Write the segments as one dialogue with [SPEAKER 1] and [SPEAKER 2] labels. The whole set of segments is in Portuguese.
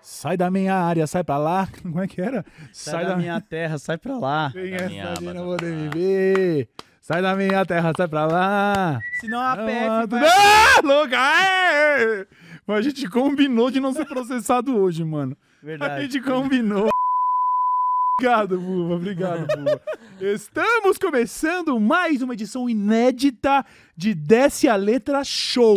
[SPEAKER 1] Sai da minha área, sai pra lá. Como é que era?
[SPEAKER 2] Sai, da, minha terra, sai pra lá.
[SPEAKER 1] Tem
[SPEAKER 3] da
[SPEAKER 1] essa
[SPEAKER 3] minha
[SPEAKER 1] de não
[SPEAKER 3] aba, tá
[SPEAKER 1] poder
[SPEAKER 3] pra lá.
[SPEAKER 1] viver. Sai da minha terra, sai pra lá.
[SPEAKER 2] Senão a
[SPEAKER 1] Não
[SPEAKER 2] PF
[SPEAKER 1] ando-
[SPEAKER 2] vai...
[SPEAKER 1] Ah, louca! é! Mas a gente combinou de não ser processado hoje, mano. A
[SPEAKER 2] Verdade.
[SPEAKER 1] gente combinou. Obrigado, Buba. Obrigado, Buba. Estamos começando mais uma edição inédita de Desce a Letra Show.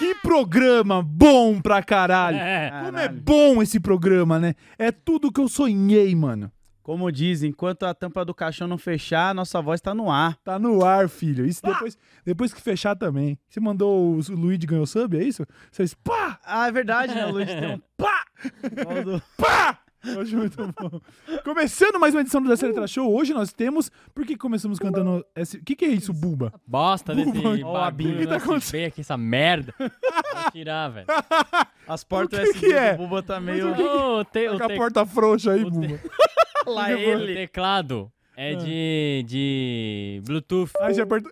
[SPEAKER 1] Que programa bom pra caralho.
[SPEAKER 3] É.
[SPEAKER 1] Como é
[SPEAKER 2] Caralho.
[SPEAKER 1] bom esse programa, né? É tudo que eu sonhei, mano.
[SPEAKER 2] Como diz, enquanto a tampa do caixão não fechar, a nossa voz tá no ar.
[SPEAKER 1] Tá no ar, filho. Isso depois, depois que fechar também. Você mandou o o Luigi ganhou sub, é isso? Vocês pá!
[SPEAKER 2] Ah, é verdade, né, Luiz? Tem um
[SPEAKER 1] Pá!
[SPEAKER 2] pau do-
[SPEAKER 1] Pá! Eu acho muito bom. Começando mais uma edição do Dessa Letra Show, hoje nós temos. Por que começamos cantando. esse- O que, que é isso, Buba?
[SPEAKER 3] Bosta desse
[SPEAKER 1] Buba, o
[SPEAKER 3] bagulho.
[SPEAKER 1] que que tá
[SPEAKER 3] não se
[SPEAKER 1] acontecendo?
[SPEAKER 3] vê aqui, essa merda. Vou tirar, velho.
[SPEAKER 2] As portas
[SPEAKER 1] O que
[SPEAKER 2] USB
[SPEAKER 1] que é?
[SPEAKER 2] do Buba tá meio...
[SPEAKER 3] Ô, te- o
[SPEAKER 1] Com a
[SPEAKER 3] te-
[SPEAKER 1] porta frouxa aí,
[SPEAKER 3] o
[SPEAKER 1] Buba.
[SPEAKER 2] Lá
[SPEAKER 3] o
[SPEAKER 2] ele.
[SPEAKER 3] teclado
[SPEAKER 1] Ah.
[SPEAKER 3] é de, de Bluetooth.
[SPEAKER 1] Aí você aperta.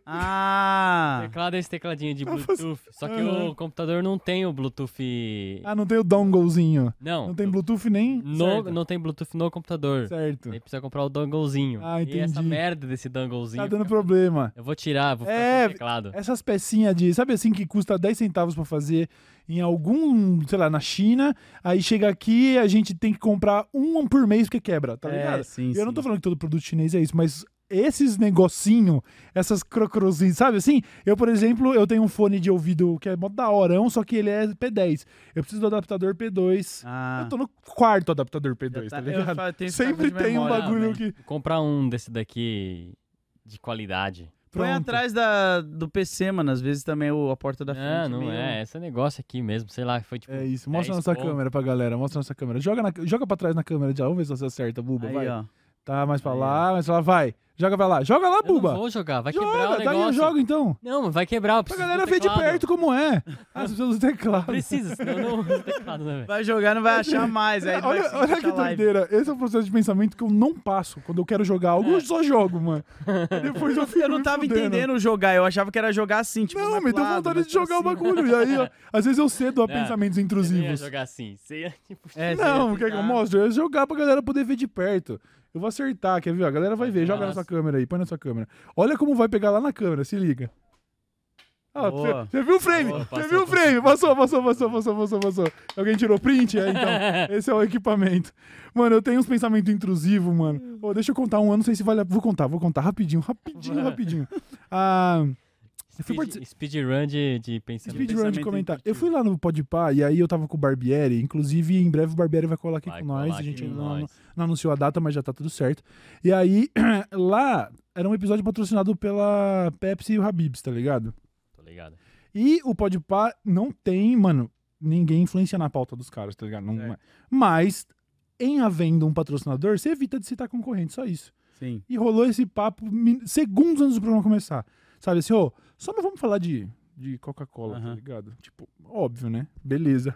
[SPEAKER 3] O
[SPEAKER 2] Ah,
[SPEAKER 3] teclado é esse tecladinho de
[SPEAKER 1] Nossa.
[SPEAKER 3] Bluetooth. Só que
[SPEAKER 1] Aham.
[SPEAKER 3] o computador não tem o Bluetooth.
[SPEAKER 1] Ah, não tem o donglezinho.
[SPEAKER 3] Não.
[SPEAKER 1] Não tem Bluetooth nem.
[SPEAKER 3] no,
[SPEAKER 1] certo.
[SPEAKER 3] não tem Bluetooth no computador.
[SPEAKER 1] Certo.
[SPEAKER 3] Aí precisa comprar o donglezinho.
[SPEAKER 1] Ah,
[SPEAKER 3] E essa
[SPEAKER 1] entendi.
[SPEAKER 3] merda desse donglezinho.
[SPEAKER 1] Tá dando problema.
[SPEAKER 3] Eu vou tirar, vou ficar
[SPEAKER 1] É,
[SPEAKER 3] sem teclado.
[SPEAKER 1] Essas pecinhas de. Sabe assim que custa 10 centavos pra fazer em algum, sei lá, na China. Aí chega aqui a gente tem que comprar um por mês porque quebra, tá ligado?
[SPEAKER 2] é, sim,
[SPEAKER 1] E eu não tô
[SPEAKER 2] sim.
[SPEAKER 1] falando que todo produto chinês é isso, mas esses negocinho, essas crocrozinhas, sabe assim? Eu, por exemplo, eu tenho um fone de ouvido que é mó da horão, só que ele é P10. Eu preciso do adaptador P2.
[SPEAKER 2] Ah.
[SPEAKER 1] Eu tô no quarto adaptador P2, tá
[SPEAKER 2] Eu ta- eu
[SPEAKER 1] ligado?
[SPEAKER 2] fa- tenho esse
[SPEAKER 1] Sempre
[SPEAKER 2] bagulho de
[SPEAKER 1] tem um
[SPEAKER 2] memória né?
[SPEAKER 1] bagulho
[SPEAKER 2] também.
[SPEAKER 1] que...
[SPEAKER 3] Vou comprar um desse daqui de qualidade.
[SPEAKER 2] Põe
[SPEAKER 1] Pronto.
[SPEAKER 2] atrás da, do PC, mano. Às vezes também o, a porta da frente.
[SPEAKER 3] Não, não
[SPEAKER 2] meio-
[SPEAKER 3] é. Esse negócio aqui mesmo, sei lá, foi tipo.
[SPEAKER 1] É isso. Mostra
[SPEAKER 3] 10
[SPEAKER 1] nossa
[SPEAKER 3] pontos.
[SPEAKER 1] câmera pra galera. Mostra nossa câmera. Joga, na, joga pra trás na câmera já. Vamos ver se você acerta, Buba.
[SPEAKER 2] Aí,
[SPEAKER 1] vai.
[SPEAKER 2] ó.
[SPEAKER 1] Tá, mais pra
[SPEAKER 2] Aí,
[SPEAKER 1] lá, mais pra lá. Vai. Joga pra lá. Joga lá,
[SPEAKER 3] Eu não
[SPEAKER 1] Buba.
[SPEAKER 3] vou jogar, vai quebrar o
[SPEAKER 1] joga. Tá aí
[SPEAKER 3] negócio.
[SPEAKER 1] eu jogo, então.
[SPEAKER 3] Não, vai quebrar.
[SPEAKER 1] Pra
[SPEAKER 3] eu preciso do
[SPEAKER 1] galera ver de
[SPEAKER 3] teclado.
[SPEAKER 1] perto como é. As pessoas do teclado.
[SPEAKER 3] Precisa, senão eu não uso teclado, né, velho?
[SPEAKER 2] Vai jogar, não vai achar mais. Aí vai
[SPEAKER 1] olha
[SPEAKER 2] se
[SPEAKER 1] olha
[SPEAKER 2] deixar
[SPEAKER 1] que
[SPEAKER 2] live.
[SPEAKER 1] doideira. Esse é um processo de pensamento que eu não passo. Quando eu quero jogar algo, eu só jogo, mano. E Depois eu fico
[SPEAKER 2] É. Eu não
[SPEAKER 1] me
[SPEAKER 2] tava
[SPEAKER 1] fudendo.
[SPEAKER 2] entendendo jogar, eu achava que era jogar assim, tipo. assim. É.
[SPEAKER 1] Não,
[SPEAKER 2] mais
[SPEAKER 1] me
[SPEAKER 2] pro
[SPEAKER 1] deu
[SPEAKER 2] lado,
[SPEAKER 1] vontade
[SPEAKER 2] mais
[SPEAKER 1] de
[SPEAKER 2] pra
[SPEAKER 1] jogar o
[SPEAKER 2] cima.
[SPEAKER 1] bagulho. E aí, ó, às vezes eu cedo a
[SPEAKER 3] Não,
[SPEAKER 1] pensamentos
[SPEAKER 3] Você não ia
[SPEAKER 1] intrusivos.
[SPEAKER 3] jogar assim. Você ia, tipo,
[SPEAKER 2] É, você ia
[SPEAKER 1] Não, quer que eu
[SPEAKER 2] tentar.
[SPEAKER 1] mostre? Eu ia jogar pra galera poder ver de perto. Eu vou acertar, quer ver? A galera vai ver. Joga na
[SPEAKER 3] Nossa.
[SPEAKER 1] sua câmera aí, põe na sua câmera. Olha como vai pegar lá na câmera, se liga. Ah,
[SPEAKER 2] Boa.
[SPEAKER 1] você viu o frame?
[SPEAKER 3] Boa,
[SPEAKER 1] Você
[SPEAKER 3] passou,
[SPEAKER 1] viu o frame? Passou, passou, passou, passou, passou, passou. Alguém tirou print? É, então. Esse é o equipamento. Mano, eu tenho uns pensamentos intrusivos, mano. Ô, deixa eu contar um, eu não sei se vale a... Vou contar, vou contar rapidinho, rapidinho, rapidinho. Ah, eu fui
[SPEAKER 3] speed, speedrun de, de pensamento.
[SPEAKER 1] Speedrun de
[SPEAKER 2] pensamento
[SPEAKER 1] comentário. Eu
[SPEAKER 2] intuitivo.
[SPEAKER 1] fui lá no Podpah e aí eu tava com o Barbieri. Inclusive, em breve o Barbieri vai colar aqui
[SPEAKER 3] Vai
[SPEAKER 1] com nós.
[SPEAKER 3] colar
[SPEAKER 1] A gente
[SPEAKER 3] aqui
[SPEAKER 1] ainda
[SPEAKER 3] com
[SPEAKER 1] não,
[SPEAKER 3] nós.
[SPEAKER 1] não anunciou a data, mas já tá tudo certo. E aí, lá era um episódio patrocinado pela Pepsi e o Habibs, tá ligado?
[SPEAKER 3] Tô ligado.
[SPEAKER 1] E o Podpah não tem, mano, ninguém influencia na pauta dos caras, tá ligado? Não-
[SPEAKER 2] Certo.
[SPEAKER 1] mas, em havendo um patrocinador, você evita de citar concorrente, só isso.
[SPEAKER 2] Sim.
[SPEAKER 1] E rolou esse papo min- segundos antes do programa começar. Sabe assim, ô, só não vamos falar de, de Coca-Cola, tá
[SPEAKER 2] Aham.
[SPEAKER 1] ligado? Tipo, óbvio, né? Beleza.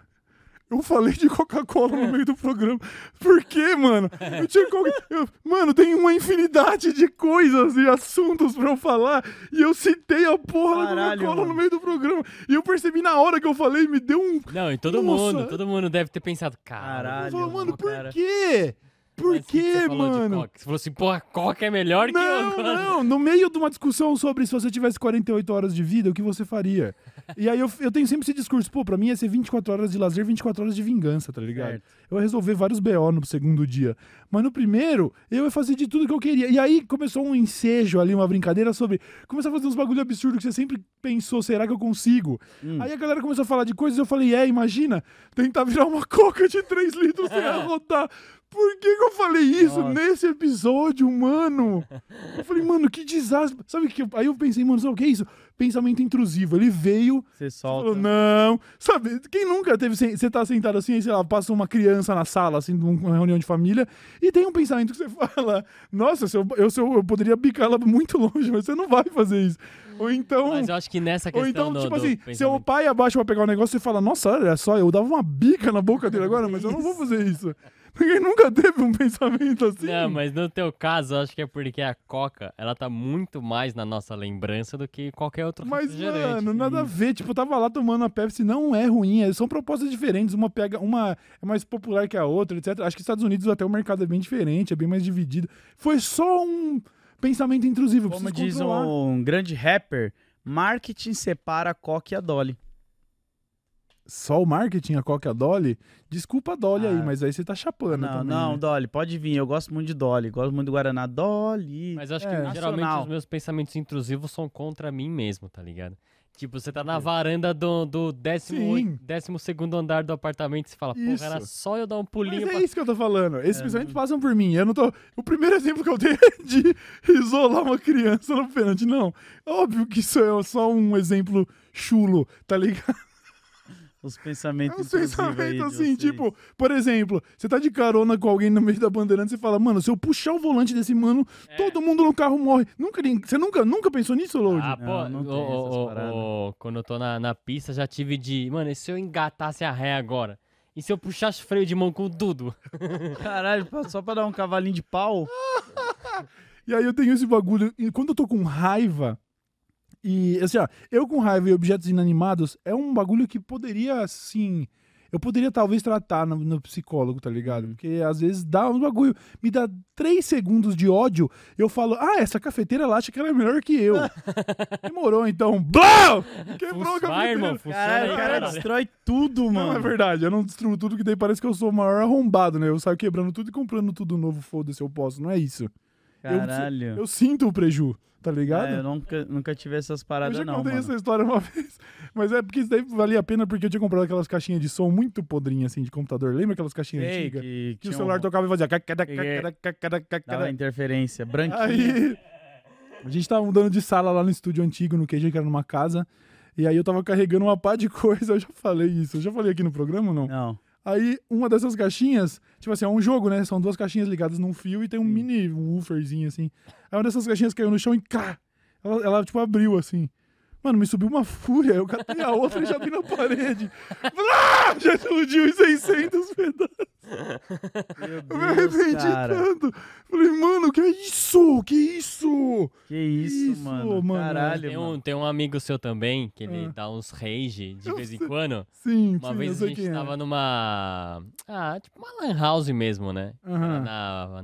[SPEAKER 1] Eu falei de Coca-Cola
[SPEAKER 3] É.
[SPEAKER 1] no meio do programa. Por quê, mano? Eu tinha Coca- eu- Mano, tem uma infinidade de coisas e assuntos pra eu falar. E eu citei a porra da
[SPEAKER 2] Caralho,
[SPEAKER 1] Coca-Cola no
[SPEAKER 2] mano.
[SPEAKER 1] meio do programa. E eu percebi na hora que eu falei, me deu um.
[SPEAKER 3] Não, e todo
[SPEAKER 1] Nossa.
[SPEAKER 3] mundo, todo mundo deve ter pensado, cara.
[SPEAKER 1] Eu
[SPEAKER 2] Caralho,
[SPEAKER 1] falei, mano, por
[SPEAKER 2] cara.
[SPEAKER 1] quê? Por
[SPEAKER 3] mas o que que
[SPEAKER 1] quê,
[SPEAKER 3] você falou de
[SPEAKER 1] mano?
[SPEAKER 3] Coca? Você falou assim, porra, Coca é melhor que
[SPEAKER 1] Não,
[SPEAKER 3] eu.
[SPEAKER 1] não, no meio de uma discussão sobre se você tivesse 48 horas de vida, o que você faria? E aí eu, eu tenho sempre esse discurso, pô, pra mim ia ser 24 horas de lazer, 24 horas de vingança, tá ligado?
[SPEAKER 2] Certo.
[SPEAKER 1] Eu ia resolver vários BO no segundo dia. Mas no primeiro, eu ia fazer de tudo que eu queria. E aí começou um ensejo ali, uma brincadeira sobre. Começar a fazer uns bagulho absurdo que você sempre pensou, será que eu consigo?
[SPEAKER 2] Hum.
[SPEAKER 1] Aí a galera começou a falar de coisas, eu falei, é, imagina, tentar virar uma coca de 3 litros sem arrotar. Por que, que eu falei isso
[SPEAKER 2] Nossa.
[SPEAKER 1] nesse episódio, mano? Eu falei, mano, que desastre. Sabe o que? eu- Aí eu pensei, mano, sabe o que é isso? Pensamento intrusivo. Ele veio frio.
[SPEAKER 2] Você
[SPEAKER 1] Falou,
[SPEAKER 2] solta.
[SPEAKER 1] não. Sabe, quem nunca teve. sen- Você tá sentado assim, aí, sei lá, passa uma criança na sala, assim, numa reunião de família, e tem um pensamento que você fala: Nossa, se eu, eu, se eu, eu poderia bicar ela muito longe, mas você não vai fazer isso. Ou então.
[SPEAKER 3] Mas eu acho que nessa
[SPEAKER 1] Ou
[SPEAKER 3] questão
[SPEAKER 1] então,
[SPEAKER 3] do,
[SPEAKER 1] tipo
[SPEAKER 3] do
[SPEAKER 1] assim, seu
[SPEAKER 3] pensamento-
[SPEAKER 1] pai abaixa pra pegar o negócio e fala, nossa, olha só, eu dava uma bica na boca dele agora, mas eu não vou fazer isso. Ninguém nunca teve um pensamento assim.
[SPEAKER 3] Não, mas no teu caso, eu acho que é porque a Coca, ela tá muito mais na nossa lembrança do que qualquer outro
[SPEAKER 1] Mas,
[SPEAKER 3] refrigerante.
[SPEAKER 1] mano, nada a ver. Tipo, eu tava lá tomando a Pepsi, não é ruim. é- São propostas diferentes. Uma pega, uma é mais popular que a outra, etc. Acho que nos Estados Unidos até o mercado é bem diferente, é bem mais dividido. Foi só um pensamento intrusivo. eu
[SPEAKER 2] Como
[SPEAKER 1] preciso
[SPEAKER 2] diz
[SPEAKER 1] controlar.
[SPEAKER 2] um grande rapper, marketing separa a Coca e a Dolly.
[SPEAKER 1] Só o marketing, a Coca e a Dolly. Desculpa a Dolly
[SPEAKER 2] Ah.
[SPEAKER 1] aí, mas aí você tá chapando
[SPEAKER 2] Não,
[SPEAKER 1] também.
[SPEAKER 2] não,
[SPEAKER 1] né?
[SPEAKER 2] Dolly, pode vir. Eu gosto muito de Dolly. Gosto muito do Guaraná. Dolly.
[SPEAKER 3] Mas eu acho que
[SPEAKER 1] É.
[SPEAKER 3] geralmente
[SPEAKER 2] Nacional.
[SPEAKER 3] os meus pensamentos intrusivos são contra mim mesmo, tá ligado? Tipo, você tá na varanda do, do décimo,
[SPEAKER 1] Sim.
[SPEAKER 3] oit- décimo segundo andar do apartamento e você fala, porra, era
[SPEAKER 1] Isso.
[SPEAKER 3] só eu dar um
[SPEAKER 1] Mas
[SPEAKER 3] pulinho pra...
[SPEAKER 1] é isso que eu tô falando. Esses pensamentos passam por mim. Eu não tô. O primeiro exemplo que eu dei é de isolar uma criança no pênalti. Não. Óbvio que isso é só um exemplo chulo, tá ligado?
[SPEAKER 2] Os
[SPEAKER 1] É
[SPEAKER 2] pensamentos
[SPEAKER 1] um
[SPEAKER 2] intrusivos aí
[SPEAKER 1] pensamento
[SPEAKER 2] de
[SPEAKER 1] assim,
[SPEAKER 2] vocês.
[SPEAKER 1] tipo, por exemplo, você tá de carona com alguém no meio da bandeirante e fala, mano, se eu puxar o volante desse mano,
[SPEAKER 2] É.
[SPEAKER 1] todo mundo no carro morre. Nunca, nem- você nunca, nunca pensou nisso, Load?
[SPEAKER 3] Ah,
[SPEAKER 2] Não,
[SPEAKER 3] pô,
[SPEAKER 2] não
[SPEAKER 3] ô,
[SPEAKER 2] tem
[SPEAKER 3] ô,
[SPEAKER 2] essas
[SPEAKER 3] ô,
[SPEAKER 2] paradas.
[SPEAKER 3] ô, quando eu tô na, na pista, já tive de... Mano, e se eu engatasse a ré agora? E se eu puxasse freio de mão com tudo?
[SPEAKER 2] Caralho, pô, só pra dar um cavalinho de pau.
[SPEAKER 1] E aí eu tenho esse bagulho. E quando eu tô com raiva. E assim, ó, eu com raiva e objetos inanimados é um bagulho que poderia, assim. Eu poderia talvez tratar no, no psicólogo, tá ligado?
[SPEAKER 3] Uhum.
[SPEAKER 1] Porque às vezes dá um bagulho. Me dá três segundos de ódio, eu falo, ah, essa cafeteira lá acha que ela é melhor que eu. Demorou, então. Blau! Quebrou a
[SPEAKER 3] Vai, irmão,
[SPEAKER 1] cafeteira.
[SPEAKER 3] funciona
[SPEAKER 2] Caralho,
[SPEAKER 3] aí,
[SPEAKER 2] o
[SPEAKER 1] é
[SPEAKER 2] cara
[SPEAKER 3] caralho.
[SPEAKER 2] destrói tudo,
[SPEAKER 1] Não, é
[SPEAKER 2] mano.
[SPEAKER 1] verdade, eu não destruo tudo, que daí parece que eu sou o maior arrombado, né? Eu saio quebrando tudo e comprando tudo novo, foda-se, eu posso. Não é isso. Eu-
[SPEAKER 2] Caralho.
[SPEAKER 1] Eu sinto o preju, tá ligado?
[SPEAKER 2] É, eu nunca, nunca tive essas
[SPEAKER 1] Eu
[SPEAKER 2] paradas,
[SPEAKER 1] já
[SPEAKER 2] não.
[SPEAKER 1] contei
[SPEAKER 2] mano.
[SPEAKER 1] essa história uma vez. Mas é porque isso daí valia a pena porque eu tinha comprado aquelas caixinhas de som muito podrinhas, assim, de computador. Lembra aquelas caixinhas
[SPEAKER 2] Sei
[SPEAKER 1] antigas? Que,
[SPEAKER 2] que,
[SPEAKER 1] o
[SPEAKER 2] tinha
[SPEAKER 1] celular
[SPEAKER 2] um-
[SPEAKER 1] tocava e fazia...
[SPEAKER 2] Dava interferência. Branquinho.
[SPEAKER 1] Aí... A gente tava mudando de sala lá no estúdio antigo, no QG, que era numa casa. E aí eu tava carregando uma pá de coisa, eu já falei isso. Eu já falei aqui no programa ou não?
[SPEAKER 2] Não.
[SPEAKER 1] Aí uma dessas caixinhas, tipo assim, é um jogo, né? São duas caixinhas ligadas num fio e tem um mini wooferzinho, assim. Aí uma dessas caixinhas caiu no chão e cá! Ela, ela, tipo, abriu, assim. Mano, me subiu uma fúria. Eu catei a outra e já vi na parede. Blá! Já explodiu em 600 pedaços.
[SPEAKER 2] Meu
[SPEAKER 1] Eu me
[SPEAKER 2] Deus,
[SPEAKER 1] arrependi
[SPEAKER 2] cara.
[SPEAKER 1] tanto. Falei, mano, que é isso? Que isso?
[SPEAKER 2] Que isso,
[SPEAKER 1] Isso,
[SPEAKER 2] mano.
[SPEAKER 1] mano.
[SPEAKER 2] Caralho,
[SPEAKER 3] Tem
[SPEAKER 2] mano.
[SPEAKER 3] um, tem um amigo seu também, que ele
[SPEAKER 1] Ah.
[SPEAKER 3] dá uns rage de
[SPEAKER 1] Eu
[SPEAKER 3] vez em
[SPEAKER 1] sei.
[SPEAKER 3] quando.
[SPEAKER 1] Sim,
[SPEAKER 3] Uma
[SPEAKER 1] sim, eu
[SPEAKER 3] vez a
[SPEAKER 1] sei quem
[SPEAKER 3] gente
[SPEAKER 1] é.
[SPEAKER 3] tava numa. Ah, tipo uma Lan House mesmo, né? Era
[SPEAKER 1] Aham.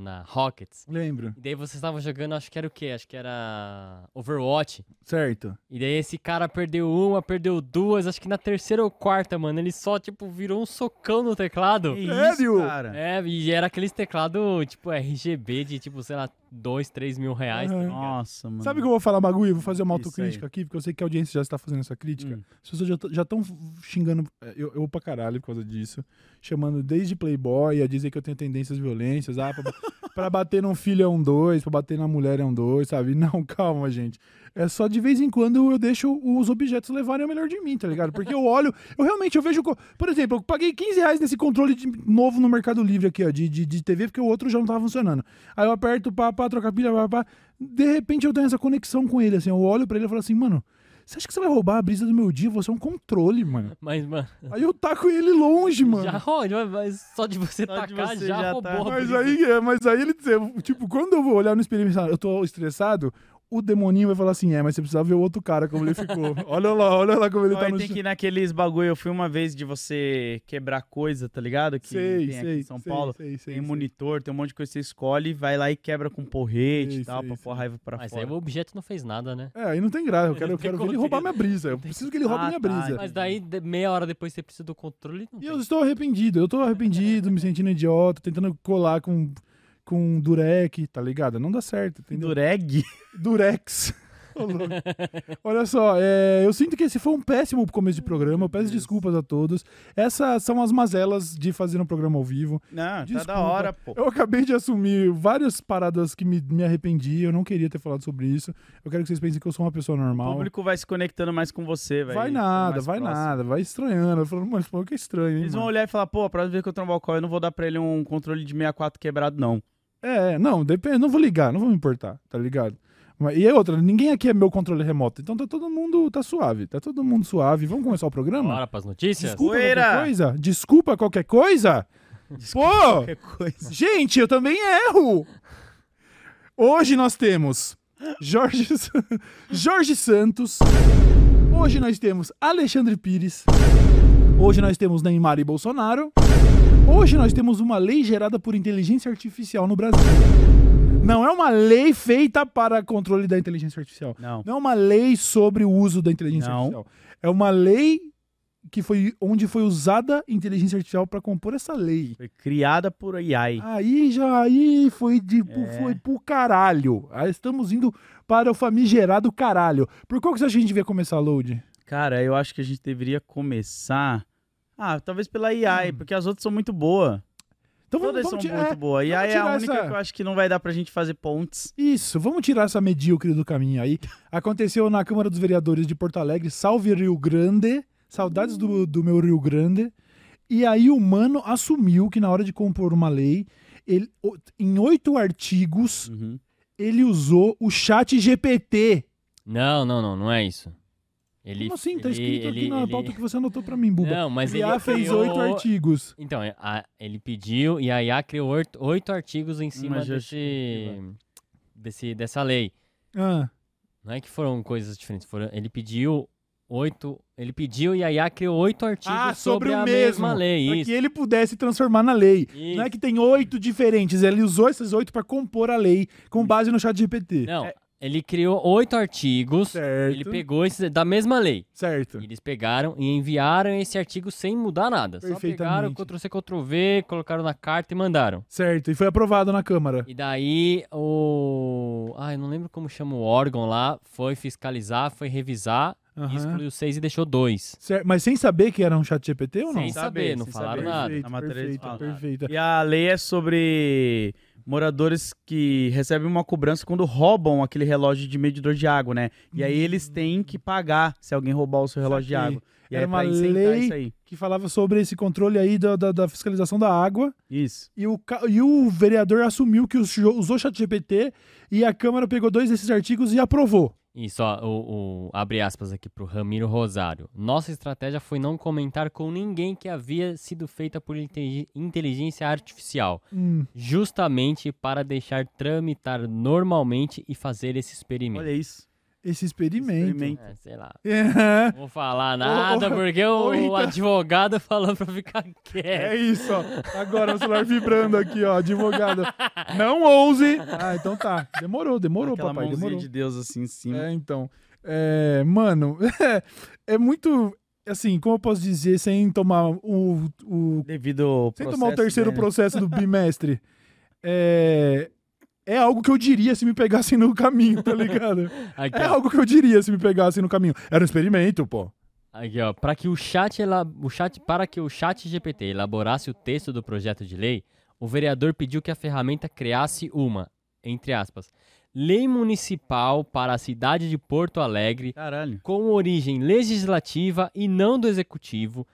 [SPEAKER 3] Na, na Rockets.
[SPEAKER 1] Lembro.
[SPEAKER 3] E daí vocês estavam jogando, acho que era o quê? Acho que era Overwatch.
[SPEAKER 1] Certo.
[SPEAKER 3] E daí esse cara perdeu uma, perdeu duas, acho que na terceira ou quarta, mano. Ele só, tipo, virou um socão no teclado.
[SPEAKER 2] Que
[SPEAKER 1] Sério?
[SPEAKER 2] isso, cara.
[SPEAKER 3] É, e era aqueles teclado, tipo, RGB de, tipo, sei lá, dois, três mil reais. tá
[SPEAKER 1] Aham.
[SPEAKER 3] ligado?
[SPEAKER 2] Nossa, mano.
[SPEAKER 1] Sabe o que eu vou falar, um bagulho? Eu vou fazer uma
[SPEAKER 2] Isso
[SPEAKER 1] autocrítica
[SPEAKER 2] aí.
[SPEAKER 1] aqui, porque eu sei que a audiência já está fazendo essa crítica.
[SPEAKER 2] Hum.
[SPEAKER 1] As pessoas já t- já estão xingando eh, eu, eu pra caralho por causa disso. Chamando desde playboy a dizer que eu tenho tendências violentas. Ah, pra, pra bater num filho é um dois, pra bater na mulher é um dois, sabe? Não, calma, gente. É só de vez em quando eu deixo os objetos levarem o melhor de mim, tá ligado? Porque eu olho, eu realmente, eu vejo... co- Por exemplo, eu paguei 15 reais nesse controle de- novo no Mercado Livre aqui, ó, de, de, de TV, porque o outro já não tava funcionando. Aí eu aperto, pá, pá, troca a pilha, pá, pá. De repente eu tenho essa conexão com ele, assim. Eu olho pra ele e falo assim, mano... Você acha que você vai roubar a brisa do meu dia? Você é um controle, mano.
[SPEAKER 3] Mas, mano,
[SPEAKER 1] Aí eu taco ele longe, mano.
[SPEAKER 3] já olha, mas só de você
[SPEAKER 2] Só de
[SPEAKER 3] tacar,
[SPEAKER 2] você
[SPEAKER 3] já,
[SPEAKER 2] já tá-
[SPEAKER 3] roubou. a
[SPEAKER 1] Mas
[SPEAKER 3] brisa.
[SPEAKER 1] aí, é, mas aí ele, eu- tipo, quando eu vou olhar no espelho e pensar, eu tô estressado, o demoninho vai falar assim, é, mas você precisava ver o outro cara como ele ficou. olha lá, olha lá como ele
[SPEAKER 2] Ou
[SPEAKER 1] tá
[SPEAKER 2] aí
[SPEAKER 1] no
[SPEAKER 2] tem
[SPEAKER 1] chão.
[SPEAKER 2] que ir naqueles bagulho. Eu fui uma vez de você quebrar coisa, tá ligado? Que
[SPEAKER 1] Sei,
[SPEAKER 2] tem aqui
[SPEAKER 1] sei,
[SPEAKER 2] em São
[SPEAKER 1] sei,
[SPEAKER 2] Paulo.
[SPEAKER 1] sei, sei,
[SPEAKER 2] tem
[SPEAKER 1] sei.
[SPEAKER 2] monitor, tem um monte de coisa que você escolhe, vai lá e quebra com porrete
[SPEAKER 1] Sei,
[SPEAKER 2] e tal,
[SPEAKER 1] sei,
[SPEAKER 2] pra
[SPEAKER 1] sei.
[SPEAKER 2] pôr a raiva pra
[SPEAKER 3] Mas aí
[SPEAKER 2] fora.
[SPEAKER 3] o objeto não fez nada, né?
[SPEAKER 1] É, aí não tem graça, eu quero, eu quero ver ele roubar minha brisa. Eu preciso que ele roube
[SPEAKER 2] Ah,
[SPEAKER 1] minha
[SPEAKER 2] tá,
[SPEAKER 1] brisa.
[SPEAKER 3] Mas daí, de- meia hora depois você precisa do controle. Não
[SPEAKER 1] E
[SPEAKER 3] tem.
[SPEAKER 1] eu estou arrependido, eu tô arrependido, me sentindo idiota, tentando colar com, com durec, tá ligado? Não dá certo, entendeu?
[SPEAKER 2] Dureg?
[SPEAKER 1] Durex. Ô, louco. Olha só, é, eu sinto que esse foi um péssimo começo de programa. Eu peço desculpas a todos. Essas são as mazelas de fazer um programa ao vivo.
[SPEAKER 2] Não, tá
[SPEAKER 1] Desculpa.
[SPEAKER 2] da hora, pô.
[SPEAKER 1] Eu acabei de assumir várias paradas que me, me arrependi. Eu não queria ter falado sobre isso. Eu quero que vocês pensem que eu sou uma pessoa
[SPEAKER 2] O
[SPEAKER 1] normal.
[SPEAKER 2] público vai se conectando mais com você, velho.
[SPEAKER 1] vai nada, vai nada. Vai estranhando. Falando, mas pô, que é estranho, hein?
[SPEAKER 2] Eles vão
[SPEAKER 1] mano?"
[SPEAKER 2] olhar e falar, pô, a próxima vez que eu trombar o Cauê, eu não vou dar pra ele um controle de 64 quebrado, não.
[SPEAKER 1] É, não, depende. Não vou ligar, não vou me importar, tá ligado? Mas- E é outra, ninguém aqui é meu controle remoto. Então tá todo mundo, tá suave. Tá todo mundo suave. Vamos começar o programa?
[SPEAKER 3] Bora pras notícias?
[SPEAKER 1] Desculpa qualquer
[SPEAKER 2] Poeira.
[SPEAKER 1] coisa? Desculpa qualquer coisa? Pô!
[SPEAKER 2] Qualquer coisa.
[SPEAKER 1] Gente, eu também erro! Hoje nós temos Jorge, San- Jorge Santos. Hoje nós temos Alexandre Pires. Hoje nós temos Neymar e Bolsonaro. Hoje nós temos uma lei gerada por inteligência artificial no Brasil. Não é uma lei feita para controle da inteligência artificial.
[SPEAKER 2] Não.
[SPEAKER 1] Não é uma lei sobre o uso da inteligência
[SPEAKER 2] Não.
[SPEAKER 1] artificial. É uma lei que foi onde foi usada a inteligência artificial para compor essa lei.
[SPEAKER 2] Foi criada por AI.
[SPEAKER 1] Aí já aí foi de pu-
[SPEAKER 2] É.
[SPEAKER 1] foi pro caralho. Aí estamos indo para o famigerado caralho. Por qual que você acha que a gente devia começar, Load?
[SPEAKER 2] Cara, eu acho que a gente deveria começar... Ah, talvez pela AI, porque as outras são muito boas.
[SPEAKER 1] Hum. Então
[SPEAKER 2] Todas são
[SPEAKER 1] ti-
[SPEAKER 2] muito
[SPEAKER 1] é,
[SPEAKER 2] boas. E
[SPEAKER 1] vamos
[SPEAKER 2] AI é a
[SPEAKER 1] tirar
[SPEAKER 2] única
[SPEAKER 1] essa-
[SPEAKER 2] que eu acho que não vai dar pra gente fazer pontes.
[SPEAKER 1] Isso, vamos tirar essa medíocre do caminho aí. Aconteceu na Câmara dos Vereadores de Porto Alegre, salve Rio Grande, saudades
[SPEAKER 3] Uhum.
[SPEAKER 1] do, do meu Rio Grande. E aí o mano assumiu que na hora de compor uma lei, ele, o- em oito artigos,
[SPEAKER 2] Uhum.
[SPEAKER 1] ele usou o chat GPT.
[SPEAKER 3] Não, não, não, não é isso. Ele,
[SPEAKER 1] Como assim? Tá
[SPEAKER 3] ele-
[SPEAKER 1] escrito aqui
[SPEAKER 3] ele-
[SPEAKER 1] na
[SPEAKER 3] ele-
[SPEAKER 1] pauta que você anotou pra mim, Buba.
[SPEAKER 3] Não, mas
[SPEAKER 1] a
[SPEAKER 3] ele
[SPEAKER 1] IA fez
[SPEAKER 3] criou-
[SPEAKER 1] oito artigos.
[SPEAKER 3] Então, é, a- ele pediu e a IA criou oito- oito artigos em cima desse,
[SPEAKER 2] justificativa.
[SPEAKER 3] desse, dessa lei.
[SPEAKER 1] Ah,
[SPEAKER 3] Não é que foram coisas diferentes, foram, ele pediu oito, ele pediu e a IA criou oito artigos
[SPEAKER 1] Ah, sobre o
[SPEAKER 3] a
[SPEAKER 1] mesmo.
[SPEAKER 3] mesma lei,
[SPEAKER 1] pra
[SPEAKER 3] isso.
[SPEAKER 1] que ele pudesse transformar na lei.
[SPEAKER 3] isso.
[SPEAKER 1] Não é que tem oito diferentes, ele usou esses oito pra compor a lei com base no chat GPT.
[SPEAKER 3] Não,
[SPEAKER 2] É-
[SPEAKER 3] ele criou oito artigos,
[SPEAKER 1] Certo.
[SPEAKER 3] ele pegou esses da mesma lei.
[SPEAKER 1] Certo.
[SPEAKER 3] Eles pegaram e enviaram esse artigo sem mudar nada. Só pegaram
[SPEAKER 1] Perfeitamente.
[SPEAKER 3] Ctrl C, Ctrl V, colocaram na carta e mandaram.
[SPEAKER 1] Certo. E foi aprovado na Câmara.
[SPEAKER 3] E daí o. Ai, não lembro como chama o órgão lá. Foi fiscalizar, foi revisar
[SPEAKER 1] Aham.
[SPEAKER 3] e excluiu seis e deixou dois.
[SPEAKER 1] Cer- Mas sem saber que era um chat GPT ou não?
[SPEAKER 3] Sem saber, não falaram nada.
[SPEAKER 1] Perfeito,
[SPEAKER 2] Na matéria eles
[SPEAKER 1] perfeito,
[SPEAKER 2] falam.
[SPEAKER 1] perfeito.
[SPEAKER 2] E a lei é sobre moradores que recebem uma cobrança quando roubam aquele relógio de medidor de água, né? E aí eles têm que pagar se alguém roubar o seu relógio de
[SPEAKER 1] Hum. Saquei.
[SPEAKER 2] água. E
[SPEAKER 1] Era
[SPEAKER 2] aí é
[SPEAKER 1] uma
[SPEAKER 2] pra isentar
[SPEAKER 1] lei-
[SPEAKER 2] isso aí.
[SPEAKER 1] Que falava sobre esse controle aí da, da- da fiscalização da água.
[SPEAKER 2] Isso.
[SPEAKER 1] E o, ca- e o vereador assumiu que us- usou o chat GPT e a Câmara pegou dois desses artigos e aprovou.
[SPEAKER 3] Isso, ó, o, o- abre aspas aqui pro Ramiro Rosário. Nossa estratégia foi não comentar com ninguém que havia sido feita por inte- inteligência artificial,
[SPEAKER 1] Hum.
[SPEAKER 3] justamente para deixar tramitar normalmente e fazer esse experimento.
[SPEAKER 2] Olha isso.
[SPEAKER 1] Esse experimento.
[SPEAKER 2] Experimento.
[SPEAKER 3] É, sei lá.
[SPEAKER 1] É.
[SPEAKER 3] Não vou falar nada,
[SPEAKER 1] ô,
[SPEAKER 3] porque o,
[SPEAKER 1] ô, então-
[SPEAKER 3] advogado falou pra ficar
[SPEAKER 1] É
[SPEAKER 3] quieto.
[SPEAKER 1] isso, ó. Agora o celular vibrando aqui, ó. Advogada. Não ouse. Ah, então tá. Demorou, demorou,
[SPEAKER 2] Aquela
[SPEAKER 1] papai.
[SPEAKER 2] mãozinha
[SPEAKER 1] Demorou.
[SPEAKER 2] de Deus assim em cima.
[SPEAKER 1] É, então. É, mano, é, muito. Assim, como eu posso dizer, sem tomar o. o-
[SPEAKER 2] Devido ao
[SPEAKER 1] sem
[SPEAKER 2] processo,
[SPEAKER 1] tomar o terceiro
[SPEAKER 2] né?
[SPEAKER 1] processo do bimestre. É. É algo que eu diria se me pegassem no caminho, tá ligado?
[SPEAKER 3] Aqui,
[SPEAKER 1] É
[SPEAKER 3] ó,
[SPEAKER 1] algo que eu diria se me pegassem no caminho. Era um experimento, pô.
[SPEAKER 3] aqui, ó. Pra que o chat, ela, o chat, para que o chat GPT elaborasse o texto do projeto de lei, o vereador pediu que a ferramenta criasse uma, entre aspas, lei municipal para a cidade de Porto Alegre
[SPEAKER 2] Caralho.
[SPEAKER 3] com origem legislativa e não do executivo,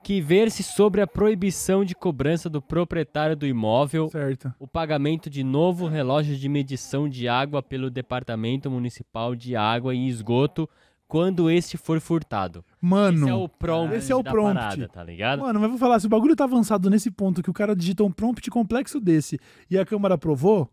[SPEAKER 3] que verse sobre a proibição de cobrança do proprietário do imóvel
[SPEAKER 1] Certo.
[SPEAKER 3] o pagamento de novo relógio de medição de água pelo Departamento Municipal de Água e Esgoto quando este for furtado.
[SPEAKER 1] Mano.
[SPEAKER 3] Esse é o prompt
[SPEAKER 1] Esse é o
[SPEAKER 3] da
[SPEAKER 1] prompt.
[SPEAKER 3] parada, tá ligado?
[SPEAKER 1] Mano, mas vou falar, se o bagulho tá avançado nesse ponto que o cara digitou um prompt complexo desse e a Câmara aprovou,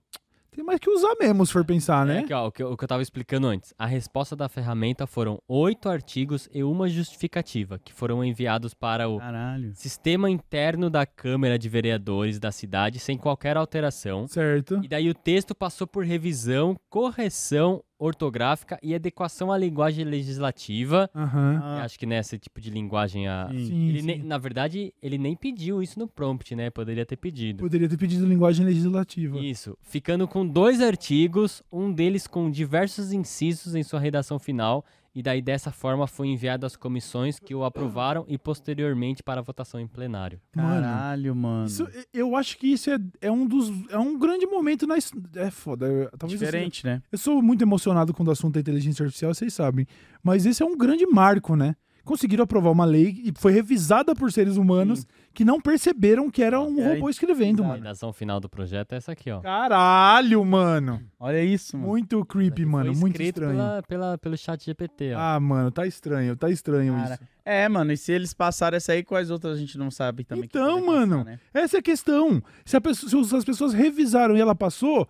[SPEAKER 1] tem mais que usar mesmo, se for pensar,
[SPEAKER 3] É
[SPEAKER 1] né?
[SPEAKER 3] aqui, ó, o, que, eu- o que eu tava explicando antes. A resposta da ferramenta foram oito artigos e uma justificativa, que foram enviados para o
[SPEAKER 2] Caralho.
[SPEAKER 3] sistema interno da Câmara de Vereadores da cidade sem qualquer alteração.
[SPEAKER 1] Certo.
[SPEAKER 3] E daí o texto passou por revisão, correção ortográfica e adequação à linguagem legislativa.
[SPEAKER 1] Aham.
[SPEAKER 2] Ah,
[SPEAKER 3] Acho que nesse tipo de linguagem a.
[SPEAKER 2] sim.
[SPEAKER 1] Sim,
[SPEAKER 3] Ele
[SPEAKER 1] sim.
[SPEAKER 3] nem- na verdade, ele nem pediu isso no prompt, né? Poderia ter pedido.
[SPEAKER 1] Poderia ter pedido linguagem legislativa.
[SPEAKER 3] Isso. Ficando com dois artigos, um deles com diversos incisos em sua redação final, e daí dessa forma foi enviado às comissões que o aprovaram e posteriormente para votação em plenário.
[SPEAKER 1] Mano,
[SPEAKER 2] Caralho, mano.
[SPEAKER 1] isso- eu acho que isso é, é um dos. É um grande momento na. his- É foda. eu- Talvez eu seja-
[SPEAKER 2] Diferente, né?
[SPEAKER 1] Eu sou muito emocionado quando o assunto da inteligência artificial, vocês sabem. Mas esse é um grande marco, né? Conseguiram aprovar uma lei e foi revisada por seres humanos que não perceberam que era um
[SPEAKER 2] É,
[SPEAKER 1] robô escrevendo,
[SPEAKER 3] A
[SPEAKER 1] mano.
[SPEAKER 3] redação final do projeto é essa aqui, ó.
[SPEAKER 1] Caralho, mano.
[SPEAKER 2] Olha isso, mano.
[SPEAKER 1] Muito creepy,
[SPEAKER 3] Aqui
[SPEAKER 1] mano.
[SPEAKER 3] foi
[SPEAKER 1] Muito
[SPEAKER 3] escrito
[SPEAKER 1] estranho.
[SPEAKER 3] Pela, pela- pelo chat GPT, ó.
[SPEAKER 1] Ah, mano, tá estranho, tá estranho
[SPEAKER 2] Cara,
[SPEAKER 1] isso.
[SPEAKER 2] É, mano, e se eles passaram essa aí, quais outras a gente não sabe também? que
[SPEAKER 1] Então,
[SPEAKER 2] poderia
[SPEAKER 1] mano.
[SPEAKER 2] passar, né?
[SPEAKER 1] Essa é a questão. Se, a pessoa- se os- as pessoas revisaram e ela passou,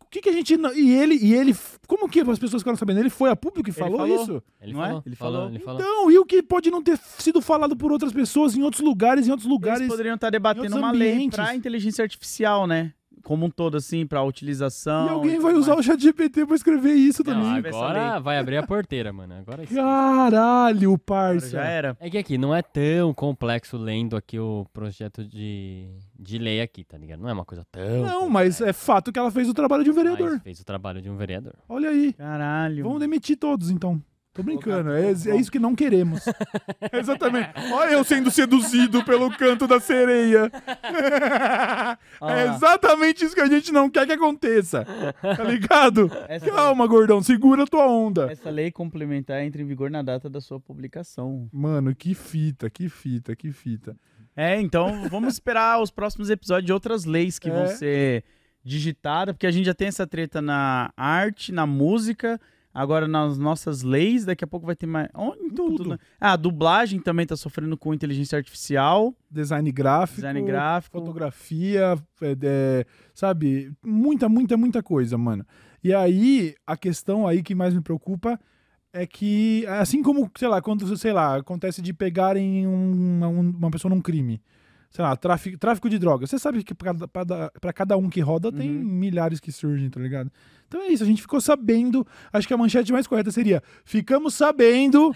[SPEAKER 1] o que que a gente não- e ele e ele como que as pessoas ficaram sabendo? Ele foi a público e
[SPEAKER 2] Ele
[SPEAKER 1] falou,
[SPEAKER 2] falou.
[SPEAKER 1] isso?
[SPEAKER 3] ele,
[SPEAKER 2] não é?
[SPEAKER 3] falou,
[SPEAKER 2] Ele
[SPEAKER 3] falou,
[SPEAKER 2] falou.
[SPEAKER 3] ele falou.
[SPEAKER 1] Então, e o que pode não ter sido falado por outras pessoas em outros lugares, em outros lugares?
[SPEAKER 2] Eles poderiam estar
[SPEAKER 1] em
[SPEAKER 2] debatendo
[SPEAKER 1] outros
[SPEAKER 2] uma lei
[SPEAKER 1] ambientes.
[SPEAKER 2] pra inteligência artificial, né? Como um todo, assim, pra utilização.
[SPEAKER 1] E alguém
[SPEAKER 2] tudo
[SPEAKER 1] vai usar
[SPEAKER 2] mais.
[SPEAKER 1] o ChatGPT pra escrever isso
[SPEAKER 3] Não,
[SPEAKER 1] também.
[SPEAKER 2] tive essa
[SPEAKER 3] agora
[SPEAKER 2] lei.
[SPEAKER 3] vai abrir a porteira, mano. Agora esquece.
[SPEAKER 1] Caralho,
[SPEAKER 2] Agora Já
[SPEAKER 1] parça.
[SPEAKER 2] era.
[SPEAKER 3] É que aqui não é tão complexo lendo aqui o projeto de, de lei aqui, tá ligado? Não é uma coisa tão.
[SPEAKER 1] Não, mas
[SPEAKER 3] complexa,
[SPEAKER 1] é fato que ela fez o trabalho de um vereador.
[SPEAKER 3] mas fez o trabalho de um vereador.
[SPEAKER 1] Olha aí.
[SPEAKER 2] Caralho.
[SPEAKER 1] Vamos
[SPEAKER 2] mano.
[SPEAKER 1] demitir todos, então. Tô brincando,
[SPEAKER 2] Colocar
[SPEAKER 1] é,
[SPEAKER 2] tudo
[SPEAKER 1] é
[SPEAKER 2] bom.
[SPEAKER 1] isso que não queremos. Exatamente. Olha eu sendo seduzido pelo canto da sereia.
[SPEAKER 2] Olha
[SPEAKER 1] é
[SPEAKER 2] lá.
[SPEAKER 1] exatamente isso que a gente não quer que aconteça. Tá ligado?
[SPEAKER 2] Essa-
[SPEAKER 1] Calma, gordão, segura tua onda.
[SPEAKER 2] Essa lei complementar entra em vigor na data da sua publicação.
[SPEAKER 1] Mano, que fita, que fita, que fita.
[SPEAKER 2] É, então vamos esperar os próximos episódios de outras leis que vão
[SPEAKER 1] É.
[SPEAKER 2] ser digitadas, porque a gente já tem essa treta na arte, na música, agora nas nossas leis, daqui a pouco vai ter mais. Oh, em tudo,
[SPEAKER 1] Tudo.
[SPEAKER 2] né? Ah, a dublagem também tá sofrendo com inteligência artificial,
[SPEAKER 1] Design gráfico.
[SPEAKER 2] design gráfico.
[SPEAKER 1] fotografia, é, é, sabe? Muita, muita, muita coisa, mano. E aí, a questão aí que mais me preocupa é que, assim como, sei lá, quando, sei lá, acontece de pegarem um- uma, um- uma pessoa num crime. Sei lá, tráfico, tráfico de drogas. Você sabe que pra cada, pra da- pra cada um que roda tem
[SPEAKER 2] Uhum.
[SPEAKER 1] milhares que surgem, tá ligado? Então é isso, a gente ficou sabendo. Acho que a manchete mais correta seria: ficamos sabendo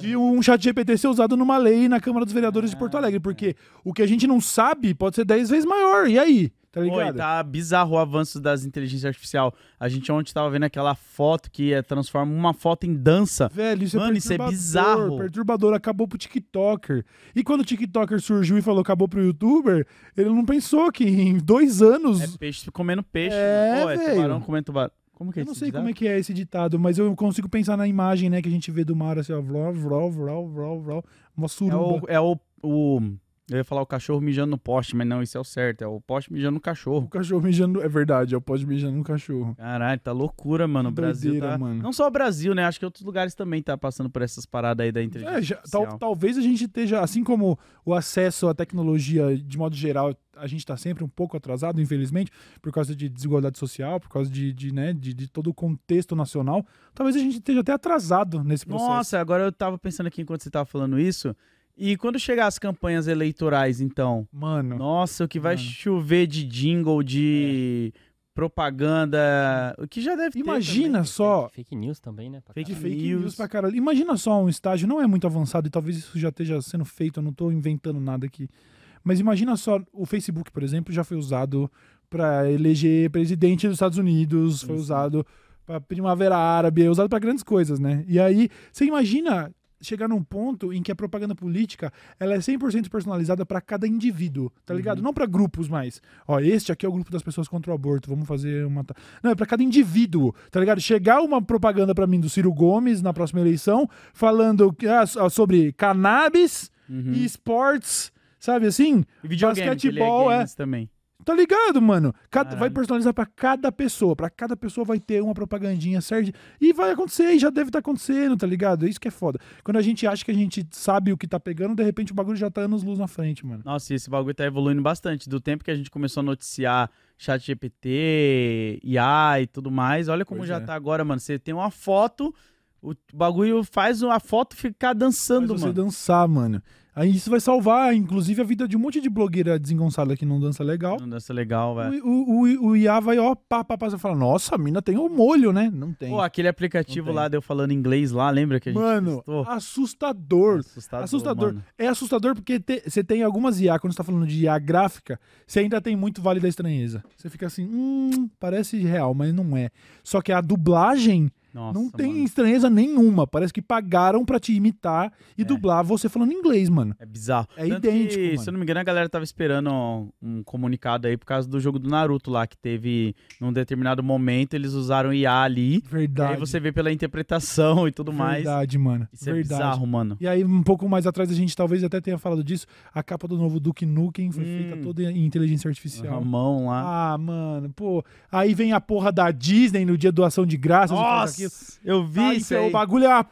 [SPEAKER 1] de um chat GPT ser usado numa lei na Câmara dos Vereadores de
[SPEAKER 2] Ah.
[SPEAKER 1] Porto Alegre, porque o que a gente não sabe pode ser 10 vezes maior. E aí? Tá
[SPEAKER 2] Oi,
[SPEAKER 1] ligado?
[SPEAKER 2] tá bizarro o avanço das inteligências artificiais. A gente ontem tava vendo aquela foto que é, transforma uma foto em dança.
[SPEAKER 1] Velho, isso
[SPEAKER 2] Mano,
[SPEAKER 1] é
[SPEAKER 2] isso é
[SPEAKER 1] perturbador.
[SPEAKER 2] bizarro.
[SPEAKER 1] Perturbador, acabou pro TikToker. E quando o TikToker surgiu e falou acabou pro YouTuber, ele não pensou que em dois anos.
[SPEAKER 2] É peixe comendo peixe.
[SPEAKER 1] É,
[SPEAKER 2] Pô, é
[SPEAKER 1] velho.
[SPEAKER 2] tubarão comendo tubarão. Como que é
[SPEAKER 1] Eu não
[SPEAKER 2] esse
[SPEAKER 1] sei
[SPEAKER 2] ditado?
[SPEAKER 1] como é que é esse ditado, mas eu consigo pensar na imagem, né, que a gente vê do mar, assim, ó, vró, vró, vró, vró, vró, uma
[SPEAKER 2] É
[SPEAKER 1] suruba.
[SPEAKER 2] o, é o, o. Eu ia falar o cachorro mijando no poste, mas não, isso é o certo. É o poste mijando no
[SPEAKER 1] O
[SPEAKER 2] cachorro.
[SPEAKER 1] cachorro mijando. É verdade, é o pode mijando no cachorro.
[SPEAKER 2] Caralho, tá loucura, mano. O
[SPEAKER 1] Que
[SPEAKER 2] Brasil
[SPEAKER 1] doideira,
[SPEAKER 2] tá.
[SPEAKER 1] mano.
[SPEAKER 2] Não só o Brasil, né? Acho que outros lugares também tá passando por essas paradas aí da inteligência.
[SPEAKER 1] É, já- tal-
[SPEAKER 2] artificial.
[SPEAKER 1] talvez a gente esteja, assim como o acesso à tecnologia, de modo geral, a gente está sempre um pouco atrasado, infelizmente, por causa de desigualdade social, por causa de, de, né, de, de todo o contexto nacional. Talvez a gente esteja até atrasado nesse processo.
[SPEAKER 2] Nossa, agora eu tava pensando aqui enquanto você tava falando isso. E quando chegar as campanhas eleitorais, então?
[SPEAKER 1] Mano,
[SPEAKER 2] Nossa, o que vai
[SPEAKER 1] Mano. É.
[SPEAKER 2] chover de jingle, de propaganda. O que já deve ter
[SPEAKER 1] imagina só.
[SPEAKER 3] Fake, fake news também, né? pra
[SPEAKER 2] Fake
[SPEAKER 1] De
[SPEAKER 3] caralho.
[SPEAKER 1] fake
[SPEAKER 2] news.
[SPEAKER 1] news. pra caralho. Imagina só um estágio, não é muito avançado e talvez isso já esteja sendo feito, eu não tô inventando nada aqui. Mas imagina só, o Facebook, por exemplo, já foi usado pra eleger presidente dos Estados Unidos, foi
[SPEAKER 2] sim.
[SPEAKER 1] usado pra Primavera Árabe, é usado pra grandes coisas, né? E aí, você imagina chegar num ponto em que a propaganda política, ela é 100% personalizada pra cada indivíduo, tá
[SPEAKER 2] Uhum.
[SPEAKER 1] ligado? Não pra grupos mais. Ó, este aqui é o grupo das pessoas contra o aborto, vamos fazer uma ta- Não, é pra cada indivíduo, tá ligado? Chegar uma propaganda pra mim do Ciro Gomes na próxima eleição, falando que- ah, so- sobre cannabis
[SPEAKER 2] Uhum.
[SPEAKER 1] e esportes, sabe assim?
[SPEAKER 2] E videogame,
[SPEAKER 1] Basquetebol,
[SPEAKER 2] basquetebol,
[SPEAKER 1] é.
[SPEAKER 2] é. Também.
[SPEAKER 1] Tá ligado, mano? Cada-
[SPEAKER 2] Caralho.
[SPEAKER 1] vai personalizar pra cada pessoa. Pra cada pessoa vai ter uma propagandinha certa. E vai acontecer, e já deve estar acontecendo, tá ligado? É isso que é foda. Quando a gente acha que a gente sabe o que tá pegando, de repente o bagulho já tá anos luz na frente, mano.
[SPEAKER 2] Nossa, e esse bagulho tá evoluindo bastante. Do tempo que a gente começou a noticiar chat GPT, IA e tudo mais, olha como
[SPEAKER 1] Pois
[SPEAKER 2] já
[SPEAKER 1] é.
[SPEAKER 2] tá agora, mano. Você tem uma foto, o bagulho faz a foto ficar
[SPEAKER 1] Faz
[SPEAKER 2] dançando,
[SPEAKER 1] você
[SPEAKER 2] Tá mano.
[SPEAKER 1] dançar, mano. Aí isso vai salvar, inclusive, a vida de um monte de blogueira desengonçada que não dança legal.
[SPEAKER 2] Não dança legal, velho.
[SPEAKER 1] O, o, o, o IA vai, ó, pá, pá, pá, você fala, nossa, a mina tem o molho, né? Não tem.
[SPEAKER 2] Pô, aquele aplicativo
[SPEAKER 1] Não tem.
[SPEAKER 2] lá, deu falando inglês lá, lembra que a gente
[SPEAKER 1] Mano,
[SPEAKER 2] testou?
[SPEAKER 1] assustador.
[SPEAKER 2] assustador,
[SPEAKER 1] Assustador.
[SPEAKER 2] mano.
[SPEAKER 1] É assustador porque te- você tem algumas IA, quando você tá falando de IA gráfica, você ainda tem muito Vale da Estranheza. Você fica assim, hum, parece real, mas não é. Só que a dublagem
[SPEAKER 2] Nossa,
[SPEAKER 1] não tem
[SPEAKER 2] mano.
[SPEAKER 1] estranheza nenhuma. Parece que pagaram pra te imitar e
[SPEAKER 2] É.
[SPEAKER 1] dublar você falando inglês, mano.
[SPEAKER 2] É bizarro.
[SPEAKER 1] É
[SPEAKER 2] Tanto
[SPEAKER 1] idêntico,
[SPEAKER 2] que,
[SPEAKER 1] mano.
[SPEAKER 2] Se eu não me engano, a galera tava esperando ó, um comunicado aí por causa do jogo do Naruto lá, que teve num determinado momento, eles usaram IA ali. E
[SPEAKER 1] Verdade.
[SPEAKER 2] aí você vê pela interpretação e tudo mais.
[SPEAKER 1] Verdade, mano.
[SPEAKER 2] Isso é
[SPEAKER 1] Verdade.
[SPEAKER 2] bizarro, mano.
[SPEAKER 1] E aí, um pouco mais atrás, a gente talvez até tenha falado disso. A capa do novo Duke Nukem foi
[SPEAKER 2] Hum.
[SPEAKER 1] feita toda em inteligência
[SPEAKER 2] A
[SPEAKER 1] artificial.
[SPEAKER 2] mão lá.
[SPEAKER 1] Ah, mano, pô. Aí vem a porra da Disney no dia do Ação de Graças. e faz aquilo.
[SPEAKER 2] Nossa, eu vi
[SPEAKER 1] Tá,
[SPEAKER 2] isso
[SPEAKER 1] então,
[SPEAKER 2] aí.
[SPEAKER 1] o bagulho é uma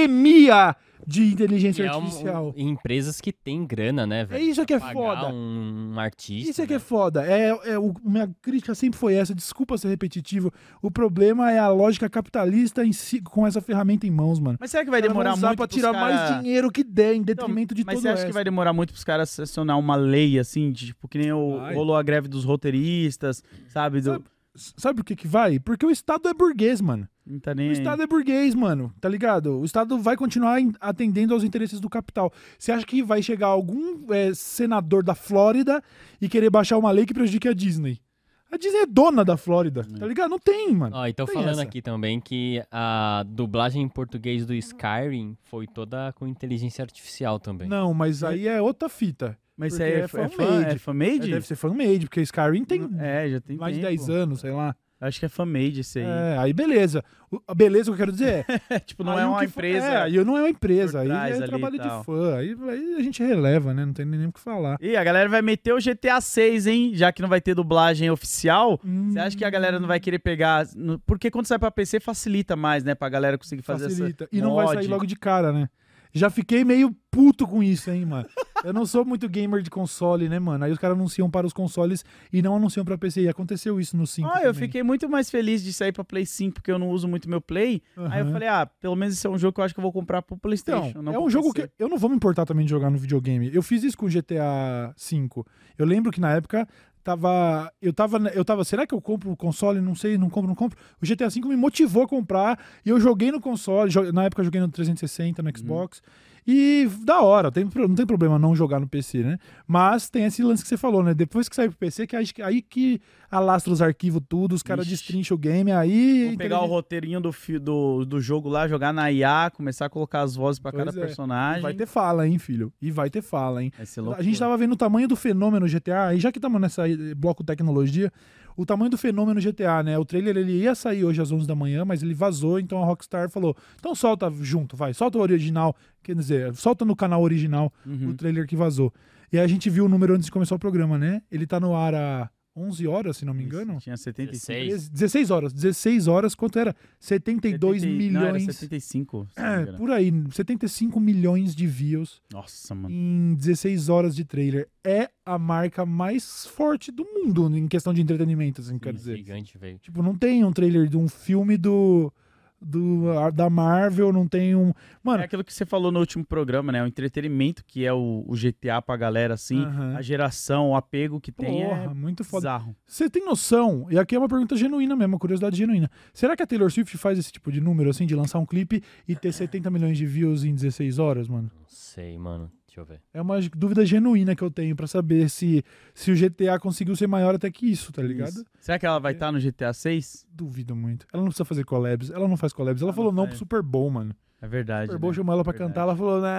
[SPEAKER 1] pandemia de inteligência
[SPEAKER 3] E é um-
[SPEAKER 1] artificial.
[SPEAKER 3] e empresas que têm grana, né,
[SPEAKER 1] É
[SPEAKER 3] velho?
[SPEAKER 1] isso que é
[SPEAKER 3] Pagar
[SPEAKER 1] foda.
[SPEAKER 3] Um, um artista.
[SPEAKER 1] Isso é que
[SPEAKER 3] né?
[SPEAKER 1] é foda. É, é, o- minha crítica sempre foi essa. Desculpa ser repetitivo. O problema é a lógica capitalista em si, com essa ferramenta em mãos, mano.
[SPEAKER 2] Mas será que vai
[SPEAKER 1] Ela vai
[SPEAKER 2] demorar
[SPEAKER 1] usar
[SPEAKER 2] muito
[SPEAKER 1] pra
[SPEAKER 2] pros
[SPEAKER 1] tirar mais
[SPEAKER 2] cara-
[SPEAKER 1] dinheiro que der, em
[SPEAKER 2] Então,
[SPEAKER 1] detrimento de
[SPEAKER 2] Mas
[SPEAKER 1] todo
[SPEAKER 2] você acha que vai demorar muito pros caras acionar uma lei, assim, de, tipo, que nem o,
[SPEAKER 1] Vai.
[SPEAKER 2] rolou a greve dos roteiristas, sabe? Do,
[SPEAKER 1] Sabe- Sabe por que que vai? Porque o Estado é burguês, mano.
[SPEAKER 2] não tá nem
[SPEAKER 1] O
[SPEAKER 2] aí.
[SPEAKER 1] Estado é burguês, mano, tá ligado? O Estado vai continuar em- atendendo aos interesses do capital. Você acha que vai chegar algum eh, senador da Flórida e querer baixar uma lei que prejudique a Disney? A Disney é dona da Flórida,
[SPEAKER 2] É.
[SPEAKER 1] tá ligado? Não tem, mano.
[SPEAKER 2] Ah,
[SPEAKER 3] Ó, e tô
[SPEAKER 1] Tem
[SPEAKER 3] falando
[SPEAKER 1] essa.
[SPEAKER 3] aqui também que a dublagem em português do Skyrim foi toda com inteligência artificial também.
[SPEAKER 1] Não, mas aí é outra fita.
[SPEAKER 2] Mas isso
[SPEAKER 1] porque
[SPEAKER 2] aí é,
[SPEAKER 1] é
[SPEAKER 2] fa- é fan
[SPEAKER 1] fan-made.
[SPEAKER 2] é fan-made?
[SPEAKER 1] É, deve ser fan-made, porque Skyrim tem
[SPEAKER 2] É, já tem
[SPEAKER 1] mais de
[SPEAKER 2] tempo.
[SPEAKER 1] 10 anos, sei lá.
[SPEAKER 2] Acho que é fan-made esse aí.
[SPEAKER 1] É, aí beleza. O- a beleza que eu quero dizer é...
[SPEAKER 2] É, tipo, não
[SPEAKER 1] aí
[SPEAKER 2] é
[SPEAKER 1] o
[SPEAKER 2] uma
[SPEAKER 1] que for-
[SPEAKER 2] empresa.
[SPEAKER 1] É, aí não é uma empresa. Aí
[SPEAKER 2] trás
[SPEAKER 1] é
[SPEAKER 2] ali e
[SPEAKER 1] trabalho
[SPEAKER 2] tal.
[SPEAKER 1] de fã. Aí, aí a gente releva, né? Não tem nem o que falar.
[SPEAKER 2] Ih, a galera vai meter o GTA 6, hein? Já que não vai ter dublagem oficial. Você acha que
[SPEAKER 1] Hum.
[SPEAKER 2] a galera não vai querer pegar... no- Porque quando sai pra PC, facilita mais, né? Pra galera conseguir fazer
[SPEAKER 1] Facilita.
[SPEAKER 2] essa
[SPEAKER 1] E não vai
[SPEAKER 2] mod.
[SPEAKER 1] sair logo de cara, né? Já fiquei meio puto com isso, hein, mano. Eu não sou muito gamer de console, né, mano? Aí os caras anunciam para os consoles e não anunciam para PC. E aconteceu isso no 5.
[SPEAKER 2] Ah, eu
[SPEAKER 1] também.
[SPEAKER 2] fiquei muito mais feliz de sair pra Play 5, porque eu não uso muito meu Play. Aí eu
[SPEAKER 1] Aham.
[SPEAKER 2] falei, ah, pelo menos esse é um jogo que eu acho que eu vou comprar pro PlayStation.
[SPEAKER 1] Então,
[SPEAKER 2] não
[SPEAKER 1] é
[SPEAKER 2] pro
[SPEAKER 1] um jogo
[SPEAKER 2] PC.
[SPEAKER 1] que eu não vou me importar também de jogar no videogame. Eu fiz isso com o GTA V. Eu lembro que na época tava, eu tava, eu tava, será que eu compro o console? Não sei, não compro, não compro. O GTA V me motivou a comprar e eu joguei no console, jo- na época eu joguei no 360,
[SPEAKER 2] Uhum.
[SPEAKER 1] no Xbox. E da hora, tem pro- não tem problema não jogar no PC, né? Mas tem esse lance que você falou, né? Depois que sai pro PC, que aí, aí que alastra os arquivos tudo, os caras
[SPEAKER 2] Ixi.
[SPEAKER 1] destrincham o game, aí...
[SPEAKER 2] Vou pegar o roteirinho do, fi- do, do jogo lá, jogar na IA, começar a colocar as vozes pra
[SPEAKER 1] Pois
[SPEAKER 2] cada
[SPEAKER 1] é.
[SPEAKER 2] personagem.
[SPEAKER 1] Vai ter fala, hein, filho? E vai ter fala, hein?
[SPEAKER 2] Vai ser
[SPEAKER 1] A
[SPEAKER 2] loucura.
[SPEAKER 1] gente tava vendo o tamanho do fenômeno GTA, e já que estamos nessa eh, bloco tecnologia, o tamanho do fenômeno GTA, né? O trailer ele ia sair hoje às 11 da manhã, mas ele vazou, então a Rockstar falou: "Então solta junto, vai, solta o original, quer dizer, solta no canal original
[SPEAKER 2] Uhum.
[SPEAKER 1] o trailer que vazou". E aí a gente viu o número antes de começar o programa, né? Ele tá no ar há 11 horas, se não me engano.
[SPEAKER 2] Tinha 75.
[SPEAKER 3] 16.
[SPEAKER 1] 16 horas, 16 horas, quanto era? 72
[SPEAKER 2] 70 Não, era
[SPEAKER 1] milhões.
[SPEAKER 2] 75. se não me
[SPEAKER 1] é,
[SPEAKER 2] engano.
[SPEAKER 1] por aí, 75 milhões de views
[SPEAKER 2] Nossa, mano.
[SPEAKER 1] em 16 horas de trailer. É a marca mais forte do mundo em questão de entretenimento, assim, quer
[SPEAKER 3] É
[SPEAKER 1] dizer.
[SPEAKER 3] Gigante, velho.
[SPEAKER 1] Tipo, não tem um trailer de um filme do, do a- da Marvel, não tem um.
[SPEAKER 2] É
[SPEAKER 1] Mano,
[SPEAKER 2] aquilo que você falou no último programa, né? O entretenimento que é o, o GTA pra galera, assim.
[SPEAKER 1] Aham.
[SPEAKER 2] A geração, o apego que tem
[SPEAKER 1] porra, muito
[SPEAKER 2] é
[SPEAKER 1] foda.
[SPEAKER 2] bizarro.
[SPEAKER 1] Você tem noção, e aqui é uma pergunta genuína mesmo, uma curiosidade genuína. Será que a Taylor Swift faz esse tipo de número, assim, de lançar um clipe e ter 70 milhões de views em 16 horas, mano?
[SPEAKER 3] Não sei, mano. Deixa eu ver.
[SPEAKER 1] É uma dúvida genuína que eu tenho pra saber se, se o GTA conseguiu ser maior até que isso, tá ligado? É.
[SPEAKER 2] Isso. Será que ela vai estar no GTA 6?
[SPEAKER 1] Duvido muito. Ela não precisa fazer collabs. Ela não faz collabs. Ela
[SPEAKER 2] Ela
[SPEAKER 1] falou
[SPEAKER 2] não
[SPEAKER 1] não
[SPEAKER 2] faz.
[SPEAKER 1] pro Super Bowl, mano.
[SPEAKER 2] É verdade.
[SPEAKER 1] Super Bowl
[SPEAKER 2] né?
[SPEAKER 1] chamou ela pra
[SPEAKER 2] Verdade.
[SPEAKER 1] cantar. Ela falou, né?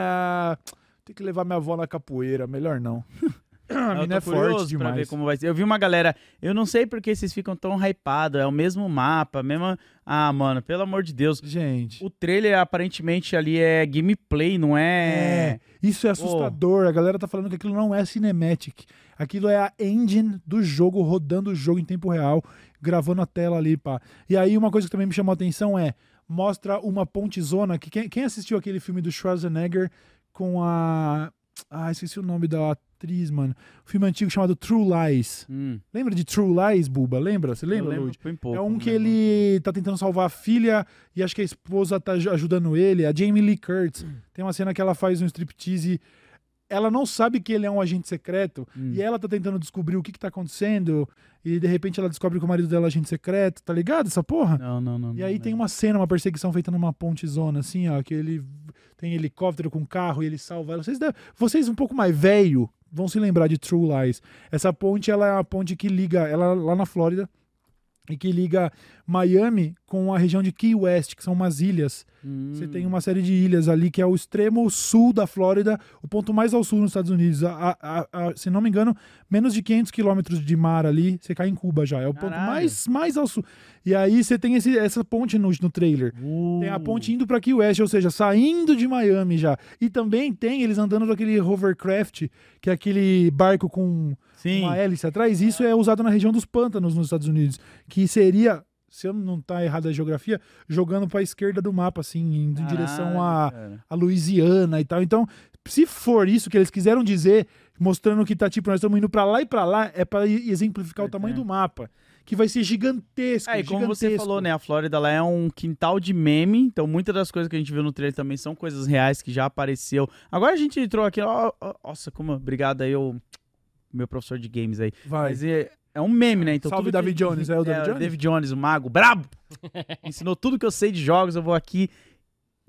[SPEAKER 1] Tem que levar minha avó na capoeira. Melhor não.
[SPEAKER 2] Eu
[SPEAKER 1] A
[SPEAKER 2] tô
[SPEAKER 1] mina é forte
[SPEAKER 2] curioso tá Pra
[SPEAKER 1] demais.
[SPEAKER 2] ver como vai ser. Eu vi uma galera, eu não sei porque vocês ficam tão hypados, é o mesmo mapa, a mesma... Ah, mano, pelo amor de Deus.
[SPEAKER 1] Gente,
[SPEAKER 2] O trailer aparentemente ali é gameplay, não é...
[SPEAKER 1] isso é assustador. A galera tá falando que aquilo não é cinematic. Aquilo é a engine do jogo rodando o jogo em tempo real, gravando a tela ali, pá. E aí uma coisa que também me chamou a atenção é mostra uma pontezona que quem, quem assistiu aquele filme do Schwarzenegger com a ah, esqueci o nome da atriz, mano. Um filme antigo chamado True Lies.
[SPEAKER 2] Hum,
[SPEAKER 1] Lembra de True Lies, Buba? Lembra? Você
[SPEAKER 2] eu
[SPEAKER 1] lembra,
[SPEAKER 2] lembro,
[SPEAKER 1] Lud?
[SPEAKER 2] tipo, em pouco,
[SPEAKER 1] é um
[SPEAKER 2] não
[SPEAKER 1] que
[SPEAKER 2] lembro.
[SPEAKER 1] ele tá tentando salvar a filha e acho que a
[SPEAKER 2] Hum.
[SPEAKER 1] esposa tá aj- ajudando ele. A Jamie Lee Curtis. Tem uma cena que ela faz um striptease ela não sabe que ele é um agente secreto
[SPEAKER 2] Hum.
[SPEAKER 1] e ela tá tentando descobrir o que que tá acontecendo e de repente ela descobre que o marido dela é agente secreto, tá ligado? Essa porra?
[SPEAKER 2] Não, não, não.
[SPEAKER 1] E aí
[SPEAKER 2] não.
[SPEAKER 1] tem uma cena, uma perseguição feita numa ponte zona, assim, ó, que ele tem helicóptero com carro e ele salva ela. Vocês, devem- vocês um pouco mais velho vão se lembrar de True Lies. Essa ponte, ela é a ponte que liga, ela é lá na Flórida, e que liga Miami com a região de Key West, que são umas ilhas.
[SPEAKER 2] Hum.
[SPEAKER 1] Você tem uma série de ilhas ali, que é o extremo sul da Flórida, o ponto mais ao sul nos Estados Unidos. A- a- a- a- se não me engano, menos de 500 quilômetros de mar ali, você cai em Cuba já. É o ponto
[SPEAKER 2] Caralho.
[SPEAKER 1] mais, mais ao sul. E aí você tem esse- essa ponte no, no trailer.
[SPEAKER 2] Uh.
[SPEAKER 1] Tem a ponte indo pra Key West, ou seja, saindo de Miami já. E também tem eles andando naquele hovercraft, que é aquele barco com
[SPEAKER 2] Sim.
[SPEAKER 1] uma hélice atrás. Isso é usado na região dos pântanos nos Estados Unidos, que seria, se eu não tá errado a geografia, jogando pra esquerda do mapa, assim, indo em direção a,
[SPEAKER 2] Caralho, cara.
[SPEAKER 1] a Louisiana e tal. Então, se for isso que eles quiseram dizer, mostrando que tá tipo, nós estamos indo pra lá e pra lá, é pra i- exemplificar o tamanho do mapa, que vai ser gigantesco.
[SPEAKER 2] É, e como você
[SPEAKER 1] gigantesco.
[SPEAKER 2] falou, né? A Flórida lá é um quintal de meme, então muitas das coisas que a gente viu no trailer também são coisas reais que já apareceu. Agora a gente entrou aqui, ó, ó, nossa, como obrigado aí, o meu professor de games aí.
[SPEAKER 1] Vai.
[SPEAKER 2] Mas é, é um meme, né? Então,
[SPEAKER 1] Salve
[SPEAKER 2] tudo
[SPEAKER 1] David
[SPEAKER 2] que-
[SPEAKER 1] Jones, é o David Jones?
[SPEAKER 2] David Jones, o mago, brabo! Ensinou tudo que eu sei de jogos, eu vou aqui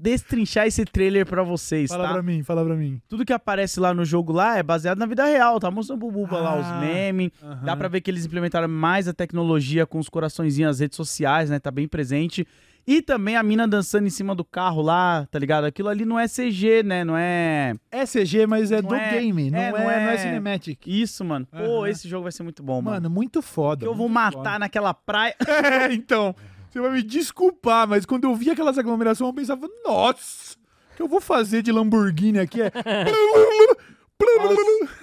[SPEAKER 2] destrinchar esse trailer pra vocês,
[SPEAKER 1] Fala
[SPEAKER 2] tá?
[SPEAKER 1] pra mim, fala pra mim.
[SPEAKER 2] Tudo que aparece lá no jogo lá é baseado na vida real, tá? Mostrando pro Buba lá
[SPEAKER 1] Ah.
[SPEAKER 2] os memes, Dá pra ver que eles implementaram mais a tecnologia com os coraçõezinhos, as redes sociais, né? Tá bem presente. E também a mina dançando em cima do carro lá, tá ligado? Aquilo ali não é CG, né? Não é.
[SPEAKER 1] É CG, mas é
[SPEAKER 2] Não
[SPEAKER 1] do
[SPEAKER 2] é-
[SPEAKER 1] game, não
[SPEAKER 2] é,
[SPEAKER 1] é,
[SPEAKER 2] não
[SPEAKER 1] não é,
[SPEAKER 2] é-
[SPEAKER 1] cinematic.
[SPEAKER 2] Isso, mano. Pô,
[SPEAKER 1] Aham.
[SPEAKER 2] esse jogo vai ser muito bom, mano.
[SPEAKER 1] Mano, muito foda.
[SPEAKER 2] Que eu vou
[SPEAKER 1] muito foda.
[SPEAKER 2] matar naquela praia.
[SPEAKER 1] É, então. Você vai me desculpar, mas quando eu vi aquelas aglomerações, eu pensava, nossa, o que eu vou fazer de Lamborghini aqui é.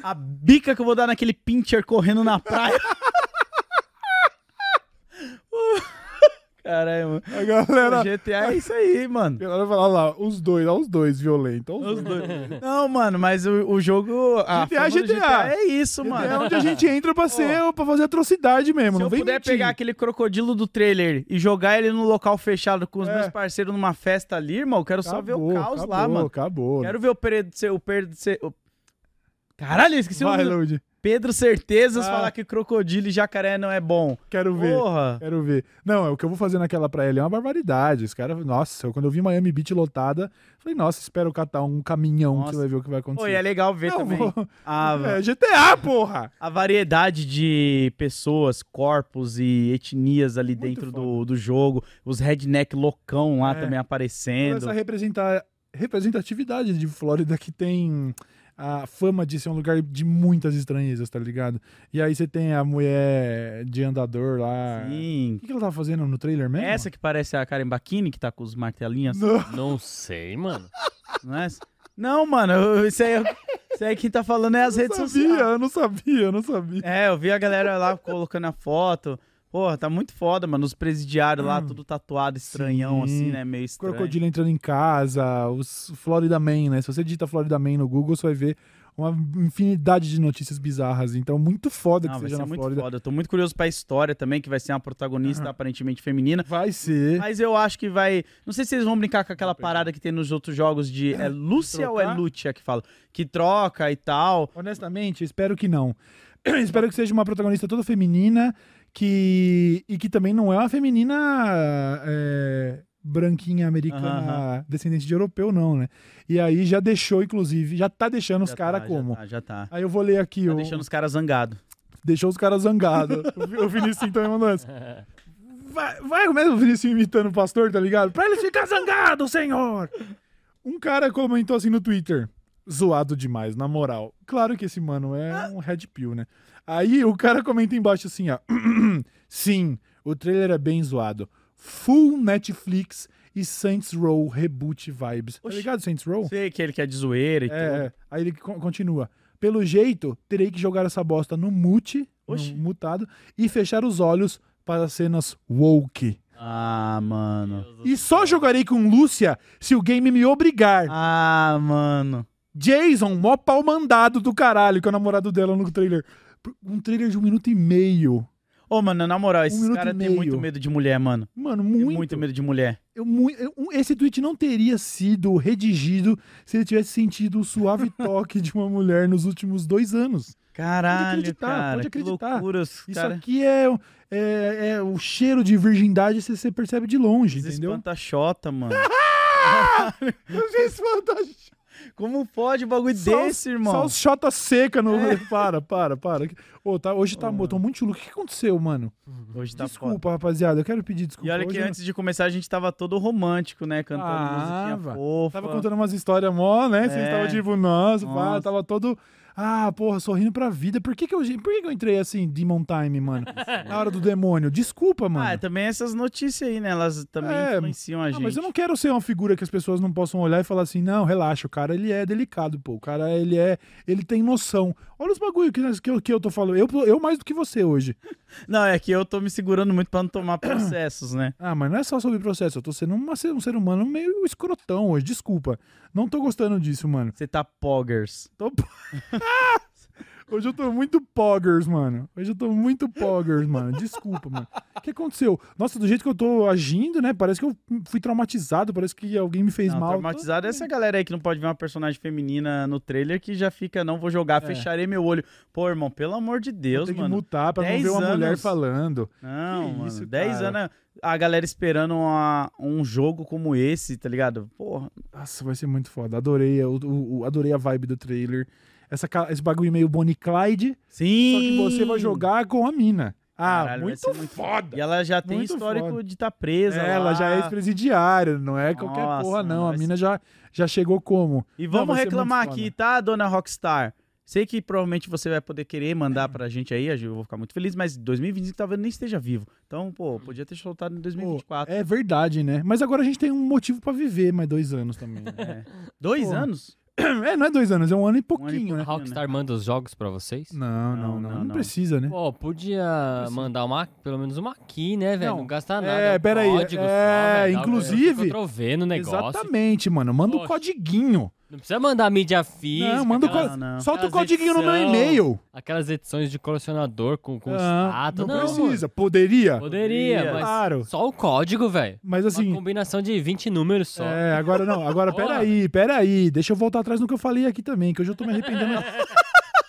[SPEAKER 2] A bica que eu vou dar naquele pincher correndo na praia. Caralho, mano.
[SPEAKER 1] A galera.
[SPEAKER 2] O GTA é isso aí, mano.
[SPEAKER 1] A galera fala, olha lá, os dois, olha os dois violentos. olha Os dois.
[SPEAKER 2] Não, mano, mas o, o jogo. A
[SPEAKER 1] GTA,
[SPEAKER 2] fórmula do
[SPEAKER 1] GTA.
[SPEAKER 2] é isso, mano.
[SPEAKER 1] É onde a gente entra pra, ser, pra fazer atrocidade mesmo.
[SPEAKER 2] Se
[SPEAKER 1] não
[SPEAKER 2] eu
[SPEAKER 1] vem
[SPEAKER 2] puder
[SPEAKER 1] mentir.
[SPEAKER 2] pegar aquele crocodilo do trailer e jogar ele no local fechado com os
[SPEAKER 1] É.
[SPEAKER 2] meus parceiros numa festa ali, irmão, eu quero só ver o
[SPEAKER 1] Acabou,
[SPEAKER 2] caos
[SPEAKER 1] acabou,
[SPEAKER 2] lá, mano.
[SPEAKER 1] Acabou.
[SPEAKER 2] Quero ver o Pedro ser. O Pedro ser o... Caralho, eu esqueci
[SPEAKER 1] Vai,
[SPEAKER 2] o nome. do-
[SPEAKER 1] Lud.
[SPEAKER 2] Pedro Certezas
[SPEAKER 1] Ah.
[SPEAKER 2] falar que crocodilo e jacaré não é bom.
[SPEAKER 1] Quero ver.
[SPEAKER 2] Porra!
[SPEAKER 1] Quero ver. Não, é o que eu vou fazer naquela praia ali é uma barbaridade. Os caras, nossa, eu- quando eu vi Miami Beach lotada, falei, nossa, espero catar um caminhão que
[SPEAKER 2] Nossa.
[SPEAKER 1] você vai ver o que vai acontecer.
[SPEAKER 2] Pô, e é legal ver
[SPEAKER 1] Não,
[SPEAKER 2] também Ah,
[SPEAKER 1] vou-
[SPEAKER 2] a,
[SPEAKER 1] É GTA, porra!
[SPEAKER 2] a variedade de pessoas, corpos e etnias ali
[SPEAKER 1] Muito
[SPEAKER 2] dentro do, do jogo. Os redneck loucão lá
[SPEAKER 1] É.
[SPEAKER 2] também
[SPEAKER 1] Toda
[SPEAKER 2] aparecendo.
[SPEAKER 1] Essa representa- representatividade de Flórida que tem a fama de ser um lugar de muitas estranhezas, tá ligado? E aí você tem a mulher de andador lá.
[SPEAKER 2] Sim.
[SPEAKER 1] O que que ela tava fazendo no trailer mesmo?
[SPEAKER 2] Essa que parece a Karen Bakini, que tá com os martelinhos,
[SPEAKER 1] Não.
[SPEAKER 3] Não sei, mano.
[SPEAKER 2] não é? Não, mano, eu- isso aí, eu- isso aí quem tá falando é as
[SPEAKER 1] Eu
[SPEAKER 2] redes
[SPEAKER 1] não sabia,
[SPEAKER 2] sociais.
[SPEAKER 1] eu não sabia, eu não sabia.
[SPEAKER 2] É, eu vi a galera lá colocando a foto. Porra, tá muito foda, mano. Os presidiários lá, tudo tatuado, estranhão,
[SPEAKER 1] Ah, Sim.
[SPEAKER 2] assim, né? Meio estranho.
[SPEAKER 1] Crocodilo entrando em casa, os Florida Man, né? Se você digita Florida Man no Google, você vai ver uma infinidade de notícias bizarras. Então, muito foda
[SPEAKER 2] Não,
[SPEAKER 1] que
[SPEAKER 2] vai
[SPEAKER 1] seja
[SPEAKER 2] ser
[SPEAKER 1] na
[SPEAKER 2] muito
[SPEAKER 1] Flórida.
[SPEAKER 2] foda. Eu tô muito curioso pra história também, que vai ser uma protagonista aparentemente feminina.
[SPEAKER 1] Vai ser.
[SPEAKER 2] Mas eu acho que vai. Não sei se eles vão brincar com aquela parada que tem nos outros jogos de. É Lúcia ou é
[SPEAKER 1] trocar?
[SPEAKER 2] Lúcia que fala? Que troca e tal.
[SPEAKER 1] Honestamente, espero que não. espero que seja uma protagonista toda feminina que e que também não é uma feminina é, branquinha americana, descendente de europeu, não, né? E aí já deixou, inclusive, já tá deixando os
[SPEAKER 2] Já
[SPEAKER 1] caras
[SPEAKER 2] tá,
[SPEAKER 1] como.
[SPEAKER 2] Já tá, já tá.
[SPEAKER 1] Aí eu vou ler aqui,
[SPEAKER 2] Tá
[SPEAKER 1] o-
[SPEAKER 2] deixando os caras zangados.
[SPEAKER 1] deixou os caras zangados. O Vi- o Vinícius também mandou essa. Vai, vai começa o Vinícius imitando o pastor, tá ligado? Pra eles ficar zangados, senhor! Um cara comentou assim no Twitter. Zoado demais, na moral. Claro que esse mano é um red pill, né? Aí o cara comenta embaixo assim, ó. Sim, o trailer é bem zoado. Full Netflix e Saints Row reboot vibes. Tá
[SPEAKER 2] Oxi.
[SPEAKER 1] ligado, Saints Row?
[SPEAKER 2] Sei que ele quer de zoeira e tudo.
[SPEAKER 1] É, aí ele con- continua. Pelo jeito, terei que jogar essa bosta no mute, no
[SPEAKER 2] Oxi.
[SPEAKER 1] mutado, e fechar os olhos para as cenas woke.
[SPEAKER 2] Ah, mano.
[SPEAKER 1] E só jogarei com Lúcia se o game me obrigar.
[SPEAKER 2] Ah, mano.
[SPEAKER 1] Jason, mó pau mandado do caralho, que é o namorado dela no trailer. Um trailer de um minuto e meio.
[SPEAKER 2] Ô, mano, na moral, esses
[SPEAKER 1] minuto
[SPEAKER 2] caras
[SPEAKER 1] e
[SPEAKER 2] têm
[SPEAKER 1] meio.
[SPEAKER 2] muito medo de mulher, mano.
[SPEAKER 1] Mano,
[SPEAKER 2] Tem
[SPEAKER 1] muito.
[SPEAKER 2] É muito medo de mulher.
[SPEAKER 1] Eu mu- eu- um- esse tweet não teria sido redigido se ele tivesse sentido o suave toque de uma mulher nos últimos dois anos.
[SPEAKER 2] Caralho,
[SPEAKER 1] acreditar,
[SPEAKER 2] cara.
[SPEAKER 1] pode acreditar.
[SPEAKER 2] Que loucura, os
[SPEAKER 1] Isso
[SPEAKER 2] cara-
[SPEAKER 1] aqui é, é- é o cheiro de virgindade que você percebe de longe,
[SPEAKER 2] Esses
[SPEAKER 1] entendeu?
[SPEAKER 2] espanta-chota, mano.
[SPEAKER 1] Eu já espanta-
[SPEAKER 2] Como pode um bagulho
[SPEAKER 1] Sal-
[SPEAKER 2] desse, irmão?
[SPEAKER 1] Salsichota seca no. Para, para, para. É. Ô, tá, hoje tá. Eu tô muito chulo. O que aconteceu, mano?
[SPEAKER 2] Hoje tá
[SPEAKER 1] desculpa,
[SPEAKER 2] foda.
[SPEAKER 1] rapaziada. Eu quero pedir desculpa.
[SPEAKER 2] E olha que
[SPEAKER 1] Hoje eu-
[SPEAKER 2] antes de começar a gente tava todo romântico, né? Cantando
[SPEAKER 1] Tava.
[SPEAKER 2] musiquinha fofa.
[SPEAKER 1] Tava contando umas histórias mó, né? Vocês
[SPEAKER 2] É.
[SPEAKER 1] estavam tipo, nossa, pá,
[SPEAKER 2] Nossa.
[SPEAKER 1] tava todo. Ah, porra, sorrindo pra vida. Por que que eu, por que que eu entrei assim, Demon Time, mano? Na hora do demônio. Desculpa, mano.
[SPEAKER 2] Ah, é, também essas notícias aí, né? Elas também
[SPEAKER 1] É,
[SPEAKER 2] influenciam a
[SPEAKER 1] Ah,
[SPEAKER 2] gente.
[SPEAKER 1] mas eu não quero ser uma figura que as pessoas não possam olhar e falar assim, não, relaxa, o cara ele é delicado, pô. O cara ele é. Ele tem noção. Olha os bagulho que, nós- que, eu, que eu tô falando. Eu, eu mais do que você hoje.
[SPEAKER 2] Não, é que eu tô me segurando muito pra não tomar processos, né?
[SPEAKER 1] Ah, mas não é só sobre processo. Eu tô sendo uma- um ser humano meio escrotão hoje. Desculpa. Não tô gostando disso, mano.
[SPEAKER 2] Você tá poggers.
[SPEAKER 1] Tô... po- Hoje eu tô muito poggers, mano. Hoje eu tô muito poggers, mano. Desculpa, mano. O que aconteceu? Nossa, do jeito que eu tô agindo, né? Parece que eu fui traumatizado, parece que alguém me fez
[SPEAKER 2] Não,
[SPEAKER 1] mal.
[SPEAKER 2] traumatizado é essa galera aí que não pode ver uma personagem feminina no trailer que já fica, não vou jogar,
[SPEAKER 1] É.
[SPEAKER 2] fecharei meu olho. Pô, irmão, pelo amor de
[SPEAKER 1] Deus,
[SPEAKER 2] Deus,
[SPEAKER 1] tem que
[SPEAKER 2] mano.
[SPEAKER 1] mutar pra não
[SPEAKER 2] 10
[SPEAKER 1] ver uma mulher
[SPEAKER 2] anos.
[SPEAKER 1] falando.
[SPEAKER 2] Não,
[SPEAKER 1] Que
[SPEAKER 2] mano.
[SPEAKER 1] isso,
[SPEAKER 2] 10
[SPEAKER 1] cara.
[SPEAKER 2] anos a galera esperando uma- um jogo como esse, tá ligado? Porra.
[SPEAKER 1] Nossa, vai ser muito foda. Adorei, o- o- o- adorei a vibe do trailer. Essa, ca- esse bagulho meio Bonnie Clyde,
[SPEAKER 2] Sim!
[SPEAKER 1] só que você vai jogar com a mina. Ah,
[SPEAKER 2] Caralho, vai
[SPEAKER 1] muito
[SPEAKER 2] ser muito-
[SPEAKER 1] foda.
[SPEAKER 2] E ela já tem
[SPEAKER 1] Muito
[SPEAKER 2] histórico
[SPEAKER 1] foda.
[SPEAKER 2] de estar tá presa.
[SPEAKER 1] Ela
[SPEAKER 2] lá.
[SPEAKER 1] já é ex-presidiária, não é qualquer
[SPEAKER 2] Nossa,
[SPEAKER 1] porra, não.
[SPEAKER 2] mano,
[SPEAKER 1] a
[SPEAKER 2] vai
[SPEAKER 1] mina já, já chegou como?
[SPEAKER 2] E
[SPEAKER 1] Não,
[SPEAKER 2] vamos
[SPEAKER 1] vai ser
[SPEAKER 2] reclamar
[SPEAKER 1] muito
[SPEAKER 2] aqui,
[SPEAKER 1] foda.
[SPEAKER 2] tá, dona Rockstar? Sei que provavelmente você vai poder querer mandar pra gente aí, eu vou ficar muito feliz, mas 2025 talvez nem esteja vivo. Então, pô, podia ter soltado em
[SPEAKER 1] Pô,
[SPEAKER 2] 2024.
[SPEAKER 1] É verdade, né? Mas agora a gente tem um motivo pra viver mais dois anos também. né?
[SPEAKER 2] É. Dois
[SPEAKER 1] Pô.
[SPEAKER 2] anos?
[SPEAKER 1] é, não é dois anos, é um ano e
[SPEAKER 2] Um ano e
[SPEAKER 1] pouquinho,
[SPEAKER 2] pouquinho.
[SPEAKER 1] né?
[SPEAKER 3] A Rockstar manda os jogos pra vocês?
[SPEAKER 1] Não, não, não.
[SPEAKER 2] Não,
[SPEAKER 1] Não,
[SPEAKER 2] não, não.
[SPEAKER 1] precisa, né?
[SPEAKER 3] Pô, podia mandar uma, pelo menos uma aqui, né, velho?
[SPEAKER 1] Não,
[SPEAKER 3] Não, gastar nada.
[SPEAKER 1] é,
[SPEAKER 3] um
[SPEAKER 1] peraí,
[SPEAKER 3] Código
[SPEAKER 1] é,
[SPEAKER 3] só, velho, dá um
[SPEAKER 1] inclusive-
[SPEAKER 3] Ctrl V no negócio.
[SPEAKER 1] Exatamente, mano. Manda o
[SPEAKER 3] Poxa.
[SPEAKER 1] codiguinho.
[SPEAKER 3] Não precisa mandar mídia física.
[SPEAKER 1] não, manda o
[SPEAKER 3] aquelas,
[SPEAKER 1] co-
[SPEAKER 2] Ah, não.
[SPEAKER 1] Solta o
[SPEAKER 3] Aquelas
[SPEAKER 1] codiguinho no meu
[SPEAKER 3] edição.
[SPEAKER 1] e-mail.
[SPEAKER 3] aquelas edições de colecionador com, com
[SPEAKER 1] Ah, não,
[SPEAKER 3] status. Não,
[SPEAKER 1] precisa. Poderia.
[SPEAKER 3] Poderia,
[SPEAKER 2] Poderia.
[SPEAKER 3] mas
[SPEAKER 1] Claro.
[SPEAKER 3] só o código, velho.
[SPEAKER 1] Mas
[SPEAKER 3] uma
[SPEAKER 1] assim.
[SPEAKER 3] combinação de 20 números só.
[SPEAKER 1] É, agora não. Agora,
[SPEAKER 3] Porra.
[SPEAKER 1] peraí, peraí. Deixa eu voltar atrás no que eu falei aqui também, que hoje eu tô me arrependendo.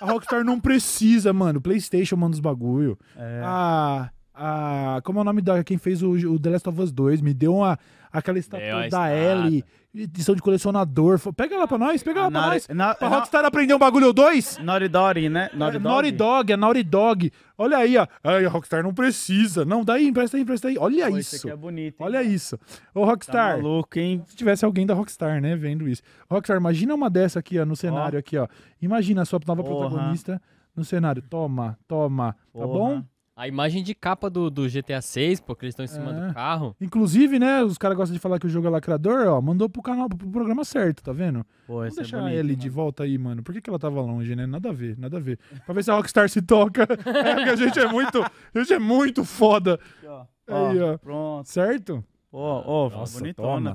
[SPEAKER 1] A Rockstar não precisa, mano. PlayStation manda os bagulho.
[SPEAKER 2] É.
[SPEAKER 1] a, a. Como é o nome da. Quem fez o, o The Last of Us 2? Me deu uma, aquela
[SPEAKER 3] Deu
[SPEAKER 1] estátua
[SPEAKER 3] a
[SPEAKER 1] da
[SPEAKER 3] estátua.
[SPEAKER 1] Ellie, edição de colecionador. Fa- Pega ela pra nós, pega ela pra
[SPEAKER 2] Naughty-
[SPEAKER 1] nós.
[SPEAKER 2] na-
[SPEAKER 1] Pra
[SPEAKER 2] na-
[SPEAKER 1] Rockstar aprender um bagulho 2?
[SPEAKER 2] Naughty Dog, né?
[SPEAKER 1] Naughty,
[SPEAKER 2] Naughty Dog.
[SPEAKER 1] Naughty Dog, é Naughty Dog. Olha aí, ó. Ai, a Rockstar não precisa. Não, daí, empresta aí, empresta aí. Olha
[SPEAKER 2] Pô, esse
[SPEAKER 1] isso.
[SPEAKER 2] aqui é bonito. hein?
[SPEAKER 1] Olha isso. Ô,
[SPEAKER 2] Tá
[SPEAKER 1] Rockstar.
[SPEAKER 2] maluco, hein?
[SPEAKER 1] se tivesse alguém da Rockstar, né, vendo isso. Rockstar, imagina uma dessa aqui, ó, no cenário aqui, ó. Imagina a sua nova
[SPEAKER 2] Porra.
[SPEAKER 1] protagonista no cenário. Toma, toma, tá
[SPEAKER 2] Porra.
[SPEAKER 1] bom?
[SPEAKER 3] A imagem de capa do, do GTA 6, pô, que eles estão em cima
[SPEAKER 1] É.
[SPEAKER 3] do carro.
[SPEAKER 1] Inclusive, né, os caras gostam de falar que o jogo é lacrador, ó, mandou pro canal, pro programa certo, tá vendo?
[SPEAKER 2] Pô,
[SPEAKER 1] Vamos
[SPEAKER 2] esse é
[SPEAKER 1] deixar
[SPEAKER 2] bonito.
[SPEAKER 1] ele
[SPEAKER 2] hein,
[SPEAKER 1] de
[SPEAKER 2] mano?
[SPEAKER 1] volta aí, mano. Por que, que ela tava longe, né? Nada a ver, nada a ver. Pra ver se a Rockstar se toca. É porque a gente é muito, a gente é muito foda.
[SPEAKER 2] Aqui, ó.
[SPEAKER 1] Aí, ó.
[SPEAKER 2] Pronto.
[SPEAKER 1] Certo?
[SPEAKER 2] Ó, ó,
[SPEAKER 1] Nossa,
[SPEAKER 2] bonitona.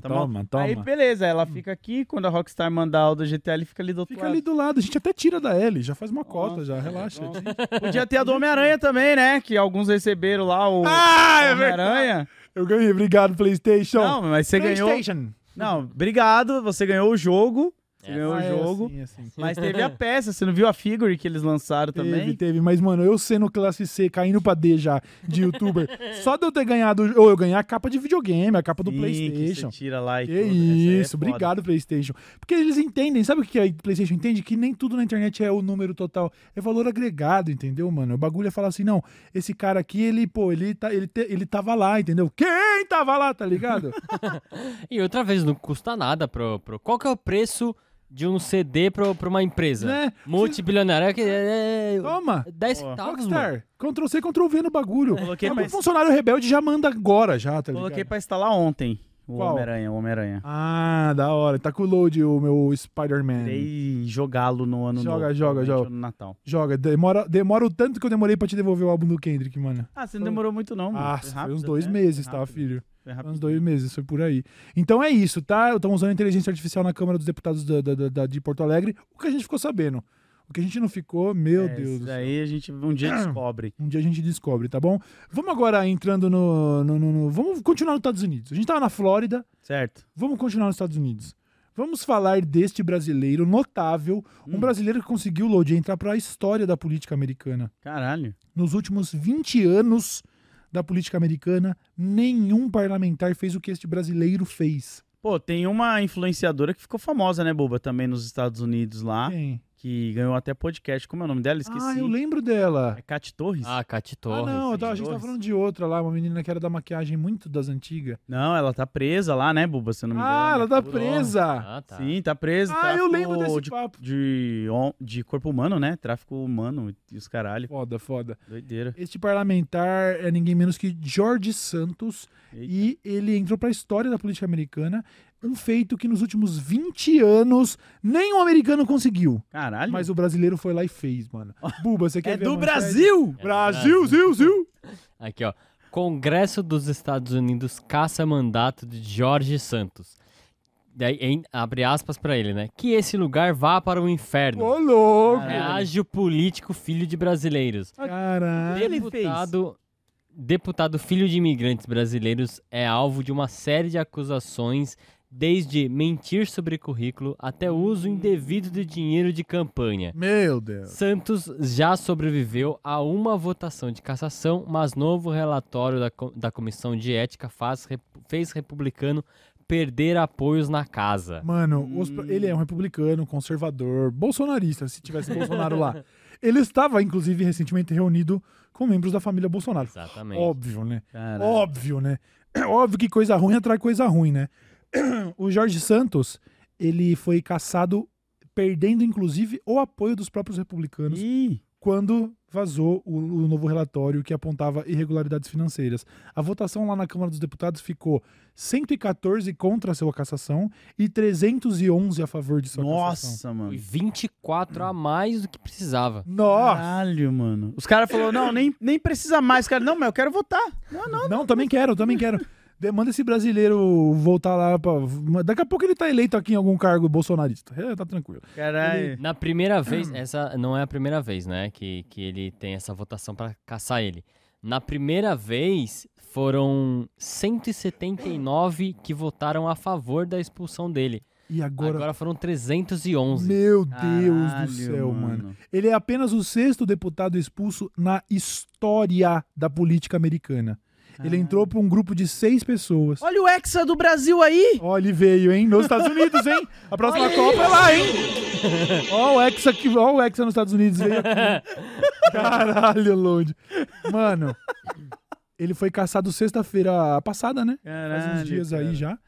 [SPEAKER 1] toma,
[SPEAKER 2] tá mal-
[SPEAKER 1] toma, toma.
[SPEAKER 2] Aí, beleza, ela fica aqui, quando a Rockstar mandar o do GTA, ele fica ali do outro
[SPEAKER 1] Fica
[SPEAKER 2] lado.
[SPEAKER 1] ali do lado, a gente até tira da L, já faz uma cota,
[SPEAKER 2] Nossa, é
[SPEAKER 1] já, relaxa.
[SPEAKER 2] Nossa. Podia ter a do Homem-Aranha também, né? Que alguns receberam lá o
[SPEAKER 1] Ah, é verdade.
[SPEAKER 2] Homem-Aranha.
[SPEAKER 1] Eu ganhei, obrigado, PlayStation.
[SPEAKER 2] Não, mas você ganhou.
[SPEAKER 1] PlayStation.
[SPEAKER 2] Não, obrigado, você ganhou o jogo. Você
[SPEAKER 3] É.
[SPEAKER 2] ganhou
[SPEAKER 1] Ah,
[SPEAKER 2] o
[SPEAKER 1] é,
[SPEAKER 2] jogo.
[SPEAKER 1] assim, é assim.
[SPEAKER 2] Mas teve a peça, você não viu a figure que eles lançaram
[SPEAKER 1] Teve,
[SPEAKER 2] também?
[SPEAKER 1] teve, mas, mano, eu sendo classe C, caindo pra D já, de youtuber, só de eu ter ganhado, ou eu ganhar a capa de videogame, a capa do
[SPEAKER 2] Sim, Que você
[SPEAKER 1] Playstation.
[SPEAKER 2] tira lá e
[SPEAKER 1] Que
[SPEAKER 2] tudo. Essa aí é
[SPEAKER 1] isso,
[SPEAKER 2] foda.
[SPEAKER 1] obrigado, Playstation. Porque eles entendem, sabe o que a Playstation entende? Que nem tudo na internet é o número total, é valor agregado, entendeu, mano? O bagulho é falar assim, não, esse cara aqui, ele, pô, ele, tá, ele, te- ele tava lá, entendeu? Quem tava lá, tá ligado?
[SPEAKER 3] E outra vez, não custa nada pro. pro... Qual que é o preço de um CD pro, pra uma empresa?
[SPEAKER 1] Né?
[SPEAKER 3] Multibilionária. é que- É, é,
[SPEAKER 1] Toma!
[SPEAKER 3] é 10
[SPEAKER 2] Boa.
[SPEAKER 3] centavos, mano.
[SPEAKER 1] Rockstar, Ctrl C, Ctrl V no bagulho.
[SPEAKER 2] Coloquei
[SPEAKER 1] Ah, Mas
[SPEAKER 2] pra
[SPEAKER 1] o funcionário rebelde já manda agora, já, tá ligado?
[SPEAKER 2] Coloquei pra instalar ontem o
[SPEAKER 1] Qual?
[SPEAKER 2] Homem-Aranha, o Homem-Aranha.
[SPEAKER 1] Ah, da hora. Tá com o load o meu Spider-Man.
[SPEAKER 2] Irei jogá-lo no ano
[SPEAKER 1] Ah, é. Joga,
[SPEAKER 2] novo,
[SPEAKER 1] joga,
[SPEAKER 2] provavelmente
[SPEAKER 1] joga.
[SPEAKER 2] no Natal.
[SPEAKER 1] Joga, demora, demora o tanto que eu demorei pra te devolver o álbum do Kendrick, mano.
[SPEAKER 2] Ah, você não demorou muito não. mano.
[SPEAKER 1] Ah,
[SPEAKER 2] Foi
[SPEAKER 1] foi,
[SPEAKER 2] rápido
[SPEAKER 1] uns dois
[SPEAKER 2] até,
[SPEAKER 1] meses,
[SPEAKER 2] foi
[SPEAKER 1] tá,
[SPEAKER 2] rápido,
[SPEAKER 1] filho?
[SPEAKER 2] foi
[SPEAKER 1] Foi
[SPEAKER 2] rápido.
[SPEAKER 1] uns dois meses, foi por aí. Então é isso, tá? Estão usando inteligência artificial na Câmara dos Deputados da, da- da- da- de Porto Alegre, o que a gente ficou sabendo. O Porque a gente não ficou, meu
[SPEAKER 2] É,
[SPEAKER 1] Deus.
[SPEAKER 2] Isso
[SPEAKER 1] do céu.
[SPEAKER 2] daí a gente um dia descobre.
[SPEAKER 1] Um dia a gente descobre, tá bom? Vamos agora entrando no. no- no- no- vamos continuar nos Estados Unidos. A gente tava na Flórida,
[SPEAKER 2] Certo?
[SPEAKER 1] vamos continuar nos Estados Unidos. Vamos falar deste brasileiro notável,
[SPEAKER 2] Hum.
[SPEAKER 1] um brasileiro que conseguiu, Lodi, entrar para a história da política americana.
[SPEAKER 2] Caralho.
[SPEAKER 1] Nos últimos 20 anos da política americana, nenhum parlamentar fez o que este brasileiro fez.
[SPEAKER 2] Pô, tem uma influenciadora que ficou famosa, né, Boba, também nos Estados Unidos lá,
[SPEAKER 1] Quem?
[SPEAKER 2] que ganhou até podcast. Como é o nome dela? Ah, Esqueci.
[SPEAKER 1] Ah, eu lembro dela.
[SPEAKER 2] É Cat Torres?
[SPEAKER 3] Ah, Cati
[SPEAKER 1] Ah,
[SPEAKER 3] Torres.
[SPEAKER 1] não, eu tava- a gente
[SPEAKER 2] Torres.
[SPEAKER 1] tava falando de outra lá, uma menina que era da maquiagem muito das antigas.
[SPEAKER 2] Não, ela tá presa lá, né, Buba? Se eu não me engano.
[SPEAKER 1] Ah, ela tá
[SPEAKER 3] Por honra.
[SPEAKER 1] presa.
[SPEAKER 3] Ah, tá.
[SPEAKER 2] Sim, tá tipo, presa.
[SPEAKER 1] Ah,
[SPEAKER 2] tráfico
[SPEAKER 1] eu lembro desse
[SPEAKER 2] de,
[SPEAKER 1] papo.
[SPEAKER 2] de, on- de corpo humano, né? Tráfico humano e os caralho.
[SPEAKER 1] Foda, foda.
[SPEAKER 2] Doideira.
[SPEAKER 1] Este parlamentar é ninguém menos que George Santos e ele entrou pra história da política americana, um feito que nos últimos 20 anos nenhum americano conseguiu.
[SPEAKER 2] Caralho.
[SPEAKER 1] Mas o brasileiro foi lá e fez, mano. Buba, você quer
[SPEAKER 2] é
[SPEAKER 1] ver a
[SPEAKER 2] do
[SPEAKER 1] manchete?
[SPEAKER 2] Brasil!
[SPEAKER 3] É do
[SPEAKER 1] Brasil,
[SPEAKER 3] Brasil.
[SPEAKER 1] Zil, Zil!
[SPEAKER 3] Aqui, ó. Congresso dos Estados Unidos caça mandato de Jorge Santos. Daí, em- abre aspas pra ele, né? Que esse lugar vá para o inferno.
[SPEAKER 1] Ô, louco!
[SPEAKER 3] Reage o político filho de brasileiros.
[SPEAKER 1] Ah, Caralho.
[SPEAKER 2] Ele fez.
[SPEAKER 3] deputado, deputado filho de imigrantes brasileiros é alvo de uma série de acusações, desde mentir sobre currículo até o uso indevido de dinheiro de campanha.
[SPEAKER 1] Meu Deus.
[SPEAKER 3] Santos já sobreviveu a uma votação de cassação, mas novo relatório da, co- da Comissão de Ética faz rep- fez republicano perder apoios na casa.
[SPEAKER 1] Mano, os- ele é um republicano, conservador, bolsonarista, se tivesse Bolsonaro lá. Ele estava, inclusive, recentemente reunido com membros da família Bolsonaro.
[SPEAKER 3] Exatamente.
[SPEAKER 1] Óbvio, né?
[SPEAKER 2] Caralho.
[SPEAKER 1] Óbvio, né? Óbvio que coisa ruim atrai coisa ruim, né? O Jorge Santos, ele foi caçado perdendo, inclusive, o apoio dos próprios republicanos
[SPEAKER 2] Ih,
[SPEAKER 1] quando vazou o, o novo relatório que apontava irregularidades financeiras. A votação lá na Câmara dos Deputados ficou 114 contra a sua cassação e 311 é a favor de sua cassação.
[SPEAKER 2] nossa, mano.
[SPEAKER 3] Foi 24 a mais do que precisava.
[SPEAKER 1] Nossa!
[SPEAKER 2] Caralho, mano. Os caras falaram, não, nem, nem precisa mais, cara. Não, mas eu quero votar. Não, não.
[SPEAKER 1] Ah, Não, também quero, também quero. Demanda esse brasileiro voltar lá pra... Daqui a pouco ele tá eleito aqui em algum cargo bolsonarista. É, tá tranquilo.
[SPEAKER 2] Caralho.
[SPEAKER 3] Na primeira vez, essa não é a primeira vez, né, que, que ele tem essa votação pra caçar ele. Na primeira vez, foram 179 que votaram a favor da expulsão dele.
[SPEAKER 1] E
[SPEAKER 3] Agora,
[SPEAKER 1] agora...
[SPEAKER 3] foram 311.
[SPEAKER 1] Meu
[SPEAKER 2] Caralho,
[SPEAKER 1] Deus do céu, mano. Ele é apenas o sexto deputado expulso na história da política americana. Ele entrou pra um grupo de seis pessoas.
[SPEAKER 2] Olha o Hexa do Brasil aí!
[SPEAKER 1] Ó, ele veio, hein? Nos Estados Unidos, hein? A próxima Copa é lá, hein? Ó, o Hexa aqui, ó, o Hexa nos Estados Unidos veio aqui. Caralho, Lodi. Mano, ele foi caçado sexta-feira passada, né? Faz uns
[SPEAKER 2] Caralho,
[SPEAKER 1] dias aí
[SPEAKER 2] cara.
[SPEAKER 1] já.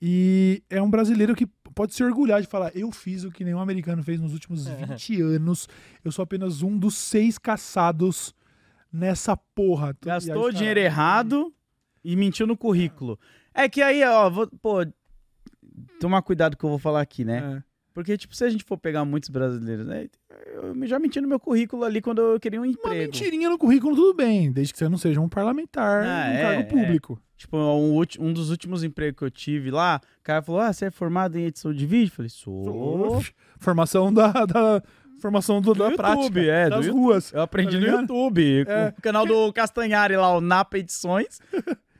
[SPEAKER 1] E é um brasileiro que pode se orgulhar de falar: eu fiz o que nenhum americano fez nos últimos
[SPEAKER 2] É.
[SPEAKER 1] 20 anos. Eu sou apenas um dos seis caçados nessa porra. E aí os
[SPEAKER 2] Gastou o
[SPEAKER 1] caras-
[SPEAKER 2] dinheiro errado e mentiu no currículo. É que aí, ó, vou- pô, tomar cuidado que eu vou falar aqui, né?
[SPEAKER 1] É.
[SPEAKER 2] Porque, tipo, se a gente for pegar muitos brasileiros, né? Eu já menti no meu currículo ali quando eu queria um
[SPEAKER 1] Uma
[SPEAKER 2] emprego.
[SPEAKER 1] mentirinha no currículo, tudo bem, desde que você não seja um parlamentar,
[SPEAKER 2] Ah,
[SPEAKER 1] um
[SPEAKER 2] é,
[SPEAKER 1] cargo
[SPEAKER 2] é.
[SPEAKER 1] público.
[SPEAKER 2] Tipo, um, ulti- um dos últimos empregos que eu tive lá, o cara falou: Ah, você é formado em edição de vídeo? Eu falei, sou.
[SPEAKER 1] Uf, Formação da, da- formação do, da
[SPEAKER 2] YouTube,
[SPEAKER 1] prática,
[SPEAKER 2] é, do
[SPEAKER 1] das
[SPEAKER 2] YouTube.
[SPEAKER 1] ruas.
[SPEAKER 2] Eu aprendi
[SPEAKER 1] Tá
[SPEAKER 2] no
[SPEAKER 1] ligado?
[SPEAKER 2] YouTube,
[SPEAKER 1] É.
[SPEAKER 2] com o canal do Castanhari lá, o Napa Edições.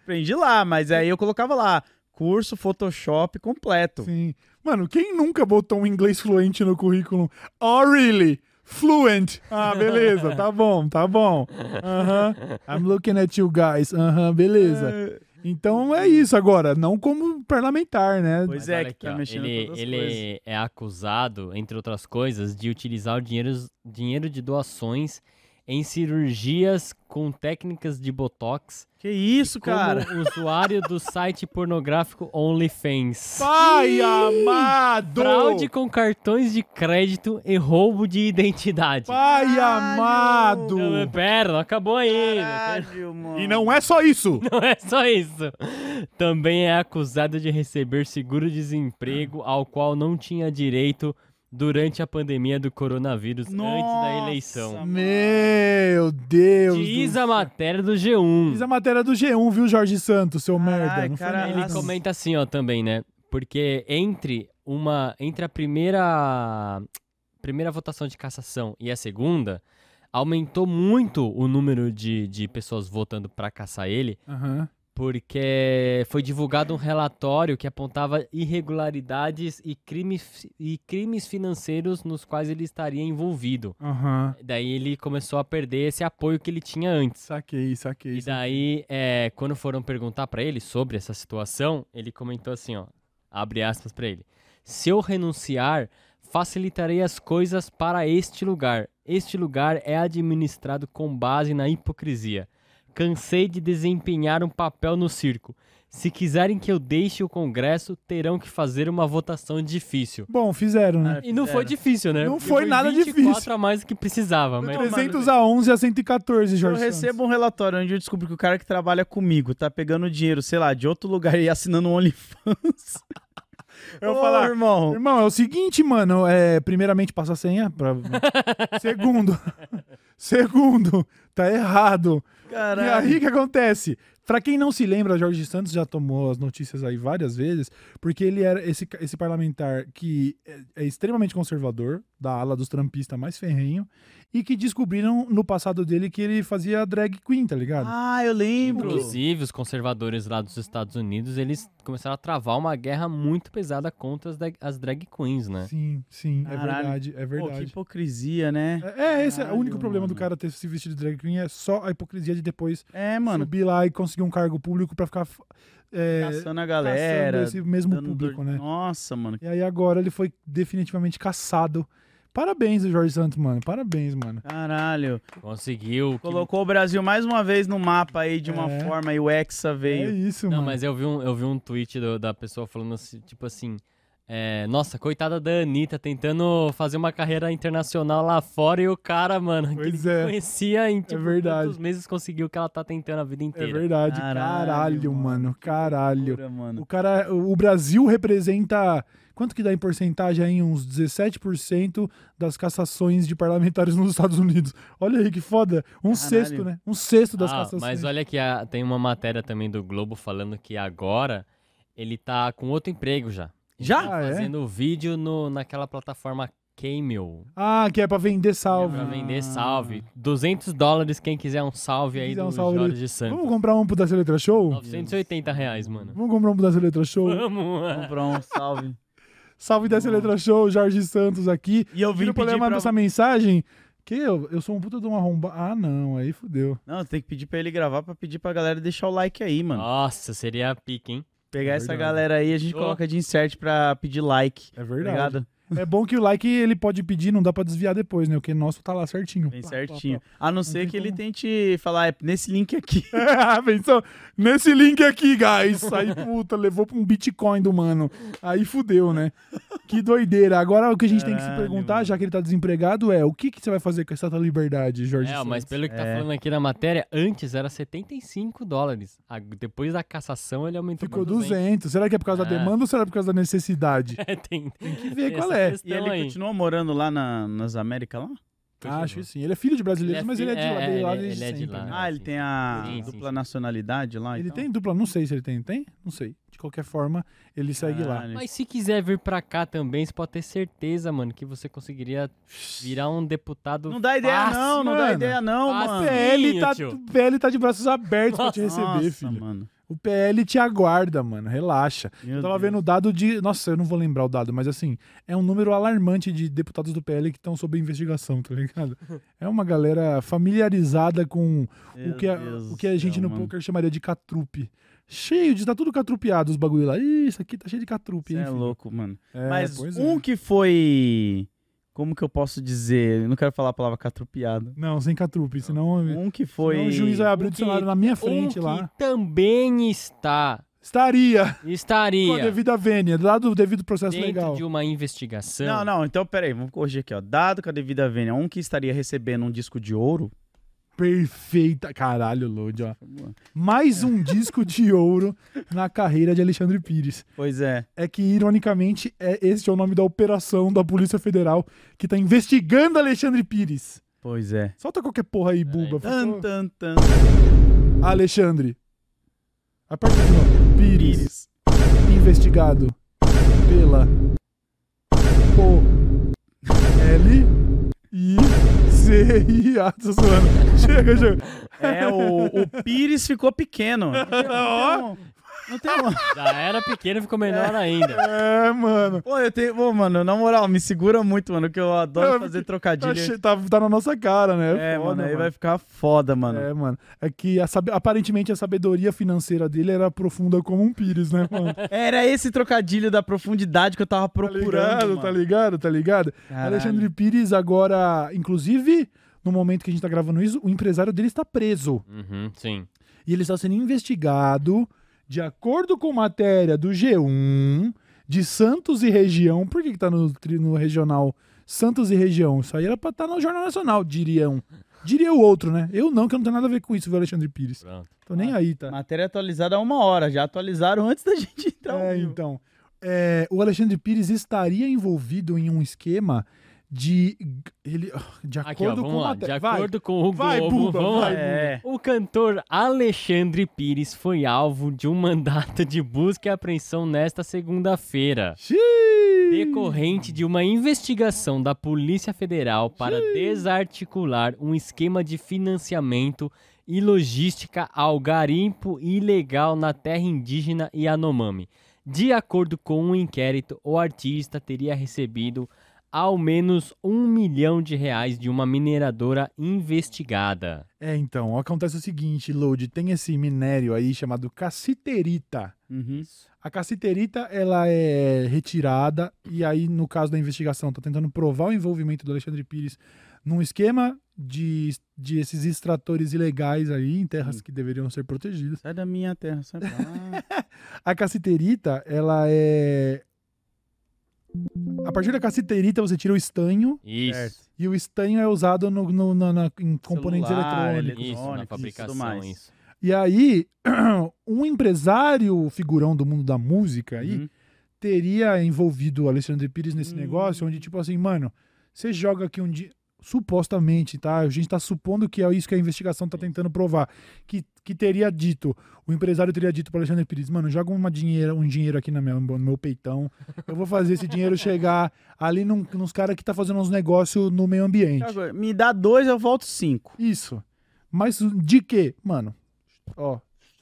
[SPEAKER 2] aprendi lá, mas aí eu colocava lá, curso Photoshop completo.
[SPEAKER 1] Sim. Mano, quem nunca botou um inglês fluente no currículo? Oh, really? Fluent. Ah, beleza, tá bom, tá bom. Aham. I'm looking at you guys. Aham, beleza.
[SPEAKER 2] É,
[SPEAKER 1] Então é isso agora, não como parlamentar, né?
[SPEAKER 2] Pois
[SPEAKER 3] Mas
[SPEAKER 2] é,
[SPEAKER 3] olha
[SPEAKER 2] que tá
[SPEAKER 3] ó,
[SPEAKER 2] mexendo
[SPEAKER 3] ele,
[SPEAKER 2] em todas as
[SPEAKER 3] ele
[SPEAKER 2] coisas.
[SPEAKER 3] é acusado, entre outras coisas, de utilizar o dinheiro, dinheiro de doações em cirurgias com técnicas de botox
[SPEAKER 2] Que isso, cara?
[SPEAKER 3] como usuário do site pornográfico OnlyFans.
[SPEAKER 1] Pai amado!
[SPEAKER 3] Fraude com cartões de crédito e roubo de identidade.
[SPEAKER 1] Pai
[SPEAKER 2] Caralho! é
[SPEAKER 1] amado!
[SPEAKER 3] Não, mas Pera, não acabou aí. né?
[SPEAKER 2] Caralho, mano.
[SPEAKER 1] E não é só isso!
[SPEAKER 3] Não é só isso. Também é acusado de receber seguro-desemprego ao qual não tinha direito durante a pandemia do coronavírus antes da
[SPEAKER 2] Nossa.
[SPEAKER 3] eleição.
[SPEAKER 1] Meu Deus! do
[SPEAKER 3] Diz
[SPEAKER 1] céu.
[SPEAKER 3] a matéria do
[SPEAKER 1] Diz
[SPEAKER 3] G1.
[SPEAKER 1] a matéria do G1, viu, Jorge Santos, seu
[SPEAKER 2] Caralho,
[SPEAKER 1] merda? Não foi
[SPEAKER 2] cara,
[SPEAKER 1] nada,
[SPEAKER 3] Ele
[SPEAKER 1] não.
[SPEAKER 3] comenta assim, ó, também, né? Porque entre uma entre a primeira primeira votação de cassação e a segunda, aumentou muito o número de, de pessoas votando pra caçar ele,
[SPEAKER 1] Aham.
[SPEAKER 3] porque foi divulgado um relatório que apontava irregularidades e crimes, e crimes financeiros nos quais ele estaria envolvido.
[SPEAKER 1] Aham.
[SPEAKER 3] Daí ele começou a perder esse apoio que ele tinha antes.
[SPEAKER 1] Saquei, saquei.
[SPEAKER 3] E daí, é, quando foram perguntar pra ele sobre essa situação, ele comentou assim, ó, abre aspas pra ele. Se eu renunciar, facilitarei as coisas para este lugar. Este lugar é administrado com base na hipocrisia. Cansei de desempenhar um papel no circo. Se quiserem que eu deixe o Congresso, terão que fazer uma votação difícil.
[SPEAKER 1] Bom, fizeram, né?
[SPEAKER 2] Ah,
[SPEAKER 3] E não foi
[SPEAKER 2] fizeram.
[SPEAKER 3] difícil, né?
[SPEAKER 1] Não
[SPEAKER 3] Porque
[SPEAKER 1] foi nada
[SPEAKER 3] 24
[SPEAKER 1] difícil.
[SPEAKER 3] a mais do que precisava. Mas...
[SPEAKER 1] 300 a 11 a 114,
[SPEAKER 2] Eu
[SPEAKER 1] Jorge.
[SPEAKER 2] recebo um relatório onde eu descubro que o cara que trabalha comigo tá pegando dinheiro, sei lá, de outro lugar e assinando um OnlyFans.
[SPEAKER 1] Santos. Eu
[SPEAKER 2] Ô,
[SPEAKER 1] vou falar,
[SPEAKER 3] um.
[SPEAKER 2] irmão.
[SPEAKER 1] Irmão, é o seguinte, mano. É, primeiramente, passa a senha. Pra... Segundo. Segundo, tá errado. E
[SPEAKER 2] Caralho.
[SPEAKER 1] aí o que acontece? Pra quem não se lembra, Jorge Santos já tomou as notícias aí várias vezes, porque ele era esse, ca- esse parlamentar que é, é extremamente conservador, da ala dos trampistas mais ferrenho, e que descobriram no passado dele que ele fazia drag queen, tá ligado?
[SPEAKER 2] Ah, eu lembro.
[SPEAKER 3] Inclusive, os conservadores lá dos Estados Unidos, eles começaram a travar uma guerra muito pesada contra as drag, as drag queens, né?
[SPEAKER 1] Sim, sim, é
[SPEAKER 2] Caralho.
[SPEAKER 1] verdade, é
[SPEAKER 2] Pô, que
[SPEAKER 1] verdade.
[SPEAKER 2] hipocrisia, né?
[SPEAKER 1] É, é, esse é o
[SPEAKER 2] Caralho,
[SPEAKER 1] único problema do
[SPEAKER 2] mano.
[SPEAKER 1] cara ter se vestido de drag queen, é só a hipocrisia de depois
[SPEAKER 2] É, mano.
[SPEAKER 1] subir lá e conseguir um cargo público pra ficar é,
[SPEAKER 2] Caçando
[SPEAKER 1] caçando
[SPEAKER 2] a galera.
[SPEAKER 1] esse mesmo
[SPEAKER 2] dando dor-
[SPEAKER 1] público, né?
[SPEAKER 2] Nossa, mano.
[SPEAKER 1] E aí agora ele foi definitivamente caçado. Parabéns, Jorge Santos, mano. Parabéns, mano.
[SPEAKER 2] Caralho.
[SPEAKER 3] Conseguiu. que-
[SPEAKER 2] Colocou o Brasil mais uma vez no mapa aí de uma
[SPEAKER 1] É.
[SPEAKER 2] forma e o Hexa
[SPEAKER 1] É
[SPEAKER 2] veio.
[SPEAKER 1] isso,
[SPEAKER 3] Não,
[SPEAKER 1] mano.
[SPEAKER 3] mas eu vi um, eu vi um tweet do- da pessoa falando assim, tipo assim. é, nossa, coitada da Anitta, tentando fazer uma carreira internacional lá fora e o cara, mano, que
[SPEAKER 1] Pois é.
[SPEAKER 3] conhecia em tipo,
[SPEAKER 1] verdade.
[SPEAKER 3] quantos meses conseguiu o que ela tá tentando a vida
[SPEAKER 1] É
[SPEAKER 3] inteira.
[SPEAKER 1] verdade.
[SPEAKER 2] Caralho,
[SPEAKER 1] Caralho,
[SPEAKER 2] mano.
[SPEAKER 1] mano. Caralho.
[SPEAKER 2] Loucura, mano.
[SPEAKER 1] O cara, o o Brasil representa quanto que dá em porcentagem aí uns 17% das cassações de parlamentares nos Estados Unidos. Olha aí que foda, um
[SPEAKER 2] Caralho.
[SPEAKER 1] sexto, né? Um sexto das
[SPEAKER 3] Ah,
[SPEAKER 1] cassações.
[SPEAKER 3] Mas olha que a- tem uma matéria também do Globo falando que agora ele tá com outro emprego já.
[SPEAKER 2] Já?
[SPEAKER 1] Ah, é?
[SPEAKER 3] fazendo vídeo no, naquela plataforma Camel.
[SPEAKER 1] Ah, que é pra vender
[SPEAKER 3] É
[SPEAKER 1] salve.
[SPEAKER 3] pra vender
[SPEAKER 2] Ah.
[SPEAKER 3] salve. 200 dólares quem quiser um salve
[SPEAKER 1] Quem
[SPEAKER 3] aí
[SPEAKER 1] quiser
[SPEAKER 3] do
[SPEAKER 1] um salve
[SPEAKER 3] Jorge Santos.
[SPEAKER 1] Vamos comprar um pro da Letra Show?
[SPEAKER 3] 980 reais, mano.
[SPEAKER 1] Vamos comprar um pro da Letra Show?
[SPEAKER 3] Vamos!
[SPEAKER 2] Comprar um salve.
[SPEAKER 1] Salve da Letra Show, Jorge Santos aqui.
[SPEAKER 2] E eu
[SPEAKER 1] Vira
[SPEAKER 2] vim
[SPEAKER 1] o
[SPEAKER 2] pedir
[SPEAKER 1] problema
[SPEAKER 2] pra... um-
[SPEAKER 1] dessa mensagem. Que eu, eu sou um puta de um arromba. Ah, não, aí fudeu.
[SPEAKER 2] Não, tem que pedir pra ele gravar pra pedir pra galera deixar o like aí, mano.
[SPEAKER 3] Nossa, seria a pique, hein?
[SPEAKER 2] Pegar
[SPEAKER 1] É
[SPEAKER 2] essa
[SPEAKER 1] verdade.
[SPEAKER 2] galera aí, a gente
[SPEAKER 3] Tô.
[SPEAKER 2] coloca de insert pra pedir like. Tá
[SPEAKER 1] É
[SPEAKER 2] Obrigado.
[SPEAKER 1] verdade. É bom que o like ele pode pedir, não dá pra desviar depois, né? O que é nosso tá lá certinho.
[SPEAKER 2] Bem
[SPEAKER 1] Pá,
[SPEAKER 2] certinho. A não ser
[SPEAKER 1] tem
[SPEAKER 2] que ele
[SPEAKER 1] como.
[SPEAKER 2] tente falar, é nesse link aqui.
[SPEAKER 1] pá, pá. Pensou? Ah, Nesse link aqui, guys. Aí, puta, levou pra um Bitcoin do mano. Aí fudeu, né? Que doideira. Agora o que a gente tem que se
[SPEAKER 2] Caralho,
[SPEAKER 1] perguntar,
[SPEAKER 2] mano.
[SPEAKER 1] já que ele tá desempregado, é o que, que você vai fazer com essa tua liberdade, Jorge?
[SPEAKER 3] É, mas
[SPEAKER 1] Santos?
[SPEAKER 3] pelo que tá
[SPEAKER 2] É.
[SPEAKER 3] falando aqui na matéria, antes era 75 dólares. A- depois da cassação ele aumentou pra
[SPEAKER 1] Ficou 200. Será que é por causa da
[SPEAKER 3] É.
[SPEAKER 1] demanda ou será por causa da necessidade?
[SPEAKER 3] É, tem, tem
[SPEAKER 1] que ver qual é. E
[SPEAKER 2] E ele continuou morando lá na- nas Américas lá?
[SPEAKER 1] Acho que sim. Ele é filho de brasileiros,
[SPEAKER 3] Ele é
[SPEAKER 1] mas ele é de
[SPEAKER 3] filho-
[SPEAKER 1] lá.
[SPEAKER 3] é,
[SPEAKER 1] dele lá
[SPEAKER 3] ele-
[SPEAKER 1] desde
[SPEAKER 3] ele é de
[SPEAKER 1] sempre,
[SPEAKER 3] lá.
[SPEAKER 1] né?
[SPEAKER 2] Ah, ele
[SPEAKER 3] sim.
[SPEAKER 2] tem a
[SPEAKER 3] Sim, sim,
[SPEAKER 2] dupla
[SPEAKER 3] sim.
[SPEAKER 2] nacionalidade lá? e
[SPEAKER 1] Ele
[SPEAKER 2] tal?
[SPEAKER 1] tem dupla, não sei se ele tem, tem? Não sei. De qualquer forma, ele segue lá.
[SPEAKER 2] Caralho.
[SPEAKER 3] Mas se quiser vir pra cá também, você pode ter certeza, mano, que você conseguiria virar um deputado.
[SPEAKER 2] Não dá ideia
[SPEAKER 3] fácil.
[SPEAKER 2] não, não dá
[SPEAKER 1] mano.
[SPEAKER 2] ideia não,
[SPEAKER 3] Fácil.
[SPEAKER 1] O
[SPEAKER 2] mano.
[SPEAKER 3] É,
[SPEAKER 1] PL,
[SPEAKER 3] Sim,
[SPEAKER 1] tá,
[SPEAKER 3] tio.
[SPEAKER 1] o PL tá de braços abertos pra te receber,
[SPEAKER 2] Nossa,
[SPEAKER 1] filho.
[SPEAKER 2] mano.
[SPEAKER 1] O PL te aguarda, mano. Relaxa.
[SPEAKER 2] Meu
[SPEAKER 1] eu tava
[SPEAKER 2] Deus.
[SPEAKER 1] vendo o dado de. Nossa, eu não vou lembrar o dado, mas assim, é um número alarmante de deputados do PL que estão sob investigação, tá ligado? É uma galera familiarizada com
[SPEAKER 2] Meu
[SPEAKER 1] o que, a,
[SPEAKER 2] Deus
[SPEAKER 1] o que a
[SPEAKER 2] do
[SPEAKER 1] gente
[SPEAKER 2] céu,
[SPEAKER 1] no
[SPEAKER 2] mano.
[SPEAKER 1] poker chamaria de catrupe. Cheio de. Tá tudo catrupeado os bagulho lá. Ih, Isso aqui tá cheio de catrupe,
[SPEAKER 2] Cê
[SPEAKER 1] hein?
[SPEAKER 2] é
[SPEAKER 1] filho?
[SPEAKER 2] louco, mano.
[SPEAKER 1] É,
[SPEAKER 2] Mas
[SPEAKER 1] pois é.
[SPEAKER 2] um que foi... Como que eu posso dizer? Eu não quero falar a palavra catrupiado.
[SPEAKER 1] Não, sem catrupe, senão.
[SPEAKER 2] Um que foi...
[SPEAKER 1] senão o juiz vai abrir o
[SPEAKER 3] um que-
[SPEAKER 1] dicionário na minha
[SPEAKER 3] Um
[SPEAKER 1] frente
[SPEAKER 3] que
[SPEAKER 1] lá.
[SPEAKER 3] também está,
[SPEAKER 1] Estaria com a
[SPEAKER 3] estaria
[SPEAKER 1] devida vênia, lá do devido processo
[SPEAKER 3] dentro
[SPEAKER 1] legal.
[SPEAKER 3] de um- uma investigação.
[SPEAKER 2] Não, não, então peraí, vamos corrigir aqui, ó. Dado com a devida vênia, um que estaria recebendo um disco de ouro.
[SPEAKER 1] Perfeita. Caralho, Lodi, ó. Mais um disco de ouro na carreira de Alexandre Pires.
[SPEAKER 2] Pois é.
[SPEAKER 1] É que, ironicamente, é este é o nome da operação da Polícia Federal que tá investigando Alexandre Pires.
[SPEAKER 2] Pois é.
[SPEAKER 1] Solta qualquer porra aí, buba. por
[SPEAKER 2] Tan,
[SPEAKER 1] favor.
[SPEAKER 2] tan, tan.
[SPEAKER 1] Alexandre. A partir de novo. Pires.
[SPEAKER 2] Pires.
[SPEAKER 1] investigado pela po- L, I, C, I, A. Tô zoando. Chega, chega.
[SPEAKER 2] É, o, o Pires ficou pequeno. Não tem-
[SPEAKER 1] Tá,
[SPEAKER 2] Não tem um- não tem um-
[SPEAKER 3] Já era pequeno, ficou menor ainda.
[SPEAKER 1] É, mano.
[SPEAKER 2] Pô, eu tenho. Pô, mano, na moral, me segura muito, mano, que eu adoro
[SPEAKER 1] É,
[SPEAKER 2] fazer
[SPEAKER 1] Tá,
[SPEAKER 2] trocadilho.
[SPEAKER 1] che- tá- tá na nossa cara, né?
[SPEAKER 2] É,
[SPEAKER 1] Foda,
[SPEAKER 2] mano, aí vai ficar foda, mano.
[SPEAKER 1] É, mano. É que a sabe- aparentemente a sabedoria financeira dele era profunda como um pires, né, mano?
[SPEAKER 2] Era esse trocadilho da profundidade que eu tava
[SPEAKER 1] Tá ligado,
[SPEAKER 2] procurando.
[SPEAKER 1] tá
[SPEAKER 2] mano.
[SPEAKER 1] ligado, tá ligado?
[SPEAKER 2] Caralho.
[SPEAKER 1] Alexandre Pires agora, inclusive, no momento que a gente tá gravando isso, o empresário dele está preso.
[SPEAKER 3] Uhum, sim.
[SPEAKER 1] E ele está sendo investigado, de acordo com matéria do G1, de Santos e região. Por que que tá no, tri- no regional Santos e região? Isso aí era pra estar no Jornal Nacional, diriam. Diria o outro, né? Eu não, que eu não tenho nada a ver com isso, viu, Alexandre Pires?
[SPEAKER 3] Pronto.
[SPEAKER 1] Tô nem aí, tá?
[SPEAKER 2] Matéria atualizada há uma hora, já atualizaram antes da gente entrar. ao
[SPEAKER 1] É,
[SPEAKER 2] vivo.
[SPEAKER 1] então. É, o Alexandre Pires estaria envolvido em um esquema de. Ele, de acordo
[SPEAKER 3] Aqui, ó,
[SPEAKER 1] com
[SPEAKER 3] vamos lá.
[SPEAKER 1] matéria-
[SPEAKER 3] De
[SPEAKER 1] Vai.
[SPEAKER 3] acordo com o Globo,
[SPEAKER 1] Vai, Buba,
[SPEAKER 3] vamos lá.
[SPEAKER 1] vai.
[SPEAKER 2] É.
[SPEAKER 3] O cantor Alexandre Pires foi alvo de um mandato de busca e apreensão nesta segunda-feira,
[SPEAKER 1] Xiii.
[SPEAKER 3] decorrente de uma investigação da Polícia Federal para desarticular um esquema de financiamento e logística ao garimpo ilegal na terra indígena Yanomami. De acordo com um inquérito, o artista teria recebido ao menos um milhão de reais de uma mineradora investigada.
[SPEAKER 1] É, então, acontece o seguinte, Load, tem esse minério aí chamado cassiterita.
[SPEAKER 2] Uhum.
[SPEAKER 1] A cassiterita, ela é retirada e aí, no caso da investigação, tá tentando provar o envolvimento do Alexandre Pires num esquema de, de esses extratores ilegais aí em terras que deveriam ser protegidas.
[SPEAKER 2] Sai da minha terra, sai pra lá.
[SPEAKER 1] A cassiterita, ela é... A partir da cassiterita, você tira o estanho
[SPEAKER 3] Isso.
[SPEAKER 1] e o estanho é usado no, no- na- na- em componentes
[SPEAKER 2] Celular,
[SPEAKER 1] eletrônicos.
[SPEAKER 2] ele-
[SPEAKER 3] Isso, na
[SPEAKER 2] Eletrônicos,
[SPEAKER 3] fabricação,
[SPEAKER 2] tudo mais.
[SPEAKER 3] isso.
[SPEAKER 1] E aí, um empresário figurão do mundo da música aí
[SPEAKER 2] Uhum.
[SPEAKER 1] teria envolvido o Alexandre Pires nesse
[SPEAKER 2] Hum.
[SPEAKER 1] negócio, onde, tipo assim, mano, você joga aqui um dia. Supostamente, tá? A gente tá supondo que é isso que a investigação tá tentando provar. Que, que teria dito, o empresário teria dito pro Alexandre Pires, mano, joga uma dinheiro, um dinheiro aqui na minha, no meu peitão. Eu vou fazer esse dinheiro chegar ali num- nos caras que tá fazendo uns negócios no meio ambiente.
[SPEAKER 2] Agora, Me dá dois, eu volto cinco.
[SPEAKER 1] Isso. Mas de quê? Mano, ó,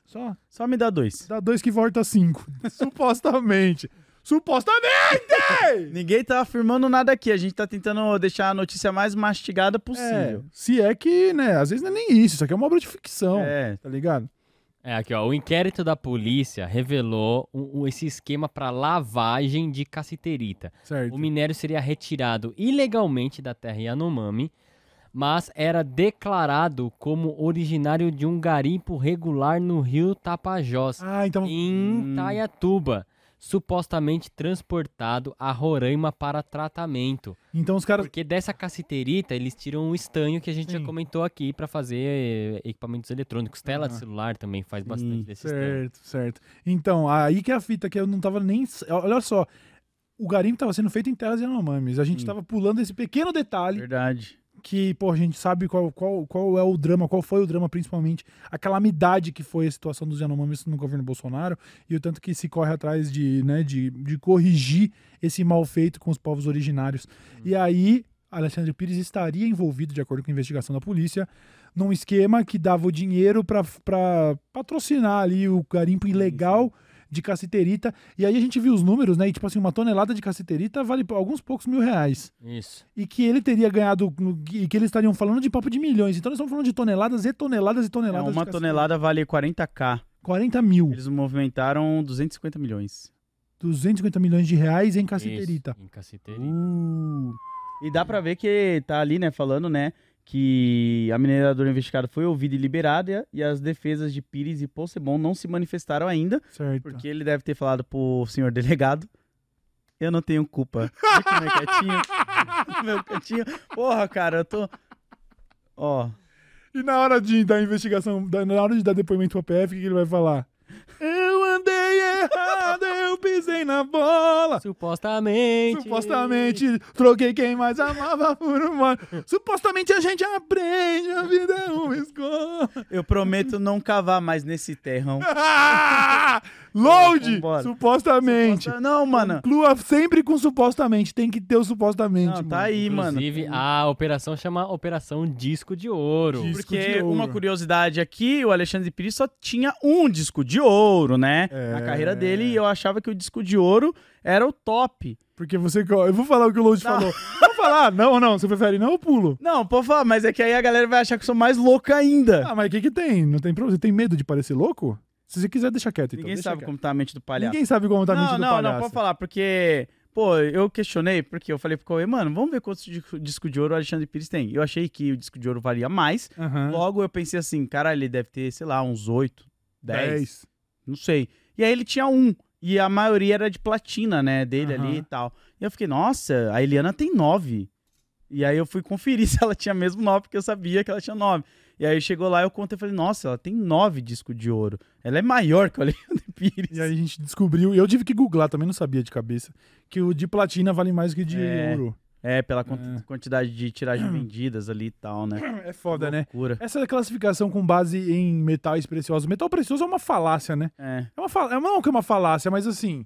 [SPEAKER 1] só
[SPEAKER 2] Só me dá dois.
[SPEAKER 1] Dá dois que volta cinco. Supostamente. Supostamente!
[SPEAKER 2] Ninguém tá afirmando nada aqui. A gente tá tentando deixar a notícia mais mastigada
[SPEAKER 1] É,
[SPEAKER 2] possível.
[SPEAKER 1] se é que, né, às vezes não é nem isso. Isso aqui é uma obra de ficção,
[SPEAKER 2] É.
[SPEAKER 1] tá ligado?
[SPEAKER 3] É, aqui, ó. O inquérito da polícia revelou o- o- esse esquema para lavagem de cassiterita.
[SPEAKER 1] Certo.
[SPEAKER 3] O minério seria retirado ilegalmente da terra Yanomami, mas era declarado como originário de um garimpo regular no rio Tapajós,
[SPEAKER 1] Ah, então...
[SPEAKER 3] em
[SPEAKER 2] Hum.
[SPEAKER 3] Itaiatuba, supostamente transportado a Roraima para tratamento.
[SPEAKER 1] Então os caras...
[SPEAKER 3] Porque dessa cassiterita, eles tiram o estanho que a gente
[SPEAKER 1] Sim.
[SPEAKER 3] já comentou aqui pra fazer eh, equipamentos eletrônicos. Tela de
[SPEAKER 1] Aham.
[SPEAKER 3] celular também faz
[SPEAKER 2] Sim,
[SPEAKER 3] bastante desse estanho.
[SPEAKER 1] Certo, certo. Então, aí que é a fita que eu não tava nem... Olha só, o garimpo tava sendo feito em terras Yanomamis. A gente
[SPEAKER 2] Sim.
[SPEAKER 1] tava pulando esse pequeno detalhe
[SPEAKER 2] Verdade.
[SPEAKER 1] que, pô, a gente sabe qual, qual, qual é o drama, qual foi o drama principalmente, a calamidade que foi a situação dos Yanomamis no governo Bolsonaro e o tanto que se corre atrás de, né, de, de corrigir esse mal feito com os povos originários. E aí, Alexandre Pires estaria envolvido, de acordo com a investigação da polícia, num esquema que dava o dinheiro para patrocinar ali o garimpo ilegal de cassiterita. E aí a gente viu os números, né? E tipo assim, uma tonelada de cassiterita vale alguns poucos mil reais
[SPEAKER 3] Isso.
[SPEAKER 1] e que ele teria ganhado no- e que eles estariam falando de papo de milhões. Então eles estão falando de toneladas e toneladas e
[SPEAKER 2] É,
[SPEAKER 1] toneladas.
[SPEAKER 2] uma
[SPEAKER 1] de cacete.
[SPEAKER 2] tonelada vale 40k.
[SPEAKER 1] 40 mil,
[SPEAKER 2] Eles movimentaram 250 milhões.
[SPEAKER 1] 250 milhões de reais em
[SPEAKER 3] isso,
[SPEAKER 1] caceterita.
[SPEAKER 3] Em cassiterita.
[SPEAKER 2] Uh. E dá pra ver que tá ali, né, falando, né, que a mineradora investigada foi ouvida e liberada e a- e as defesas de Pires e Possebon não se manifestaram ainda,
[SPEAKER 1] Certo.
[SPEAKER 2] porque ele deve ter falado pro senhor delegado, eu não tenho culpa. Vem aqui, meu quietinho. meu quietinho. Porra, cara, eu tô... Ó,
[SPEAKER 1] E na hora de da investigação, da- na hora de dar depoimento pra PF, o que que ele vai falar? Eu andei errado, eu pisei Troquei na bola.
[SPEAKER 3] Supostamente.
[SPEAKER 1] Supostamente troquei quem mais amava por uma. Supostamente a gente aprende, a vida é uma escola.
[SPEAKER 2] Eu prometo não cavar mais nesse terrão.
[SPEAKER 1] Ah! Load!
[SPEAKER 2] Vambora.
[SPEAKER 1] Supostamente.
[SPEAKER 2] Não, mano.
[SPEAKER 1] Inclua sempre com supostamente. Tem que ter o supostamente.
[SPEAKER 2] Não,
[SPEAKER 1] mano. é
[SPEAKER 2] tá aí, mano.
[SPEAKER 3] Inclusive, a operação chama Operação Disco de Ouro.
[SPEAKER 1] Disco
[SPEAKER 2] Porque
[SPEAKER 1] de ouro.
[SPEAKER 2] uma curiosidade aqui, o Alexandre Pires só tinha um disco de ouro, né?
[SPEAKER 1] É.
[SPEAKER 2] Na carreira dele, e eu achava que o disco de ouro era o top.
[SPEAKER 1] Porque você. Eu vou falar o que o Load
[SPEAKER 2] Não.
[SPEAKER 1] falou. Vou falar, "Ah, não, não. Você prefere não, eu pulo.
[SPEAKER 2] Não, pô, fala, mas é que aí a galera vai achar que eu sou mais louco ainda.
[SPEAKER 1] Ah, mas o que, que tem? Não tem problema. Você tem medo de parecer louco? Se você quiser, deixa quieto.
[SPEAKER 2] Ninguém
[SPEAKER 1] então.
[SPEAKER 2] sabe
[SPEAKER 1] deixa
[SPEAKER 2] como tá a mente do
[SPEAKER 1] quieto.
[SPEAKER 2] palhaço.
[SPEAKER 1] Ninguém sabe como tá a mente
[SPEAKER 2] não,
[SPEAKER 1] do
[SPEAKER 2] não,
[SPEAKER 1] palhaço.
[SPEAKER 2] não, pode falar, porque, pô, eu questionei, porque eu falei pro Cauê, mano, vamos ver quantos disco- disco de ouro o Alexandre Pires tem. Eu achei que o disco de ouro valia mais,
[SPEAKER 1] Aham.
[SPEAKER 2] logo eu pensei assim, cara, ele deve ter, sei lá, uns 8, 10.
[SPEAKER 1] Dez.
[SPEAKER 2] não sei. E aí ele tinha um. E a maioria era de platina, né? Dele
[SPEAKER 1] Aham.
[SPEAKER 2] ali e tal. E eu fiquei, nossa, a Eliana tem nove. E aí eu fui conferir se ela tinha mesmo nove, porque eu sabia que ela tinha nove. E aí chegou lá, eu contei e falei, nossa, ela tem nove discos de ouro. Ela é maior que o Alexandre Pires.
[SPEAKER 1] E aí a gente descobriu, e eu tive que googlar, também não sabia de cabeça, que o de platina vale mais que de
[SPEAKER 2] É.
[SPEAKER 1] ouro.
[SPEAKER 2] É, pela quant- quantidade de tiragem vendidas ali e tal, né?
[SPEAKER 1] É foda, né?
[SPEAKER 2] Loucura.
[SPEAKER 1] Essa classificação com base em metais preciosos. Metal precioso é uma falácia, né?
[SPEAKER 2] É.
[SPEAKER 1] É uma falácia, não que é uma falácia, mas assim,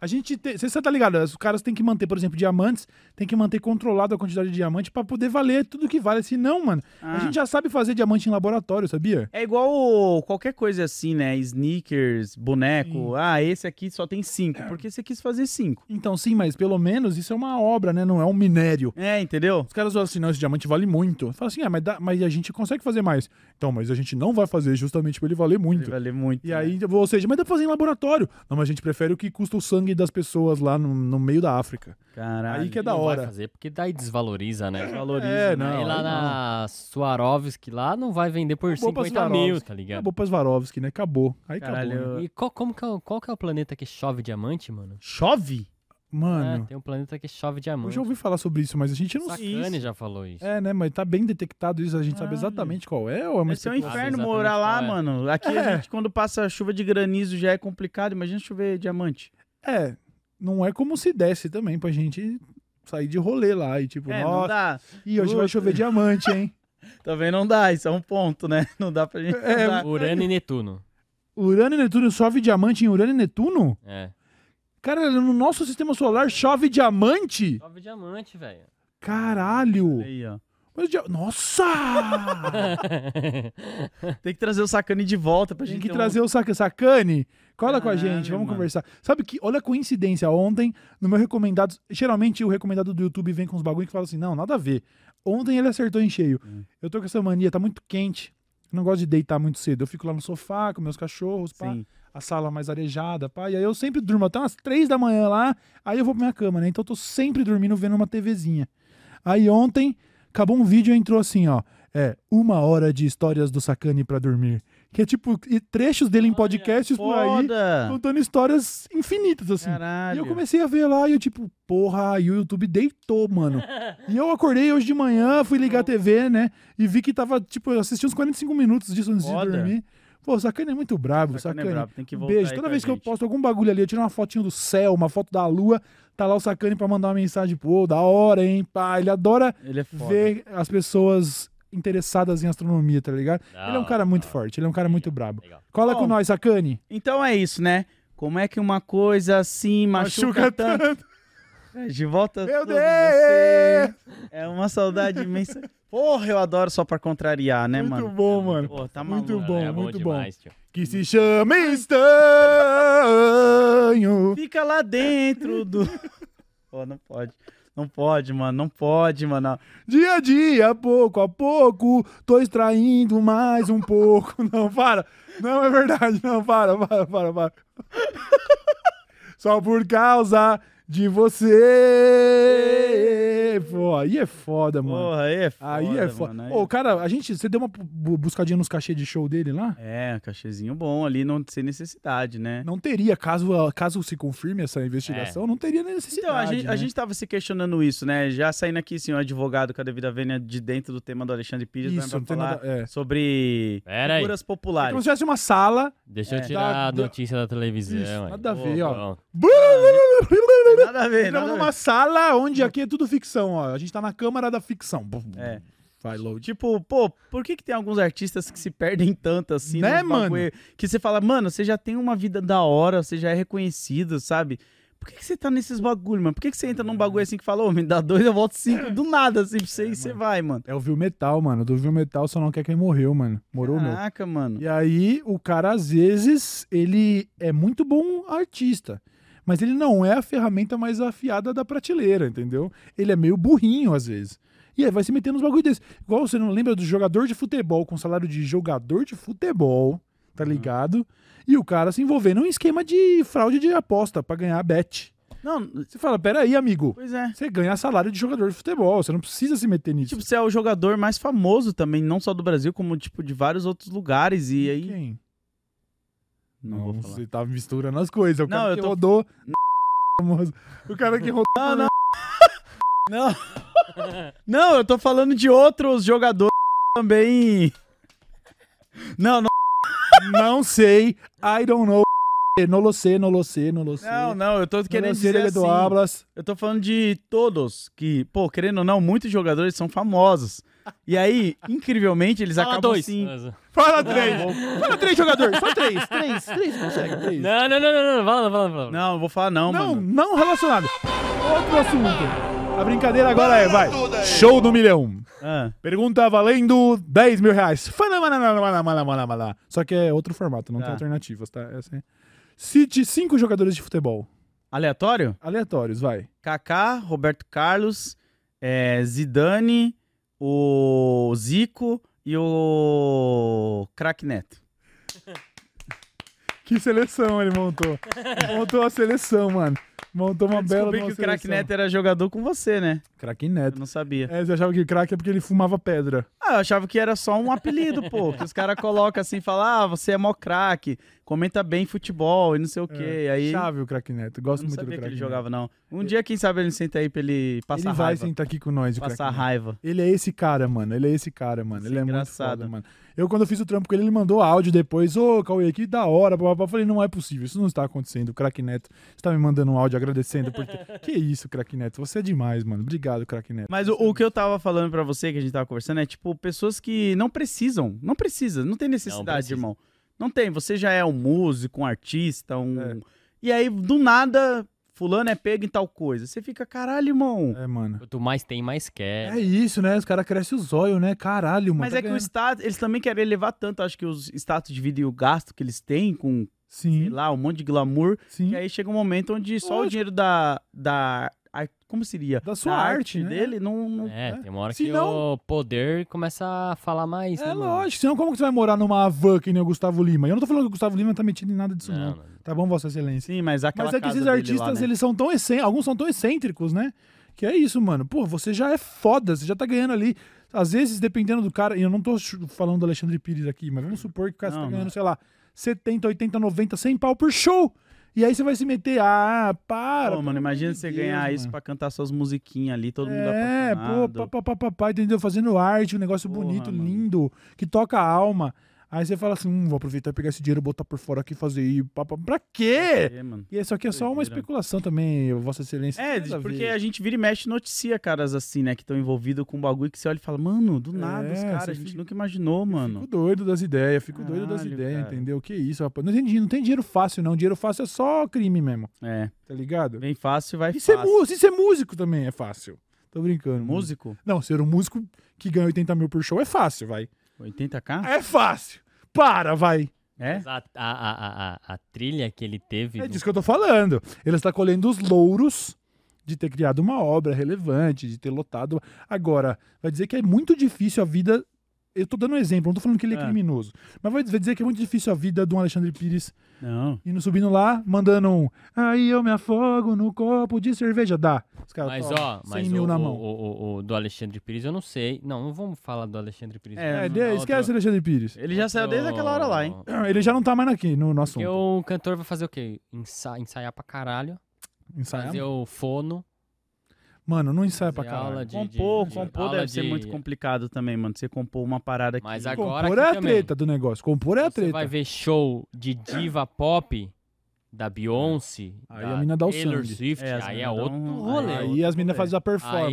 [SPEAKER 1] a gente tem, você tá ligado, os caras têm que manter, por exemplo, diamantes, tem que manter controlado a quantidade de diamante pra poder valer tudo que vale, senão, mano, a
[SPEAKER 2] Ah.
[SPEAKER 1] gente já sabe fazer diamante em laboratório, sabia?
[SPEAKER 2] É igual o- qualquer coisa assim, né? Sneakers, boneco.
[SPEAKER 1] Sim.
[SPEAKER 2] Ah, esse aqui só tem cinco. Porque você quis fazer cinco.
[SPEAKER 1] Então, sim, mas pelo menos isso é uma obra, né? Não é um minério.
[SPEAKER 2] É, entendeu?
[SPEAKER 1] Os caras falam assim, não, esse diamante vale muito. Fala assim, ah, mas, dá- mas a gente consegue fazer mais. Então, mas a gente não vai fazer justamente pra ele valer muito.
[SPEAKER 2] Valeu muito.
[SPEAKER 1] E
[SPEAKER 2] né?
[SPEAKER 1] aí, ou seja, mas dá pra fazer em laboratório. Não, mas a gente prefere o que custa o sangue das pessoas lá no, no meio da África.
[SPEAKER 2] Caralho.
[SPEAKER 1] aí que é
[SPEAKER 3] Ele
[SPEAKER 1] da
[SPEAKER 3] não Vai
[SPEAKER 1] hora.
[SPEAKER 3] fazer, porque daí desvaloriza, né?
[SPEAKER 2] valoriza.
[SPEAKER 1] É,
[SPEAKER 3] Aí
[SPEAKER 1] não.
[SPEAKER 3] lá
[SPEAKER 1] aí não.
[SPEAKER 3] na Swarovski, lá não vai vender por
[SPEAKER 1] Acabou pra
[SPEAKER 3] 50 mil,
[SPEAKER 1] Swarovski. É
[SPEAKER 3] tá ligado?
[SPEAKER 1] Acabou pra Swarovski, né? Acabou. Aí acabou. né?
[SPEAKER 2] Caralho.
[SPEAKER 3] E qual, como que é, o- qual que é o planeta que chove diamante, mano?
[SPEAKER 2] Chove?
[SPEAKER 3] É,
[SPEAKER 1] Mano,
[SPEAKER 3] tem um planeta que chove
[SPEAKER 1] eu
[SPEAKER 3] diamante.
[SPEAKER 1] já ouvi falar sobre isso, mas a gente não sabe.
[SPEAKER 3] Sacane já falou isso.
[SPEAKER 1] É, né? Mas tá bem detectado isso, a gente
[SPEAKER 2] Caralho.
[SPEAKER 1] sabe exatamente qual é. Ou é uma
[SPEAKER 2] Mas é um
[SPEAKER 1] especulação?
[SPEAKER 2] inferno
[SPEAKER 3] exatamente
[SPEAKER 2] morar lá,
[SPEAKER 3] qual é.
[SPEAKER 2] mano. Aqui
[SPEAKER 1] né? É.
[SPEAKER 2] a gente, quando passa chuva de granizo, já é complicado. Imagina chover diamante.
[SPEAKER 1] É, não é como se desse também pra gente sair de rolê lá e tipo,
[SPEAKER 2] É, não
[SPEAKER 1] nossa,
[SPEAKER 2] dá.
[SPEAKER 1] e hoje vai
[SPEAKER 2] Puta.
[SPEAKER 1] chover diamante, hein?
[SPEAKER 2] Também não dá, isso é um ponto, né? Não dá pra gente.
[SPEAKER 1] É,
[SPEAKER 2] andar.
[SPEAKER 3] Urano e Netuno.
[SPEAKER 1] Urano e Netuno chove diamante em Urano e Netuno?
[SPEAKER 3] É.
[SPEAKER 1] Cara, no nosso sistema solar chove diamante?
[SPEAKER 3] Chove diamante, velho.
[SPEAKER 1] Caralho!
[SPEAKER 2] Aí, ó.
[SPEAKER 1] Mas dia- Nossa!
[SPEAKER 2] Tem que trazer o sacane de volta pra
[SPEAKER 1] Tem
[SPEAKER 2] gente. um
[SPEAKER 1] que
[SPEAKER 2] ter
[SPEAKER 1] trazer o saca sacane. Cola com a
[SPEAKER 2] Caralho,
[SPEAKER 1] gente, vamos
[SPEAKER 2] mano.
[SPEAKER 1] conversar. Sabe que, olha a coincidência, ontem, no meu recomendado, geralmente o recomendado do YouTube vem com uns bagulho que fala assim, não, nada a ver. Ontem ele acertou em cheio.
[SPEAKER 2] Hum.
[SPEAKER 1] Eu tô com essa mania, tá muito quente. Eu não gosto de deitar muito cedo. Eu fico lá no sofá com meus cachorros, pá.
[SPEAKER 2] Sim.
[SPEAKER 1] a sala mais arejada, pá. E aí eu sempre durmo até umas três da manhã lá, aí eu vou pra minha cama, né? Então eu tô sempre dormindo vendo uma TVzinha. Aí ontem, acabou um vídeo e entrou assim, ó. É, uma hora de histórias do Sacani pra dormir. Que é tipo, e trechos dele em podcasts por aí,
[SPEAKER 2] Foda!
[SPEAKER 1] contando histórias infinitas, assim. E
[SPEAKER 2] Caralho.
[SPEAKER 1] eu comecei a ver lá e eu, tipo, porra, e o YouTube deitou, mano. E eu acordei hoje de manhã, fui ligar a TV, né? E vi que tava, tipo, eu assisti uns 45 minutos disso antes
[SPEAKER 2] Foda.
[SPEAKER 1] de dormir. Pô, Sacane é muito brabo,
[SPEAKER 2] Sacane é
[SPEAKER 1] Sacane.
[SPEAKER 2] brabo, tem que
[SPEAKER 1] um
[SPEAKER 2] voltar
[SPEAKER 1] beijo.
[SPEAKER 2] aí
[SPEAKER 1] Toda
[SPEAKER 2] com a
[SPEAKER 1] vez que eu
[SPEAKER 2] gente.
[SPEAKER 1] posto algum bagulho ali, eu tiro uma fotinho do céu, uma foto da lua, tá lá o Sacane pra mandar uma mensagem, pô, da hora, hein? Pá, ele adora
[SPEAKER 2] Ele é foda.
[SPEAKER 1] ver as pessoas interessadas em astronomia, tá ligado?
[SPEAKER 3] Da
[SPEAKER 1] ele é um
[SPEAKER 3] hora,
[SPEAKER 1] cara
[SPEAKER 3] da
[SPEAKER 1] muito
[SPEAKER 3] hora.
[SPEAKER 1] forte, ele é um cara muito brabo.
[SPEAKER 3] Legal.
[SPEAKER 1] Cola
[SPEAKER 2] Bom,
[SPEAKER 1] com nós, Sacane.
[SPEAKER 2] Então é isso, né? Como é que uma coisa assim machuca, tanto? É, De volta
[SPEAKER 1] Meu
[SPEAKER 2] tudo,
[SPEAKER 1] Deus!
[SPEAKER 2] você. É uma saudade imensa. Porra, eu adoro só pra contrariar, né,
[SPEAKER 1] muito
[SPEAKER 2] mano?
[SPEAKER 1] bom, mano.
[SPEAKER 2] Pô, tá
[SPEAKER 1] muito
[SPEAKER 2] maluco.
[SPEAKER 1] bom,
[SPEAKER 3] é bom
[SPEAKER 1] muito bom.
[SPEAKER 3] demais, tio.
[SPEAKER 1] Que se chama Estanho.
[SPEAKER 2] Fica lá dentro do. Pô, não pode. Não pode, mano. Não pode, mano.
[SPEAKER 1] Dia a dia, pouco a pouco, tô extraindo mais um pouco. Não, para. Não é verdade, não, para, para, para, para. Só por causa de você. É, pô, aí é foda, mano.
[SPEAKER 2] Porra, aí é foda.
[SPEAKER 1] aí é foda.
[SPEAKER 2] mano, aí-
[SPEAKER 1] Ô, cara, a gente, você deu uma bu- buscadinha nos cachê de show dele lá?
[SPEAKER 2] É, cachezinho bom ali, não sem necessidade, né?
[SPEAKER 1] Não teria, caso, a- caso se confirme essa investigação, não teria nem necessidade.
[SPEAKER 2] É. Então, a gente, a
[SPEAKER 1] né?
[SPEAKER 2] gente tava se questionando isso, né? Já saindo aqui, senhor advogado, com a devida vênia de dentro do tema do Alexandre Pires, né,
[SPEAKER 1] Isso,
[SPEAKER 2] pra
[SPEAKER 1] não tem
[SPEAKER 2] falar
[SPEAKER 1] nada. É.
[SPEAKER 2] sobre
[SPEAKER 3] Pera aí.
[SPEAKER 2] figuras
[SPEAKER 1] É como
[SPEAKER 2] populares.
[SPEAKER 1] se tivesse uma sala.
[SPEAKER 3] Deixa
[SPEAKER 2] É.
[SPEAKER 3] eu tirar a
[SPEAKER 1] Dá-
[SPEAKER 3] notícia da televisão.
[SPEAKER 1] Isso,
[SPEAKER 3] aí.
[SPEAKER 1] nada a
[SPEAKER 3] Pô,
[SPEAKER 1] ver, ó.
[SPEAKER 3] pronto.
[SPEAKER 1] né?
[SPEAKER 2] Nada a ver,
[SPEAKER 1] Entramos
[SPEAKER 2] É, nada a ver.
[SPEAKER 1] numa sala onde aqui é tudo ficção, ó. A gente tá na câmara da ficção.
[SPEAKER 2] É.
[SPEAKER 1] Vai load.
[SPEAKER 2] Tipo, pô, por que, que tem alguns artistas que se perdem tanto assim?
[SPEAKER 1] Né,
[SPEAKER 2] nos
[SPEAKER 1] mano?
[SPEAKER 2] bagulho? Que você fala, mano, você já tem uma vida da hora, você já é reconhecido, sabe? Por que, que você tá nesses bagulho, mano? Por que, que você entra num bagulho assim que fala, ô, me dá dois, eu volto cinco, do nada, assim, pra você e você vai, mano.
[SPEAKER 1] É o Viu Metal, mano. Do Viu Metal só não quer quem morreu, mano. Morou meu.
[SPEAKER 2] Caraca, mano.
[SPEAKER 1] E aí, o cara, às vezes, ele é muito bom artista. Mas ele não é a ferramenta mais afiada da prateleira, entendeu? Ele é meio burrinho, às vezes. E aí vai se meter nos bagulho desse. Igual você não lembra do jogador de futebol com salário de jogador de futebol,
[SPEAKER 2] Uhum.
[SPEAKER 1] tá ligado? E o cara se envolvendo em um esquema de fraude de aposta pra ganhar bet.
[SPEAKER 2] Não,
[SPEAKER 1] Você fala, peraí, amigo,
[SPEAKER 2] pois é.
[SPEAKER 1] você ganha salário de jogador de futebol, você não precisa se meter nisso.
[SPEAKER 2] Tipo, você é o jogador mais famoso também, não só do Brasil, como, tipo, de vários outros lugares. E aí.
[SPEAKER 1] Quem?
[SPEAKER 2] Não, vou falar.
[SPEAKER 1] Você tá misturando as coisas. O
[SPEAKER 2] Não,
[SPEAKER 1] cara
[SPEAKER 2] eu
[SPEAKER 1] que
[SPEAKER 2] tô-
[SPEAKER 1] rodou. famoso. O cara que rodou.
[SPEAKER 2] Não, não. não. Não, eu tô falando de outros jogadores também. Não, não,
[SPEAKER 1] não sei. I don't know. No lo sé, no lo sé, no lo sé.
[SPEAKER 2] não, não, eu tô querendo
[SPEAKER 1] no lo sé,
[SPEAKER 2] dizer
[SPEAKER 1] do
[SPEAKER 2] assim,
[SPEAKER 1] hablas.
[SPEAKER 2] Eu tô falando de todos que, pô, querendo ou não, muitos jogadores são famosos. E aí, incrivelmente, eles
[SPEAKER 3] Fala
[SPEAKER 2] acabam
[SPEAKER 3] dois.
[SPEAKER 2] assim.
[SPEAKER 1] Fala três. Fala três jogadores. Só três. Três. Três consegue. Três.
[SPEAKER 3] Não, não, não, não, não. Fala, fala, fala.
[SPEAKER 2] Não, eu vou falar não,
[SPEAKER 1] Não,
[SPEAKER 2] mano.
[SPEAKER 1] não relacionado. Outro assunto. A brincadeira agora é, vai. Show do milhão.
[SPEAKER 2] Ah,
[SPEAKER 1] Pergunta valendo 10 mil reais. Fanamanamanamanamanamanamanamana. Só que é outro formato, não
[SPEAKER 2] Tá.
[SPEAKER 1] tem alternativas, tá? É assim. Cite cinco jogadores de futebol.
[SPEAKER 2] aleatório?
[SPEAKER 1] Aleatórios, vai.
[SPEAKER 2] Kaká, Roberto Carlos, eh, Zidane, o Zico e o Crack Neto.
[SPEAKER 1] Que seleção ele montou. montou a seleção, mano. Montou uma
[SPEAKER 2] Eu
[SPEAKER 1] bela
[SPEAKER 2] descobri
[SPEAKER 1] de
[SPEAKER 2] que
[SPEAKER 1] uma
[SPEAKER 2] o Crack
[SPEAKER 1] seleção.
[SPEAKER 2] Neto era jogador com você, né?
[SPEAKER 1] Craque
[SPEAKER 2] Eu
[SPEAKER 1] Neto.
[SPEAKER 2] não sabia.
[SPEAKER 1] É, você achava que craque é porque ele fumava pedra.
[SPEAKER 2] Ah, eu achava que era só um apelido, pô. Que os caras colocam assim, falam, ah, você é mó craque, comenta bem futebol e não sei o quê. Aí
[SPEAKER 1] É, Chave o Craque Neto.
[SPEAKER 2] eu
[SPEAKER 1] Gosto
[SPEAKER 2] não
[SPEAKER 1] muito do
[SPEAKER 2] sabia que
[SPEAKER 1] Craque
[SPEAKER 2] ele
[SPEAKER 1] Neto.
[SPEAKER 2] jogava, não. Um dia, quem sabe, ele senta aí pra ele passar
[SPEAKER 1] Ele vai
[SPEAKER 2] raiva.
[SPEAKER 1] sentar aqui com nós, o Craque
[SPEAKER 2] Passar
[SPEAKER 1] Neto.
[SPEAKER 2] raiva.
[SPEAKER 1] Ele é esse cara, mano. Ele é esse cara, mano.
[SPEAKER 2] Isso
[SPEAKER 1] ele
[SPEAKER 2] é
[SPEAKER 1] é
[SPEAKER 2] engraçado.
[SPEAKER 1] muito foda, mano. Eu, quando eu fiz o trampo com ele, ele mandou áudio depois. Ô, Cauê, que da hora. Blá, blá, blá. Eu Falei, não é possível. Isso não está acontecendo. O Crack Neto está me mandando um áudio agradecendo. Porque... que isso, Crack Neto. Você é demais, mano. Obrigado, Crack Neto.
[SPEAKER 2] Mas o, o que eu tava falando pra você, que a gente tava conversando, é tipo, pessoas que não precisam, não precisa, não tem necessidade,
[SPEAKER 3] precisa.
[SPEAKER 2] irmão. Não tem, você já é um músico, um artista, um...
[SPEAKER 1] É.
[SPEAKER 2] E aí, do nada, fulano é pego em tal coisa. Você fica, caralho, irmão.
[SPEAKER 1] É, mano.
[SPEAKER 3] Quanto mais tem, mais quer.
[SPEAKER 1] É isso, né? Os caras crescem os olhos, né? Caralho, mano.
[SPEAKER 2] Mas
[SPEAKER 1] Tá
[SPEAKER 2] é que o
[SPEAKER 1] ganhando-
[SPEAKER 2] status, eles também querem elevar tanto, acho que os status de vida e o gasto que eles têm com, sei
[SPEAKER 1] Sim,
[SPEAKER 2] lá, um monte de glamour,
[SPEAKER 1] sim.
[SPEAKER 2] que aí chega um momento onde só o
[SPEAKER 1] Lógico.
[SPEAKER 2] dinheiro da... da ar- como seria?
[SPEAKER 1] Da sua arte, né?
[SPEAKER 2] dele não... não-
[SPEAKER 3] É, tem uma hora
[SPEAKER 1] Se
[SPEAKER 3] que
[SPEAKER 1] não-
[SPEAKER 3] o poder começa a falar mais.
[SPEAKER 1] É
[SPEAKER 3] né, mano?
[SPEAKER 1] lógico. Senão como que você vai morar numa van que nem o Gustavo Lima? Eu não tô falando que o Gustavo Lima tá metido em nada disso, não.
[SPEAKER 3] Não, mano.
[SPEAKER 1] Tá bom, Vossa Excelência?
[SPEAKER 2] Sim, mas aquela
[SPEAKER 1] Mas é que
[SPEAKER 2] casa
[SPEAKER 1] esses
[SPEAKER 2] dele
[SPEAKER 1] artistas,
[SPEAKER 2] lá, né?
[SPEAKER 1] eles são tão excêntricos, alguns são tão excêntricos, né? Que é isso, mano. Pô, você já é foda, você já tá ganhando ali. Às vezes, dependendo do cara, e eu não tô chu- falando do Alexandre Pires aqui, mas vamos supor que o cara
[SPEAKER 2] Não,
[SPEAKER 1] tá
[SPEAKER 2] não.
[SPEAKER 1] ganhando, sei lá, 70, 80, 90, 100 pau por show. E aí você vai se meter, ah, para.
[SPEAKER 2] Pô, mano,
[SPEAKER 1] pelo
[SPEAKER 2] imagina
[SPEAKER 1] amor de
[SPEAKER 2] você
[SPEAKER 1] Deus,
[SPEAKER 2] ganhar isso
[SPEAKER 1] mano.
[SPEAKER 2] pra cantar suas musiquinhas ali, todo mundo
[SPEAKER 1] É, pô,
[SPEAKER 2] apaixonado.
[SPEAKER 1] papapá, entendeu? Fazendo arte, um negócio
[SPEAKER 2] Porra,
[SPEAKER 1] bonito,
[SPEAKER 2] mano.
[SPEAKER 1] lindo, que toca a alma. Aí você fala assim, hum, vou aproveitar e pegar esse dinheiro, botar por fora aqui, fazer aí, papá. Pra quê?
[SPEAKER 2] É, mano.
[SPEAKER 1] E isso aqui é só uma
[SPEAKER 2] Doideira.
[SPEAKER 1] especulação também, Vossa Excelência.
[SPEAKER 2] É,
[SPEAKER 1] Nada a
[SPEAKER 2] porque
[SPEAKER 1] ver.
[SPEAKER 2] a gente vira e mexe e noticia caras assim, né? Que estão envolvidos com um bagulho que você olha e fala, mano, do nada os
[SPEAKER 1] É,
[SPEAKER 2] caras,
[SPEAKER 1] você
[SPEAKER 2] a gente
[SPEAKER 1] fica-
[SPEAKER 2] nunca imaginou,
[SPEAKER 1] Fico
[SPEAKER 2] mano.
[SPEAKER 1] doido das ideias, fico doido das
[SPEAKER 2] Caralho,
[SPEAKER 1] ideias,
[SPEAKER 2] cara.
[SPEAKER 1] entendeu? Que isso, rapaz. Não tem, dinheiro- não tem dinheiro fácil, não. Dinheiro fácil é só crime mesmo,
[SPEAKER 2] É,
[SPEAKER 1] tá ligado?
[SPEAKER 2] vem fácil e vai
[SPEAKER 1] E ser,
[SPEAKER 2] fácil.
[SPEAKER 1] mu- e ser é músico também é fácil. Tô brincando. mano.
[SPEAKER 2] Músico?
[SPEAKER 1] Não, ser um músico que ganha 80 mil por show é fácil, vai.
[SPEAKER 2] 80k?
[SPEAKER 1] É fácil. Para, vai.
[SPEAKER 2] É?
[SPEAKER 3] Mas A, a, a, a, a trilha que ele teve.
[SPEAKER 1] É
[SPEAKER 3] no-
[SPEAKER 1] disso que eu tô falando. Ele está colhendo os louros de ter criado uma obra relevante, de ter lotado. Agora, vai dizer que é muito difícil a vida Eu tô dando um exemplo, não tô falando que ele é,
[SPEAKER 2] É.
[SPEAKER 1] criminoso. Mas vai vai dizer que é muito difícil a vida de um Alexandre Pires
[SPEAKER 2] Não.
[SPEAKER 1] indo subindo lá, mandando um. Aí eu me afogo no copo de cerveja. Dá. Os caras
[SPEAKER 3] Mas
[SPEAKER 1] toma,
[SPEAKER 3] ó,
[SPEAKER 1] 100
[SPEAKER 3] mas
[SPEAKER 1] mil
[SPEAKER 3] o,
[SPEAKER 1] na
[SPEAKER 3] o-
[SPEAKER 1] mão.
[SPEAKER 3] o- o- o do Alexandre Pires eu não sei. Não, não vamos falar do Alexandre Pires.
[SPEAKER 2] É,
[SPEAKER 1] É,
[SPEAKER 3] vamos
[SPEAKER 1] de-
[SPEAKER 3] dar
[SPEAKER 1] esquece
[SPEAKER 3] outro-
[SPEAKER 1] o Alexandre Pires.
[SPEAKER 2] Ele já saiu desde
[SPEAKER 3] outro-
[SPEAKER 2] aquela hora lá, hein?
[SPEAKER 1] Ele já não tá mais aqui no, no assunto.
[SPEAKER 3] Porque o um cantor vai fazer o quê? Ensa- ensaiar pra caralho,
[SPEAKER 1] Ensaia?
[SPEAKER 3] fazer o fono,
[SPEAKER 1] Mano, não ensaia pra
[SPEAKER 3] fazer aula
[SPEAKER 1] caralho.
[SPEAKER 3] de...
[SPEAKER 2] Compor,
[SPEAKER 3] de- de-
[SPEAKER 2] compor
[SPEAKER 3] aula
[SPEAKER 2] deve ser
[SPEAKER 3] de-
[SPEAKER 2] muito complicado também, mano. Você compor uma parada que...
[SPEAKER 3] Mas agora
[SPEAKER 1] Compor
[SPEAKER 3] aqui
[SPEAKER 1] é a
[SPEAKER 3] também.
[SPEAKER 1] treta do negócio. Compor é a
[SPEAKER 3] Você
[SPEAKER 1] treta.
[SPEAKER 3] vai ver show de diva pop, da Beyoncé,
[SPEAKER 1] Aí
[SPEAKER 3] da
[SPEAKER 1] a mina dá o
[SPEAKER 3] Taylor
[SPEAKER 1] sangue.
[SPEAKER 3] Swift,
[SPEAKER 2] É, as
[SPEAKER 3] aí
[SPEAKER 2] mina
[SPEAKER 3] é
[SPEAKER 2] dá um-
[SPEAKER 3] outro
[SPEAKER 2] aí
[SPEAKER 3] rolê.
[SPEAKER 2] é
[SPEAKER 3] outro
[SPEAKER 1] Aí as meninas
[SPEAKER 2] rolê.
[SPEAKER 1] fazem a
[SPEAKER 3] Aí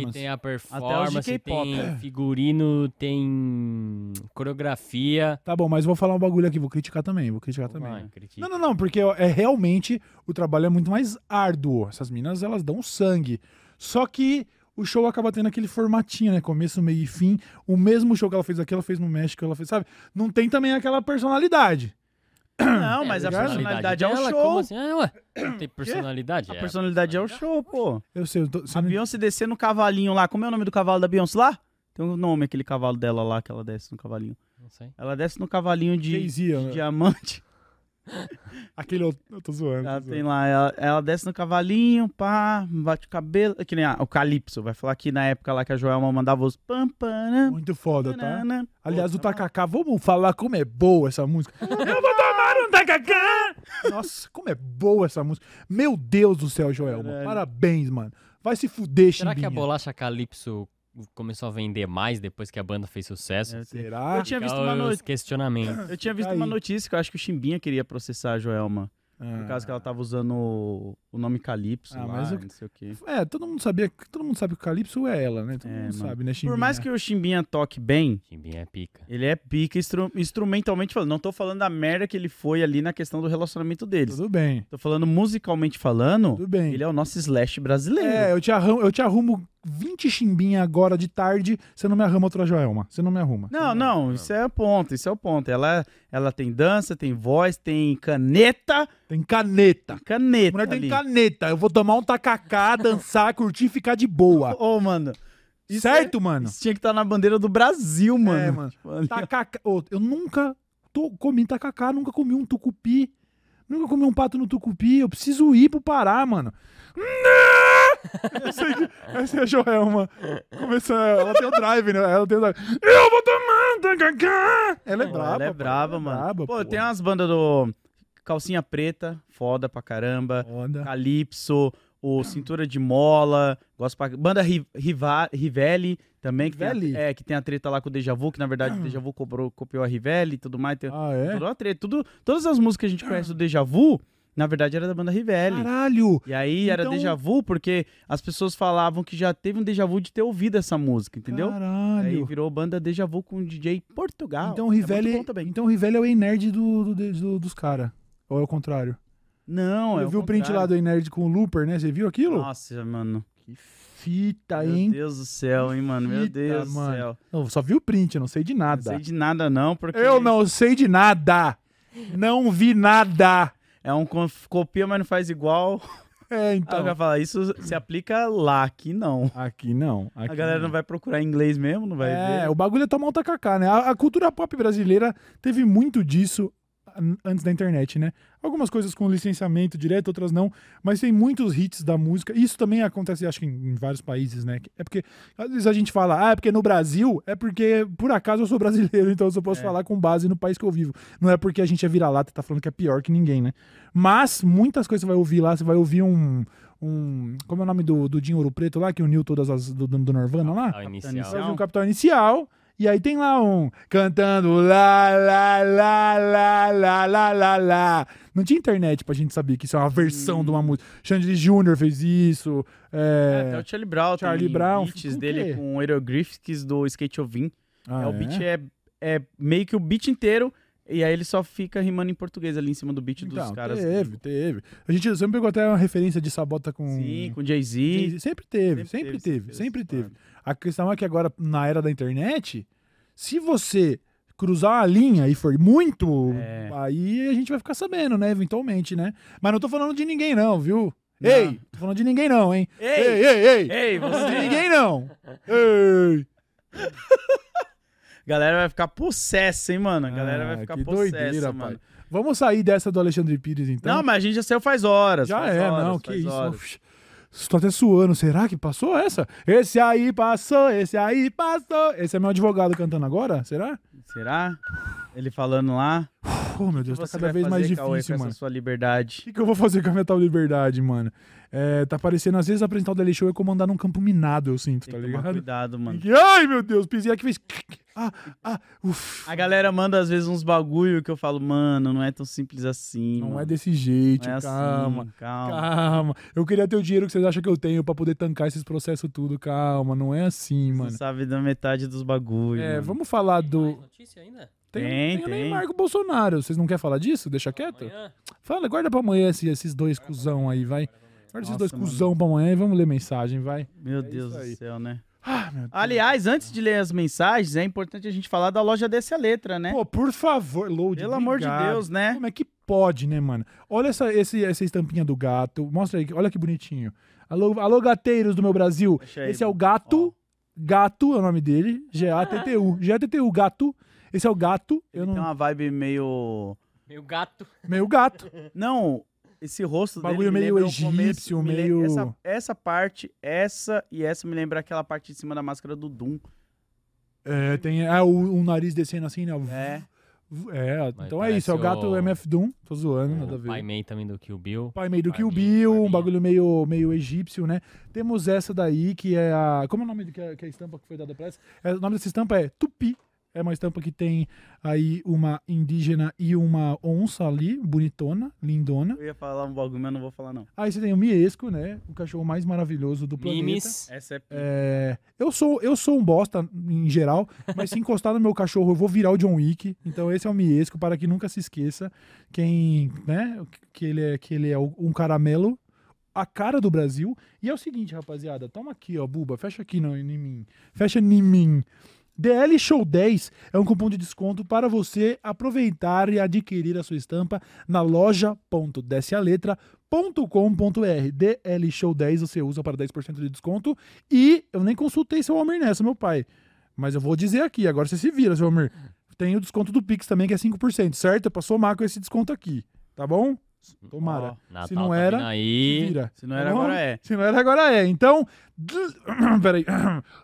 [SPEAKER 1] performance.
[SPEAKER 3] tem a
[SPEAKER 2] Até os
[SPEAKER 3] performance,
[SPEAKER 2] de K-pop.
[SPEAKER 3] tem figurino, tem coreografia.
[SPEAKER 1] Tá bom, mas vou falar um bagulho aqui, vou criticar também, vou criticar também.
[SPEAKER 3] Vai, critica.
[SPEAKER 1] Não, não, não, porque é realmente o trabalho é muito mais árduo. Essas minas, elas dão sangue. Só que o show acaba tendo aquele formatinho, né? Começo, meio e fim. O mesmo show que ela fez aqui, ela fez no México, ela fez, sabe? Não tem também aquela personalidade.
[SPEAKER 2] Não, mas a
[SPEAKER 1] ligado?
[SPEAKER 2] personalidade é o
[SPEAKER 3] dela,
[SPEAKER 2] show.
[SPEAKER 3] Como assim? Ah, ué, não tem personalidade.
[SPEAKER 2] A
[SPEAKER 3] é.
[SPEAKER 2] personalidade é o show, pô.
[SPEAKER 1] Eu sei, eu tô, você
[SPEAKER 2] A
[SPEAKER 1] não-
[SPEAKER 2] Beyoncé descer no cavalinho lá. Como é o nome do cavalo da Beyoncé lá? Tem um nome, aquele cavalo dela lá que ela desce no cavalinho.
[SPEAKER 3] Não sei.
[SPEAKER 2] Ela desce no cavalinho de,
[SPEAKER 1] Jay-Z,
[SPEAKER 2] de
[SPEAKER 1] né?
[SPEAKER 2] diamante.
[SPEAKER 1] Aquele outro- eu tô zoando.
[SPEAKER 2] Ela
[SPEAKER 1] tô
[SPEAKER 2] tem
[SPEAKER 1] zoando.
[SPEAKER 2] lá, ela, ela desce no cavalinho, pá, bate o cabelo. Que nem a- o Calypso. Vai falar que na época lá que a Joelma mandava os pam, pam,
[SPEAKER 1] Muito foda, tá?
[SPEAKER 2] pam,
[SPEAKER 1] Aliás, o Takaká, vamos falar como é boa essa música. Eu vou tomar um Takaká! Nossa, como é boa essa música. Meu Deus do céu, Joel.
[SPEAKER 2] Caralho.
[SPEAKER 1] Parabéns, mano. Vai se fuder,
[SPEAKER 3] Será
[SPEAKER 2] é
[SPEAKER 3] que a
[SPEAKER 1] Chimbinha.
[SPEAKER 3] bolacha Calypso começou a vender mais depois que a banda fez sucesso?
[SPEAKER 1] Será?
[SPEAKER 2] É, Eu tinha visto
[SPEAKER 3] Fica
[SPEAKER 2] uma
[SPEAKER 3] os
[SPEAKER 2] notícia.
[SPEAKER 3] questionamentos.
[SPEAKER 2] Eu tinha visto
[SPEAKER 1] Tá
[SPEAKER 2] uma
[SPEAKER 1] aí.
[SPEAKER 2] notícia que eu acho que o Chimbinha queria processar a Joelma.
[SPEAKER 1] Ah.
[SPEAKER 2] Por causa que ela tava usando o, o nome Calypso
[SPEAKER 1] Ah,
[SPEAKER 2] lá,
[SPEAKER 1] mas eu-
[SPEAKER 2] não sei o quê.
[SPEAKER 1] É, todo mundo sabia, todo mundo sabe que o Calypso é ela, né? Todo
[SPEAKER 2] É,
[SPEAKER 1] mundo
[SPEAKER 2] mano.
[SPEAKER 1] sabe, né, Chimbinha?
[SPEAKER 2] Por mais que o Chimbinha toque bem,
[SPEAKER 3] Chimbinha é pica.
[SPEAKER 2] Ele é pica instru- instrumentalmente falando. Não tô falando da merda que ele foi ali na questão do relacionamento deles.
[SPEAKER 1] Tudo bem,
[SPEAKER 2] Tô falando musicalmente falando,
[SPEAKER 1] tudo bem.
[SPEAKER 2] ele é o nosso slash brasileiro.
[SPEAKER 1] É, eu te, arrumo, eu te arrumo 20 Chimbinha agora de tarde, você não me arruma outra Joelma. Você não me arruma.
[SPEAKER 2] Não, não, isso é o ponto, isso é o ponto. Ela, ela tem dança, tem voz, tem caneta,
[SPEAKER 1] Tem caneta. A
[SPEAKER 2] caneta
[SPEAKER 1] Tá. mulher tem
[SPEAKER 2] ali.
[SPEAKER 1] caneta. Eu vou tomar um tacacá, dançar, curtir e ficar de boa.
[SPEAKER 2] Ô, mano, Isso é-
[SPEAKER 1] certo, mano? É,
[SPEAKER 2] isso tinha que estar na bandeira do Brasil, mano.
[SPEAKER 1] mano.
[SPEAKER 2] Tipo, ali, ó.
[SPEAKER 1] Tacacá. Ô, eu nunca to- comi tacacá, nunca comi um tucupi. Nunca comi um pato no tucupi. Eu preciso ir pro Pará, mano. Não! Essa, aqui- essa é a Joelma. Começando, ela tem o drive, né? Ela tem o drive. Eu vou tomar um tacacá! Ela é braba.
[SPEAKER 2] ela é
[SPEAKER 1] pô,
[SPEAKER 2] brava,
[SPEAKER 1] ela é
[SPEAKER 2] mano.
[SPEAKER 1] braba,
[SPEAKER 2] pô, tem umas bandas do Calcinha Preta, foda pra caramba.
[SPEAKER 1] Foda.
[SPEAKER 2] Calypso, o Cintura de Mola, gosto pra... Banda Ri- Riva- Rivelli também, que tem,
[SPEAKER 1] Rivelli?
[SPEAKER 2] a, é, que tem a treta lá com o Deja Vu, que na verdade o Deja Vu cobrou- copiou a Rivelli e tudo mais. Tem,
[SPEAKER 1] Ah, é?
[SPEAKER 2] toda uma treta. Tudo, todas as músicas que a gente conhece do Deja Vu, na verdade era da banda Rivelli.
[SPEAKER 1] Caralho!
[SPEAKER 2] E aí era
[SPEAKER 1] Então-
[SPEAKER 2] Deja Vu porque as pessoas falavam que já teve um Deja Vu de ter ouvido essa música, entendeu? Aí
[SPEAKER 1] Caralho!
[SPEAKER 2] virou banda Deja Vu com o DJ Portugal.
[SPEAKER 1] Então o
[SPEAKER 2] É muito
[SPEAKER 1] Rivelli
[SPEAKER 2] bom também.
[SPEAKER 1] então, o Rivelli é o E-Nerd do, do- do- dos caras. Ou é o contrário?
[SPEAKER 2] Não, é
[SPEAKER 1] eu
[SPEAKER 2] o
[SPEAKER 1] vi o print lá
[SPEAKER 2] contrário.
[SPEAKER 1] do E-Nerd com o Looper, né? Você viu aquilo?
[SPEAKER 2] Nossa, mano.
[SPEAKER 1] Que fita,
[SPEAKER 2] Meu
[SPEAKER 1] hein?
[SPEAKER 2] Deus do céu, hein, mano. Meu
[SPEAKER 1] Fita,
[SPEAKER 2] Deus do
[SPEAKER 1] mano.
[SPEAKER 2] céu.
[SPEAKER 1] Eu só vi o print, eu não sei de
[SPEAKER 2] Não sei
[SPEAKER 1] nada.
[SPEAKER 2] de nada, não, porque
[SPEAKER 1] Eu não sei de nada. Não vi nada.
[SPEAKER 2] é um conf- copia, mas não faz igual.
[SPEAKER 1] É,
[SPEAKER 2] Aí o
[SPEAKER 1] então.
[SPEAKER 2] cara fala, isso se aplica lá, aqui não.
[SPEAKER 1] Aqui não. aqui
[SPEAKER 2] a galera não vai procurar em inglês mesmo, não vai
[SPEAKER 1] É,
[SPEAKER 2] ver.
[SPEAKER 1] o bagulho é tomar um tacacá, né? A, a cultura pop brasileira teve muito disso an- antes da internet, né? Algumas coisas com licenciamento direto, outras não, mas tem muitos hits da música. Isso também acontece, acho que em, em vários países, né? É porque às vezes a gente fala, ah, é porque no Brasil, é porque por acaso eu sou brasileiro, então eu só posso
[SPEAKER 2] É.
[SPEAKER 1] falar com base no país que eu vivo. Não é porque a gente é vira-lata e tá falando que é pior que ninguém, né? Mas muitas coisas você vai ouvir lá, você vai ouvir um. um como é o nome do, do Dinho Ouro Preto lá, que uniu todas as. do, do, do Nirvana lá?
[SPEAKER 2] Ah,
[SPEAKER 3] Ao inicial.
[SPEAKER 1] Você vai
[SPEAKER 2] Tá Inicial.
[SPEAKER 1] ouvir o Capital um Inicial. E aí tem lá um cantando lá, lá, lá, lá, lá, lá, lá, lá. Não tinha internet pra gente saber que isso é uma versão de uma música. Xande Jr. fez isso.
[SPEAKER 2] Hum. É, Até
[SPEAKER 1] É...
[SPEAKER 2] o Charlie Brown
[SPEAKER 1] Charlie
[SPEAKER 2] tem
[SPEAKER 1] Brown,
[SPEAKER 2] beats
[SPEAKER 1] com o quê?
[SPEAKER 2] dele com aeroglyphics do Skate Ovin.
[SPEAKER 1] Ah,
[SPEAKER 2] é, o beat é, é meio que o beat inteiro, e aí ele só fica rimando em português ali em cima do beat
[SPEAKER 1] Então,
[SPEAKER 2] dos caras.
[SPEAKER 1] Teve, teve. A gente sempre pegou até uma referência de sabota com.
[SPEAKER 2] Sim, com Jay-Z.
[SPEAKER 1] Sempre, teve, sempre teve,
[SPEAKER 2] essas
[SPEAKER 1] sempre teve.
[SPEAKER 2] paradas.
[SPEAKER 1] A questão é que agora, na era da internet, se você cruzar a linha e for muito,
[SPEAKER 2] É.
[SPEAKER 1] aí a gente vai ficar sabendo, né? Eventualmente, né? Mas não tô falando de ninguém, não, viu?
[SPEAKER 2] Não.
[SPEAKER 1] Ei! Tô falando de ninguém, não, hein?
[SPEAKER 2] Ei!
[SPEAKER 1] ei, ei!
[SPEAKER 2] Ei,
[SPEAKER 1] Não tô falando de
[SPEAKER 2] você!
[SPEAKER 1] ninguém, não! Ei!
[SPEAKER 2] galera vai ficar possessa, hein, mano? A galera vai
[SPEAKER 1] Ah,
[SPEAKER 2] ficar
[SPEAKER 1] que
[SPEAKER 2] possessa,
[SPEAKER 1] doideira,
[SPEAKER 2] mano.
[SPEAKER 1] pai. Vamos sair dessa do Alexandre Pires, então?
[SPEAKER 2] Não, mas a gente já saiu faz horas.
[SPEAKER 1] Já
[SPEAKER 2] faz
[SPEAKER 1] é,
[SPEAKER 2] horas,
[SPEAKER 1] não, que
[SPEAKER 2] faz
[SPEAKER 1] isso.
[SPEAKER 2] horas.
[SPEAKER 1] Uf, Estou até suando. Será que passou essa? Esse aí passou, esse aí passou. Esse é meu advogado cantando agora? Será?
[SPEAKER 2] Será? Ele falando lá.
[SPEAKER 1] Pô, meu Deus, tá
[SPEAKER 2] Você
[SPEAKER 1] cada
[SPEAKER 2] vai
[SPEAKER 1] vez mais
[SPEAKER 2] fazer, Cauê,
[SPEAKER 1] difícil,
[SPEAKER 2] com
[SPEAKER 1] mano.
[SPEAKER 2] Essa
[SPEAKER 1] O
[SPEAKER 2] sua liberdade.
[SPEAKER 1] que, que eu vou fazer com a Metal Liberdade, mano? É, tá parecendo, às vezes, apresentar o Daily Show é como andar num campo minado, eu sinto,
[SPEAKER 2] Tem
[SPEAKER 1] tá
[SPEAKER 2] que tomar
[SPEAKER 1] ligado?
[SPEAKER 2] cuidado, mano.
[SPEAKER 1] E- Ai, meu Deus, pisei aqui fez. Ah, ah, uf.
[SPEAKER 2] A galera manda às vezes uns bagulho que eu falo, mano, não é tão simples assim.
[SPEAKER 1] Não
[SPEAKER 2] mano.
[SPEAKER 1] é desse jeito,
[SPEAKER 2] Não é assim,
[SPEAKER 1] calma.
[SPEAKER 2] calma.
[SPEAKER 1] Calma, eu queria ter o dinheiro que vocês acham que eu tenho pra poder tancar esses processos tudo. Calma, não é assim,
[SPEAKER 2] Você
[SPEAKER 1] mano.
[SPEAKER 2] sabe da metade dos bagulhos.
[SPEAKER 1] É, vamos falar do.
[SPEAKER 3] notícia ainda?
[SPEAKER 2] Tem,
[SPEAKER 1] Tem, tem, o
[SPEAKER 2] um tem.
[SPEAKER 1] Neymar com o Bolsonaro. Vocês não querem falar disso? Deixa quieto?
[SPEAKER 3] Amanhã?
[SPEAKER 1] Fala, guarda pra amanhã esse- esses dois cuzão aí, vai. Guarda esses
[SPEAKER 2] Nossa,
[SPEAKER 1] dois
[SPEAKER 2] mano.
[SPEAKER 1] cuzão pra amanhã e vamos ler mensagem, vai.
[SPEAKER 2] Meu
[SPEAKER 1] é isso
[SPEAKER 2] Deus do
[SPEAKER 1] aí.
[SPEAKER 2] céu, né?
[SPEAKER 1] Ah, meu Deus.
[SPEAKER 2] Aliás, antes de ler as mensagens, é importante a gente falar da loja desse a letra, né?
[SPEAKER 1] Pô, por favor, Load.
[SPEAKER 2] Pelo amor de
[SPEAKER 1] obrigado.
[SPEAKER 2] Deus, né?
[SPEAKER 1] Como é que pode, né, mano? Olha essa, esse- essa estampinha do gato. Mostra aí, olha que bonitinho. Alô, alô gateiros do meu Brasil.
[SPEAKER 2] Deixa aí,
[SPEAKER 1] Esse é o gato.
[SPEAKER 2] ó.
[SPEAKER 1] Gato é o nome dele. G-A-T-T-U. G-A-T-T-U, gato. Esse é o gato. Eu
[SPEAKER 2] Tem
[SPEAKER 1] não.
[SPEAKER 2] uma vibe meio.
[SPEAKER 3] Meu gato.
[SPEAKER 1] Meio gato.
[SPEAKER 2] Não, esse rosto
[SPEAKER 1] Um Bagulho
[SPEAKER 2] dele me
[SPEAKER 1] meio
[SPEAKER 2] lembra o começo-
[SPEAKER 1] egípcio,
[SPEAKER 2] me le-
[SPEAKER 1] meio-
[SPEAKER 2] Essa, essa parte, essa e essa me lembra aquela parte de cima da máscara do Doom.
[SPEAKER 1] É, tem é, o, o nariz descendo assim, né?
[SPEAKER 2] É.
[SPEAKER 1] É,
[SPEAKER 3] Mas
[SPEAKER 1] então é isso. É o
[SPEAKER 3] parece
[SPEAKER 1] gato
[SPEAKER 3] o-
[SPEAKER 1] MF Doom. Tô zoando, nada a
[SPEAKER 3] O
[SPEAKER 1] ver.
[SPEAKER 3] É, Pai Man também do Kill Bill.
[SPEAKER 1] Pai meio do
[SPEAKER 3] Pai
[SPEAKER 1] Kill
[SPEAKER 3] meio,
[SPEAKER 1] Bill,
[SPEAKER 3] pai
[SPEAKER 1] um
[SPEAKER 3] meio.
[SPEAKER 1] bagulho meio, meio egípcio, né? Temos essa daí que é a. Como é o nome do que a, que a estampa que foi dada pra essa? É, o nome dessa estampa é Tupi. É uma estampa que tem aí uma indígena e uma onça ali, bonitona, lindona.
[SPEAKER 2] Eu ia falar um bagulho, mas eu não vou falar, não.
[SPEAKER 1] Aí você tem o Miesco, né? O cachorro mais maravilhoso do planeta.
[SPEAKER 3] Mimes.
[SPEAKER 2] Essa é.
[SPEAKER 1] É, eu sou eu sou um bosta em geral, mas se encostar no meu cachorro eu vou virar o John Wick. Então esse é o Miesco para que nunca se esqueça quem, né, que ele é que ele é um caramelo, a cara do Brasil. E é o seguinte, rapaziada, toma aqui, ó, buba, fecha aqui não, em mim. Fecha em mim. DL Show 10 é um cupom de desconto para você aproveitar e adquirir a sua estampa na loja.descealetra.com.br. DL Show 10 você usa para 10% de desconto. E eu nem consultei seu Almir nessa, meu pai. Mas eu vou dizer aqui, agora você se vira, seu Almir. Tem o desconto do Pix também, que é 5%, certo? É pra somar com esse desconto aqui, tá bom? Tomara.
[SPEAKER 3] Natal
[SPEAKER 1] se não
[SPEAKER 3] tá
[SPEAKER 1] era,
[SPEAKER 3] vindo
[SPEAKER 1] se
[SPEAKER 3] aí.
[SPEAKER 1] vira.
[SPEAKER 2] Se não
[SPEAKER 1] Tá
[SPEAKER 2] era,
[SPEAKER 1] bom?
[SPEAKER 2] agora é.
[SPEAKER 1] Se não era, agora é. Então, dl- peraí.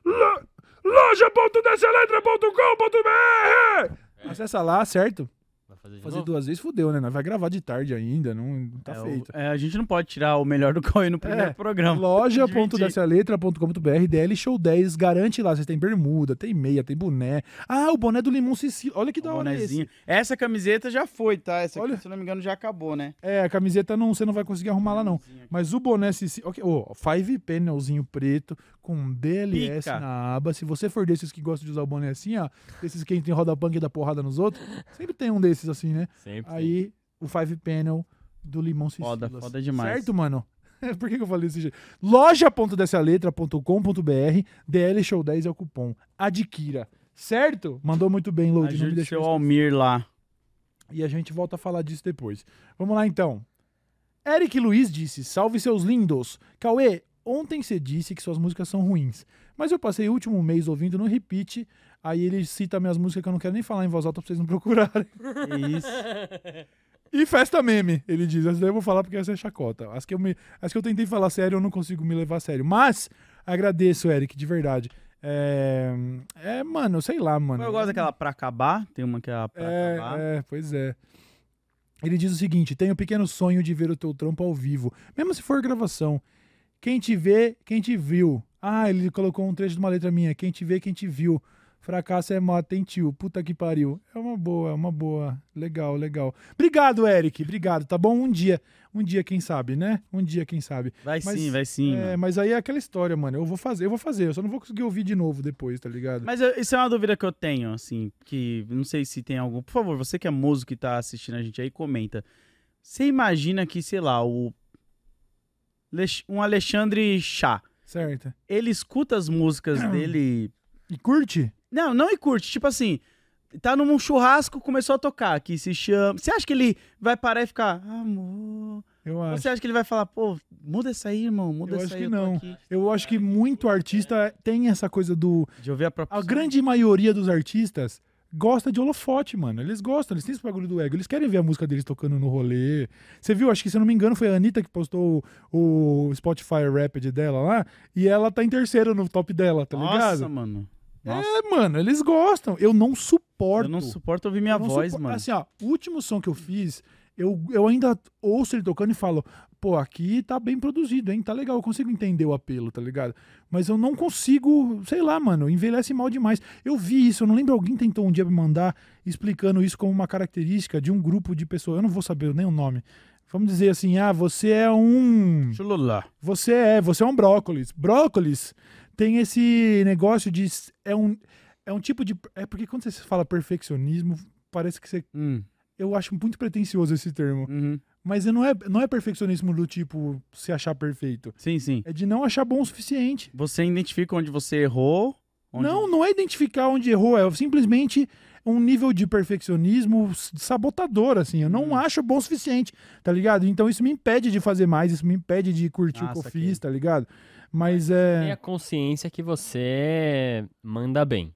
[SPEAKER 1] Lo- Loja.deseletra.com.br Acessa lá, certo?
[SPEAKER 3] Vai fazer de
[SPEAKER 1] Fazer
[SPEAKER 3] novo?
[SPEAKER 1] duas vezes fudeu, né? Nós Vai gravar de tarde ainda, não tá
[SPEAKER 2] É, o- um
[SPEAKER 1] feito.
[SPEAKER 2] é, a gente não pode tirar o melhor do Cauê no primeiro
[SPEAKER 1] É,
[SPEAKER 2] programa.
[SPEAKER 1] Loja.desaletra.com.br, DL Show 10, garante lá. Vocês têm bermuda, tem meia, tem boné. Ah, o boné do Limão Sicílio. Olha que
[SPEAKER 2] O
[SPEAKER 1] da hora
[SPEAKER 2] bonezinho.
[SPEAKER 1] esse.
[SPEAKER 2] Essa camiseta já foi, tá? Essa aqui,
[SPEAKER 1] Olha.
[SPEAKER 2] se eu não me engano, já acabou, né?
[SPEAKER 1] É, a camiseta não, você não vai conseguir arrumar lá, não. Mas o boné Sicílio. Ok, ó, Five Panelzinho preto com DLS
[SPEAKER 2] Pica.
[SPEAKER 1] na aba. Se você for desses que gosta de usar o boné assim, ó, desses que entram em roda punk e dá porrada nos outros, sempre tem um desses assim, né?
[SPEAKER 3] Sempre. tem.
[SPEAKER 1] Aí, o Five Panel do Limão Sicílio.
[SPEAKER 2] Foda, foda demais.
[SPEAKER 1] Certo, mano? Por que que eu falei desse jeito? Loja.dessaletra.com.br DL Show 10 é o cupom. Adquira. Certo? Mandou muito bem, Load. Não me
[SPEAKER 2] Ajude
[SPEAKER 1] deixou
[SPEAKER 2] seu
[SPEAKER 1] esquecer.
[SPEAKER 2] Almir lá.
[SPEAKER 1] E a gente volta a falar disso depois. Vamos lá, então. Eric Luiz disse, salve seus lindos. Cauê, ontem você disse que suas músicas são ruins. Mas eu passei o último mês ouvindo no repeat. Aí ele cita minhas músicas que eu não quero nem falar em voz alta pra vocês não procurarem.
[SPEAKER 2] É Isso.
[SPEAKER 1] E festa meme, ele diz. Essa daí eu vou falar porque essa é chacota. As que, eu me, as que eu tentei falar sério, eu não consigo me levar a sério. Mas agradeço, Eric, de verdade. É, é mano, sei lá, mano.
[SPEAKER 2] Eu gosto daquela pra acabar. Tem uma que é a pra
[SPEAKER 1] É,
[SPEAKER 2] acabar.
[SPEAKER 1] é, pois é. Ele diz o seguinte: tenho um pequeno sonho de ver o teu trampo ao vivo, mesmo se for gravação. Quem te vê, quem te viu. Ah, ele colocou um trecho de uma letra minha. Quem te vê, quem te viu. Fracasso é mó, tem tio. Puta que pariu. É uma boa, é uma boa. Legal, legal. Obrigado, Eric. Obrigado, tá bom? Um dia. Um dia, quem sabe, né? Um dia, quem sabe.
[SPEAKER 2] Vai
[SPEAKER 1] Mas,
[SPEAKER 2] sim, vai sim.
[SPEAKER 1] é,
[SPEAKER 2] mano.
[SPEAKER 1] mas aí é aquela história, mano. Eu vou fazer, eu vou fazer. Eu só não vou conseguir ouvir de novo depois, tá ligado?
[SPEAKER 2] Mas eu- isso é uma dúvida que eu tenho, assim, que não sei se tem algum. Por favor, você que é músico e tá assistindo a gente aí, comenta. Você imagina que, sei lá, o. Lex- Um Alexandre Chá.
[SPEAKER 1] Certo.
[SPEAKER 2] Ele escuta as músicas dele.
[SPEAKER 1] E curte?
[SPEAKER 2] Não, não e curte. Tipo assim, tá num churrasco, começou a tocar, que se chama. Você acha que ele vai parar e ficar, amor?
[SPEAKER 1] Eu
[SPEAKER 2] Ou
[SPEAKER 1] acho.
[SPEAKER 2] Você acha que ele vai falar, pô, muda isso aí, irmão, muda
[SPEAKER 1] Eu
[SPEAKER 2] isso
[SPEAKER 1] acho
[SPEAKER 2] aí.
[SPEAKER 1] que
[SPEAKER 2] tô
[SPEAKER 1] não.
[SPEAKER 2] aqui.
[SPEAKER 1] Eu acho que muito artista tem essa coisa do.
[SPEAKER 2] De ouvir a própria.
[SPEAKER 1] A Ah, grande maioria dos artistas gosta de holofote, mano. Eles gostam, eles têm esse bagulho do ego. Eles querem ver a música deles tocando no rolê. Você viu, acho que se eu não me engano, foi a Anitta que postou o o Spotify Rapid dela lá. E ela tá em terceiro no top dela, tá
[SPEAKER 2] Nossa,
[SPEAKER 1] ligado?
[SPEAKER 2] mano.
[SPEAKER 1] É, mano, eles gostam. Eu não suporto.
[SPEAKER 2] Eu não suporto ouvir minha
[SPEAKER 1] Eu não
[SPEAKER 2] voz,
[SPEAKER 1] supo-
[SPEAKER 2] mano.
[SPEAKER 1] Assim, ó, o último som que eu fiz, eu, eu ainda ouço ele tocando e falo, pô, aqui tá bem produzido, hein? Tá legal, eu consigo entender o apelo, tá ligado? Mas eu não consigo, sei lá, mano, envelhece mal demais. Eu vi isso, eu não lembro, alguém tentou um dia me mandar explicando isso como uma característica de um grupo de pessoas. Eu não vou saber nem o nome. Vamos dizer assim, ah, você é um.
[SPEAKER 2] Chulula.
[SPEAKER 1] Você é, você é um brócolis. Brócolis tem esse negócio de. s- É um, é um tipo de. É porque quando você fala perfeccionismo, parece que você.
[SPEAKER 2] Hum,
[SPEAKER 1] Eu acho muito pretencioso esse termo.
[SPEAKER 2] uhum.
[SPEAKER 1] Mas não é, não é perfeccionismo do tipo se achar perfeito.
[SPEAKER 2] Sim, sim.
[SPEAKER 1] É de não achar bom o suficiente.
[SPEAKER 2] Você identifica onde você errou. Onde...
[SPEAKER 1] Não, não é identificar onde errou, é simplesmente um nível de perfeccionismo s- sabotador, assim. Eu não
[SPEAKER 2] Hum.
[SPEAKER 1] acho bom o suficiente, tá ligado? Então isso me impede de fazer mais, isso me impede de curtir
[SPEAKER 2] Ah,
[SPEAKER 1] o que eu
[SPEAKER 2] saquei.
[SPEAKER 1] fiz, tá ligado? Mas é.
[SPEAKER 3] Tenha consciência que você manda bem.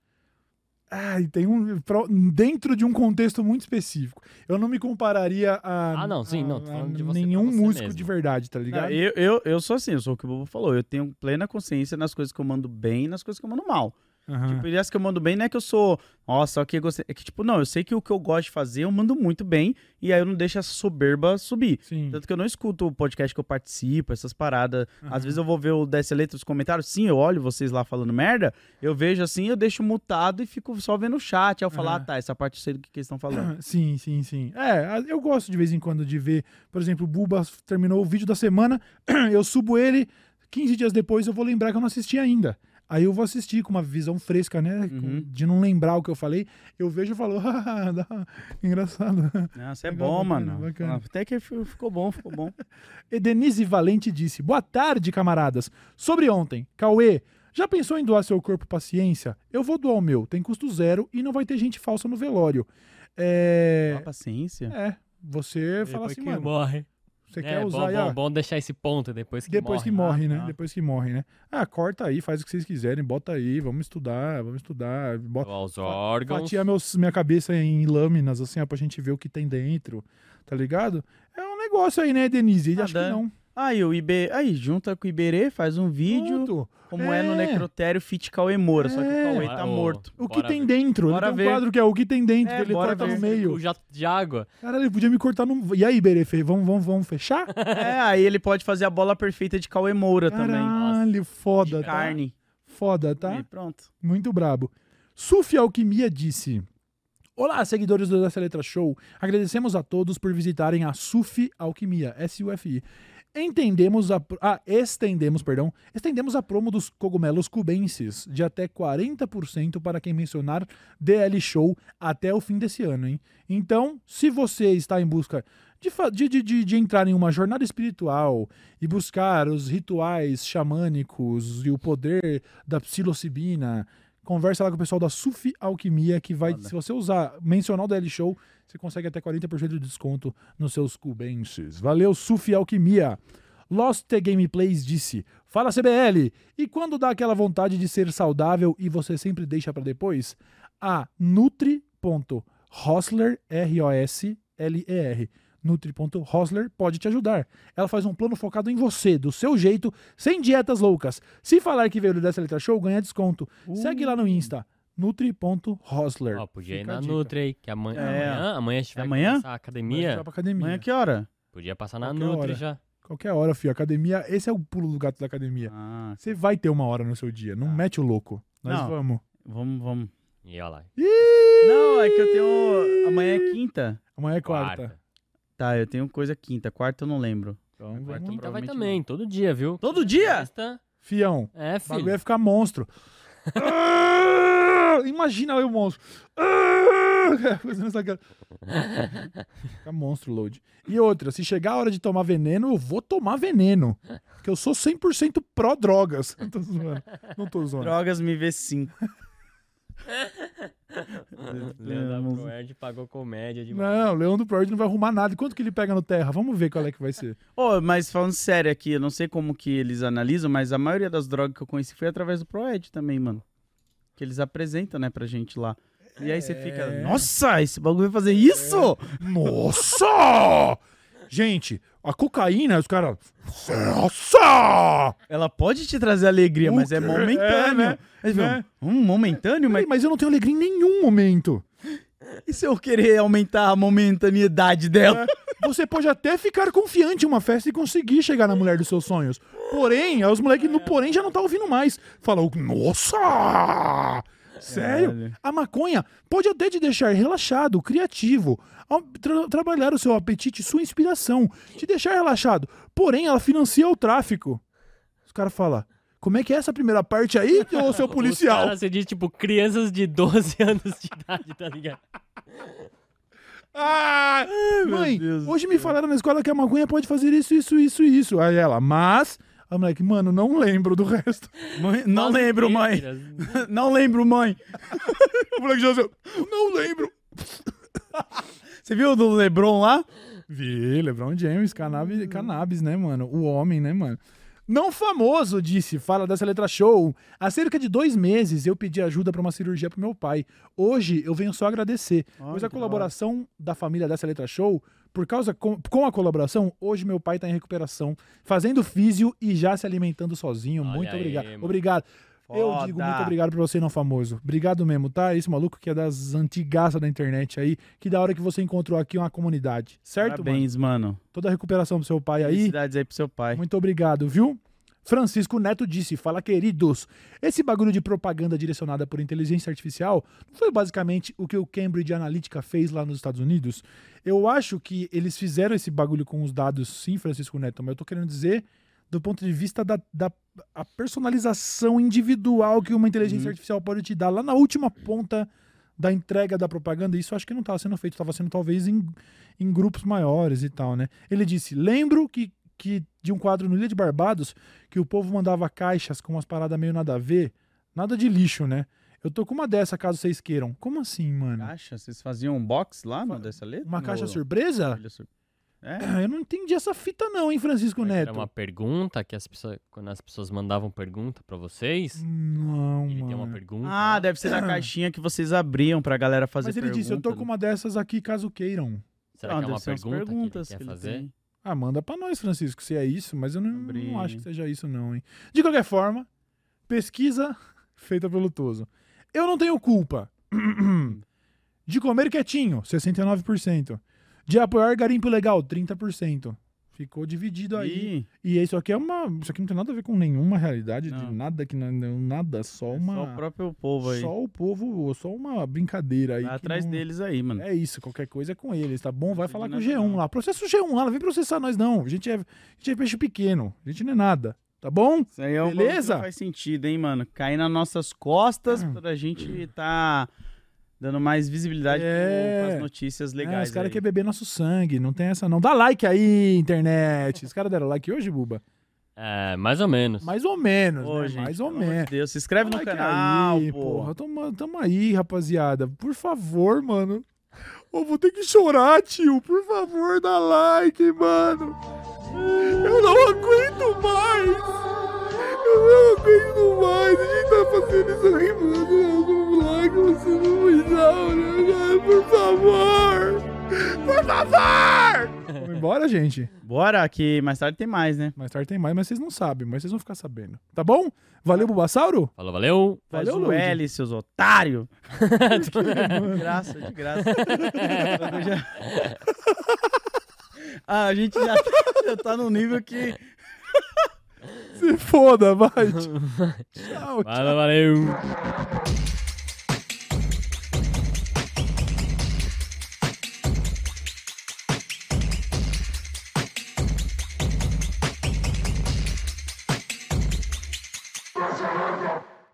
[SPEAKER 1] Ah, e tem um. pro- Dentro de um contexto muito específico. Eu não me compararia a.
[SPEAKER 3] Ah, não, sim,
[SPEAKER 1] a-
[SPEAKER 3] não, tô
[SPEAKER 1] a
[SPEAKER 3] falando de você
[SPEAKER 1] nenhum
[SPEAKER 3] pra você
[SPEAKER 1] músico
[SPEAKER 3] mesmo.
[SPEAKER 1] de verdade, tá ligado?
[SPEAKER 2] Ah, Eu, eu, eu sou assim, eu sou o que o Bobo falou. Eu tenho plena consciência nas coisas que eu mando bem e nas coisas que eu mando mal.
[SPEAKER 1] Aham.
[SPEAKER 2] Tipo, e as que eu mando bem não é que eu sou, nossa, o que eu gostei. É que, tipo, não, eu sei que o que eu gosto de fazer eu mando muito bem e aí eu não deixo essa soberba subir.
[SPEAKER 1] Sim.
[SPEAKER 2] Tanto que eu não escuto o podcast que eu participo, essas paradas.
[SPEAKER 1] Aham.
[SPEAKER 2] Às vezes eu vou ver o DS Letra nos comentários. Sim, eu olho vocês lá falando merda. Eu vejo assim, eu deixo mutado e fico só vendo o chat. Aí eu falo,
[SPEAKER 1] Aham.
[SPEAKER 2] ah, tá, essa parte eu sei do que, que eles estão falando.
[SPEAKER 1] Sim, sim, sim. É, a- eu gosto de vez em quando de ver, por exemplo, o Buba terminou o vídeo da semana, eu subo ele, 15 dias depois eu vou lembrar que eu não assisti ainda. Aí eu vou assistir com uma visão fresca, né? com-
[SPEAKER 2] Uhum.
[SPEAKER 1] De não lembrar o que eu falei. Eu vejo e falo, ah, dá- engraçado.
[SPEAKER 2] Nossa, é
[SPEAKER 1] Legal,
[SPEAKER 2] bom,
[SPEAKER 1] bacana,
[SPEAKER 2] mano.
[SPEAKER 1] bacana.
[SPEAKER 2] Até que fi- ficou bom, ficou bom.
[SPEAKER 1] Edenise Valente disse: Boa tarde, camaradas. Sobre ontem, Cauê, já pensou em doar seu corpo pra ciência? Eu vou doar o meu, tem custo zero e não vai ter gente falsa no velório.
[SPEAKER 2] Ó,
[SPEAKER 1] É.
[SPEAKER 2] paciência.
[SPEAKER 1] É, você fala assim, mano,
[SPEAKER 3] morre.
[SPEAKER 1] você
[SPEAKER 3] é,
[SPEAKER 1] quer
[SPEAKER 3] bom,
[SPEAKER 1] usar. e,
[SPEAKER 3] bom,
[SPEAKER 1] ah,
[SPEAKER 3] bom deixar esse ponto depois que
[SPEAKER 1] depois
[SPEAKER 3] morre.
[SPEAKER 1] que morre,
[SPEAKER 2] Ah,
[SPEAKER 1] né?
[SPEAKER 2] tá.
[SPEAKER 1] Depois que morre, né? Ah, corta aí, faz o que vocês quiserem, bota aí, vamos estudar, vamos estudar, bota.
[SPEAKER 3] Doar os órgãos.
[SPEAKER 1] Fatia meus, minha cabeça em lâminas, assim, ó, pra gente ver o que tem dentro, tá ligado? É um negócio aí, né, Denise?
[SPEAKER 2] Ah,
[SPEAKER 1] Acho que
[SPEAKER 2] Dan-
[SPEAKER 1] não.
[SPEAKER 2] Aí o Iberê, aí junta com o Iberê, faz um vídeo,
[SPEAKER 1] Pronto.
[SPEAKER 2] como é, no
[SPEAKER 1] É.
[SPEAKER 2] necrotério Fit Cauê Moura, só que o
[SPEAKER 1] É.
[SPEAKER 2] Cauê
[SPEAKER 3] Bora,
[SPEAKER 2] tá
[SPEAKER 3] ô,
[SPEAKER 2] morto.
[SPEAKER 1] O que
[SPEAKER 3] bora
[SPEAKER 1] tem
[SPEAKER 3] ver.
[SPEAKER 1] dentro?
[SPEAKER 2] Bora
[SPEAKER 1] ele tem
[SPEAKER 2] ver.
[SPEAKER 1] um quadro que é o que tem dentro,
[SPEAKER 2] É,
[SPEAKER 1] que ele
[SPEAKER 2] bora
[SPEAKER 1] corta
[SPEAKER 2] ver.
[SPEAKER 1] no meio.
[SPEAKER 3] O jato de água.
[SPEAKER 1] Caralho, ele podia me cortar no. E aí, Berefe, vamos, vamos, vamos fechar?
[SPEAKER 2] É, aí ele pode fazer a bola perfeita de Cauê Moura também.
[SPEAKER 1] Caralho,
[SPEAKER 2] De
[SPEAKER 1] foda, tá?
[SPEAKER 2] carne.
[SPEAKER 1] Foda,
[SPEAKER 2] E
[SPEAKER 1] tá?
[SPEAKER 2] pronto.
[SPEAKER 1] Muito brabo. Sufi Alquimia disse. Olá, seguidores do Dessa Letra Show. Agradecemos a todos por visitarem a Sufi Alquimia, S-U-F-I. Entendemos a. pro- Ah, estendemos, perdão. Estendemos a promo dos cogumelos cubenses de até 40% para quem mencionar DL Show até o fim desse ano, hein? Então, se você está em busca de, fa- de, de, de- de entrar em uma jornada espiritual e buscar os rituais xamânicos e o poder da psilocibina, conversa lá com o pessoal da Sufi Alquimia, que vai,
[SPEAKER 2] Foda.
[SPEAKER 1] se você usar, mencionar o DL Show, você consegue até 40% de desconto nos seus cubenses. Valeu, Sufi Alquimia! Lost Gameplays disse: Fala CBL! E quando dá aquela vontade de ser saudável e você sempre deixa pra depois? A Nutri.Hostler, R-O-S-L-E-R. Nutri.Hostler pode te ajudar. Ela faz um plano focado em você, do seu jeito, sem dietas loucas. Se falar que veio do dessa letra show, ganha desconto.
[SPEAKER 2] Uh.
[SPEAKER 1] Segue lá no Insta, Nutri.Hostler.
[SPEAKER 3] Ó, podia ir
[SPEAKER 1] Fica a
[SPEAKER 3] na
[SPEAKER 1] dica.
[SPEAKER 3] Nutri aí, que amanhã,
[SPEAKER 2] É.
[SPEAKER 3] amanhã, amanhã a gente vai
[SPEAKER 2] Amanhã?
[SPEAKER 3] começar a
[SPEAKER 1] Mas
[SPEAKER 3] academia.
[SPEAKER 1] vai pra academia.
[SPEAKER 2] Amanhã é que hora?
[SPEAKER 3] Podia passar na
[SPEAKER 1] Qualquer
[SPEAKER 3] Nutri
[SPEAKER 1] hora.
[SPEAKER 3] já.
[SPEAKER 1] Qualquer hora, fio. Academia, esse é o pulo do gato da academia.
[SPEAKER 2] Ah,
[SPEAKER 1] Você vai ter uma hora no seu dia, não mete o louco. Nós
[SPEAKER 2] Não.
[SPEAKER 1] vamos.
[SPEAKER 2] vamos, vamos.
[SPEAKER 3] E olha lá.
[SPEAKER 2] Não, é que eu tenho. Amanhã é quinta.
[SPEAKER 1] Amanhã é quarta.
[SPEAKER 2] Tá, eu tenho coisa quinta. Quarta eu não lembro.
[SPEAKER 1] Então,
[SPEAKER 3] Quarta.
[SPEAKER 1] vamos.
[SPEAKER 3] Quinta vai
[SPEAKER 2] provavelmente
[SPEAKER 3] também, todo dia, viu?
[SPEAKER 2] Todo
[SPEAKER 3] Quinta,
[SPEAKER 2] dia?
[SPEAKER 3] sexta.
[SPEAKER 1] Fião,
[SPEAKER 3] É,
[SPEAKER 1] o bagulho
[SPEAKER 3] filho.
[SPEAKER 1] vai ficar monstro. Ah, Imagina eu monstro. Ah, Fazendo essa cara. Fica monstro, load. E outra, se chegar a hora de tomar veneno, eu vou tomar veneno. Porque eu sou 100% pró-drogas. Não tô zoando. Não tô zoando.
[SPEAKER 2] Drogas me vê 5.
[SPEAKER 3] Leandro Proerd pagou comédia demais.
[SPEAKER 1] Não, o Leão do Proerd não vai arrumar nada. E Quanto que ele pega no Terra? Vamos ver qual é que vai ser.
[SPEAKER 2] Ô, mas falando sério aqui, eu não sei como que eles analisam, mas a maioria das drogas que eu conheci foi através do Proed também, mano. Que eles apresentam, né, pra gente lá. E aí você fica,
[SPEAKER 1] É.
[SPEAKER 2] nossa, esse bagulho vai fazer isso?
[SPEAKER 1] Nossa! Gente, a cocaína, os caras. Nossa!
[SPEAKER 2] Ela pode te trazer alegria,
[SPEAKER 1] O
[SPEAKER 2] mas é
[SPEAKER 1] quê?
[SPEAKER 2] momentâneo.
[SPEAKER 1] É, né?
[SPEAKER 2] Aí você fala,
[SPEAKER 1] Né?
[SPEAKER 2] Hum, momentâneo? Mas
[SPEAKER 1] Peraí, mas eu não tenho alegria em nenhum momento.
[SPEAKER 2] e se eu querer aumentar a momentaneidade dela?
[SPEAKER 1] Você pode até ficar confiante em uma festa e conseguir chegar na mulher dos seus sonhos. Porém, aí os moleques no porém já não tá ouvindo mais. Fala, nossa! Sério?
[SPEAKER 2] Caralho.
[SPEAKER 1] A maconha pode até te deixar relaxado, criativo, ao tra- trabalhar o seu apetite, sua inspiração, te deixar relaxado. Porém, ela financia o tráfico. Os caras falam, como é que é essa primeira parte aí, ô seu
[SPEAKER 3] Os
[SPEAKER 1] policial?
[SPEAKER 3] caras, você diz, tipo, crianças de 12 anos de idade, tá ligado?
[SPEAKER 1] Ah, mãe,
[SPEAKER 2] Deus do
[SPEAKER 1] hoje me falaram na escola que a maconha pode fazer isso, isso, isso, e isso. Aí ela, mas. A moleque, mano, não lembro do resto.
[SPEAKER 2] Mãe, não
[SPEAKER 3] Faz
[SPEAKER 2] lembro, mãe.
[SPEAKER 3] besteira.
[SPEAKER 1] né?
[SPEAKER 2] Não lembro, mãe.
[SPEAKER 1] A moleque já assim, não lembro.
[SPEAKER 2] Você viu o do Lebron lá?
[SPEAKER 1] Vi, LeBron James,
[SPEAKER 2] Hum.
[SPEAKER 1] cannabis, cannabis, né, mano? O homem, né, mano? Não famoso, disse, fala dessa letra show. Há cerca de dois meses eu pedi ajuda pra uma cirurgia pro meu pai. Hoje eu venho só agradecer, pois
[SPEAKER 2] que
[SPEAKER 1] a
[SPEAKER 2] da
[SPEAKER 1] colaboração da família dessa letra show, por causa com, com a colaboração, hoje meu pai tá em recuperação, fazendo físio e já se alimentando sozinho.
[SPEAKER 3] Olha
[SPEAKER 1] muito
[SPEAKER 3] aí,
[SPEAKER 1] obrigado.
[SPEAKER 3] mano.
[SPEAKER 1] Obrigado. Eu
[SPEAKER 2] Foda.
[SPEAKER 1] digo muito obrigado pra você, não famoso. Obrigado mesmo, tá? Esse maluco que é das antigaças da internet aí. Que da hora que você encontrou aqui uma comunidade. Certo, mano?
[SPEAKER 2] Parabéns, mano.
[SPEAKER 1] Toda a recuperação do seu pai aí.
[SPEAKER 2] Felicidades aí pro seu pai.
[SPEAKER 1] Muito obrigado, viu? Francisco Neto disse, fala queridos, esse bagulho de propaganda direcionada por inteligência artificial não foi basicamente o que o Cambridge Analytica fez lá nos Estados Unidos? Eu acho que eles fizeram esse bagulho com os dados, sim, Francisco Neto, mas eu tô querendo dizer do ponto de vista da, da a personalização individual que uma inteligência artificial pode te dar lá na última ponta da entrega da propaganda, isso acho que não estava sendo feito, estava sendo talvez em, em grupos maiores e tal, né? Ele disse: lembro que, que de um quadro no Ilha de Barbados que o povo mandava caixas com umas paradas meio nada a ver, nada de lixo, né? Eu tô com uma dessa, caso vocês queiram. Como assim, mano?
[SPEAKER 2] Caixa? Vocês faziam um box lá no dessa letra?
[SPEAKER 1] Uma caixa
[SPEAKER 2] No-
[SPEAKER 1] surpresa? Ah,
[SPEAKER 2] Olha, sur- É?
[SPEAKER 1] Eu não entendi essa fita, não, hein, Francisco
[SPEAKER 3] Era
[SPEAKER 1] Neto?
[SPEAKER 3] é uma pergunta que as pessoas, quando as pessoas mandavam pergunta pra vocês,
[SPEAKER 1] Não,
[SPEAKER 3] ele tem uma
[SPEAKER 1] mano.
[SPEAKER 3] pergunta.
[SPEAKER 2] Hum,
[SPEAKER 3] né?
[SPEAKER 2] Ah,
[SPEAKER 3] lá.
[SPEAKER 2] deve ser da caixinha que vocês abriam pra galera fazer
[SPEAKER 1] Uhum. Mas ele disse: eu tô
[SPEAKER 2] pergunta,
[SPEAKER 1] com
[SPEAKER 2] né?
[SPEAKER 1] uma Ah, dessas aqui, caso queiram.
[SPEAKER 3] Será
[SPEAKER 2] Não,
[SPEAKER 3] que é
[SPEAKER 2] deve
[SPEAKER 3] uma
[SPEAKER 2] ser umas
[SPEAKER 3] pergunta que ele
[SPEAKER 2] perguntas
[SPEAKER 3] quer fazer?
[SPEAKER 2] tem.
[SPEAKER 1] Ah, manda pra nós, Francisco, se é isso, mas eu não,
[SPEAKER 2] Sobre-
[SPEAKER 1] não acho que seja isso, não, hein? De qualquer forma, pesquisa feita pelo Toso. Eu não tenho culpa de comer quietinho, 69%. De apoiar garimpo legal, 30%. Ficou dividido aí.
[SPEAKER 2] Ih,
[SPEAKER 1] E isso aqui é uma. Isso aqui não tem nada a ver com nenhuma realidade, de
[SPEAKER 2] Não.
[SPEAKER 1] nada que não, não- nada, só
[SPEAKER 2] é
[SPEAKER 1] uma.
[SPEAKER 2] Só o próprio povo aí.
[SPEAKER 1] só o povo, só uma brincadeira aí.
[SPEAKER 2] Vai
[SPEAKER 1] que
[SPEAKER 2] atrás
[SPEAKER 1] não-
[SPEAKER 2] deles aí, mano.
[SPEAKER 1] é isso, qualquer coisa é com eles, tá bom? Vai
[SPEAKER 2] precisa
[SPEAKER 1] falar
[SPEAKER 2] de
[SPEAKER 1] com o
[SPEAKER 2] nada,
[SPEAKER 1] G1
[SPEAKER 2] não.
[SPEAKER 1] lá. Processa o G1 lá, não vem processar nós não. A gente é, a gente é peixe pequeno, a gente não é nada, tá bom?
[SPEAKER 2] Isso aí é um bagulho
[SPEAKER 1] Beleza?
[SPEAKER 2] que não faz sentido, hein, mano? Cair nas nossas costas pra gente tá dando mais visibilidade
[SPEAKER 1] É.
[SPEAKER 2] para as notícias
[SPEAKER 1] Ah,
[SPEAKER 2] legais.
[SPEAKER 1] os caras
[SPEAKER 2] aí.
[SPEAKER 1] querem beber nosso sangue, não tem essa não. Dá like aí, internet. Os caras deram like hoje, Buba?
[SPEAKER 3] É, mais ou menos.
[SPEAKER 1] Mais ou menos,
[SPEAKER 2] Ô,
[SPEAKER 1] né?
[SPEAKER 2] gente,
[SPEAKER 1] Mais ou
[SPEAKER 2] pelo amor de
[SPEAKER 1] menos.
[SPEAKER 2] Deus, se inscreve
[SPEAKER 1] Dá
[SPEAKER 2] no
[SPEAKER 1] like
[SPEAKER 2] canal,
[SPEAKER 1] aí,
[SPEAKER 2] porra.
[SPEAKER 1] Tamo, tamo aí, rapaziada. Por favor, mano. Eu vou ter que chorar, tio. Por favor, dá like, mano. Eu não aguento mais. Eu não aguento mais. A gente tá fazendo isso aqui, mano. Com like, você não me dá, né? Por favor. Por favor. Vamos embora, gente.
[SPEAKER 2] Bora, que mais tarde tem mais, né?
[SPEAKER 1] Mais tarde tem mais, mas vocês não sabem. Mas vocês vão ficar sabendo. Tá bom? Valeu, Bubassauro?
[SPEAKER 3] Falou, valeu!
[SPEAKER 2] Faz
[SPEAKER 1] Valeu,
[SPEAKER 2] o
[SPEAKER 1] Lud.
[SPEAKER 2] L, seus otários. de graça, de graça. Eu já- ah, a gente já tá, já tá num nível que...
[SPEAKER 1] Se foda, vai. Tchau, tchau.
[SPEAKER 3] Falou, valeu!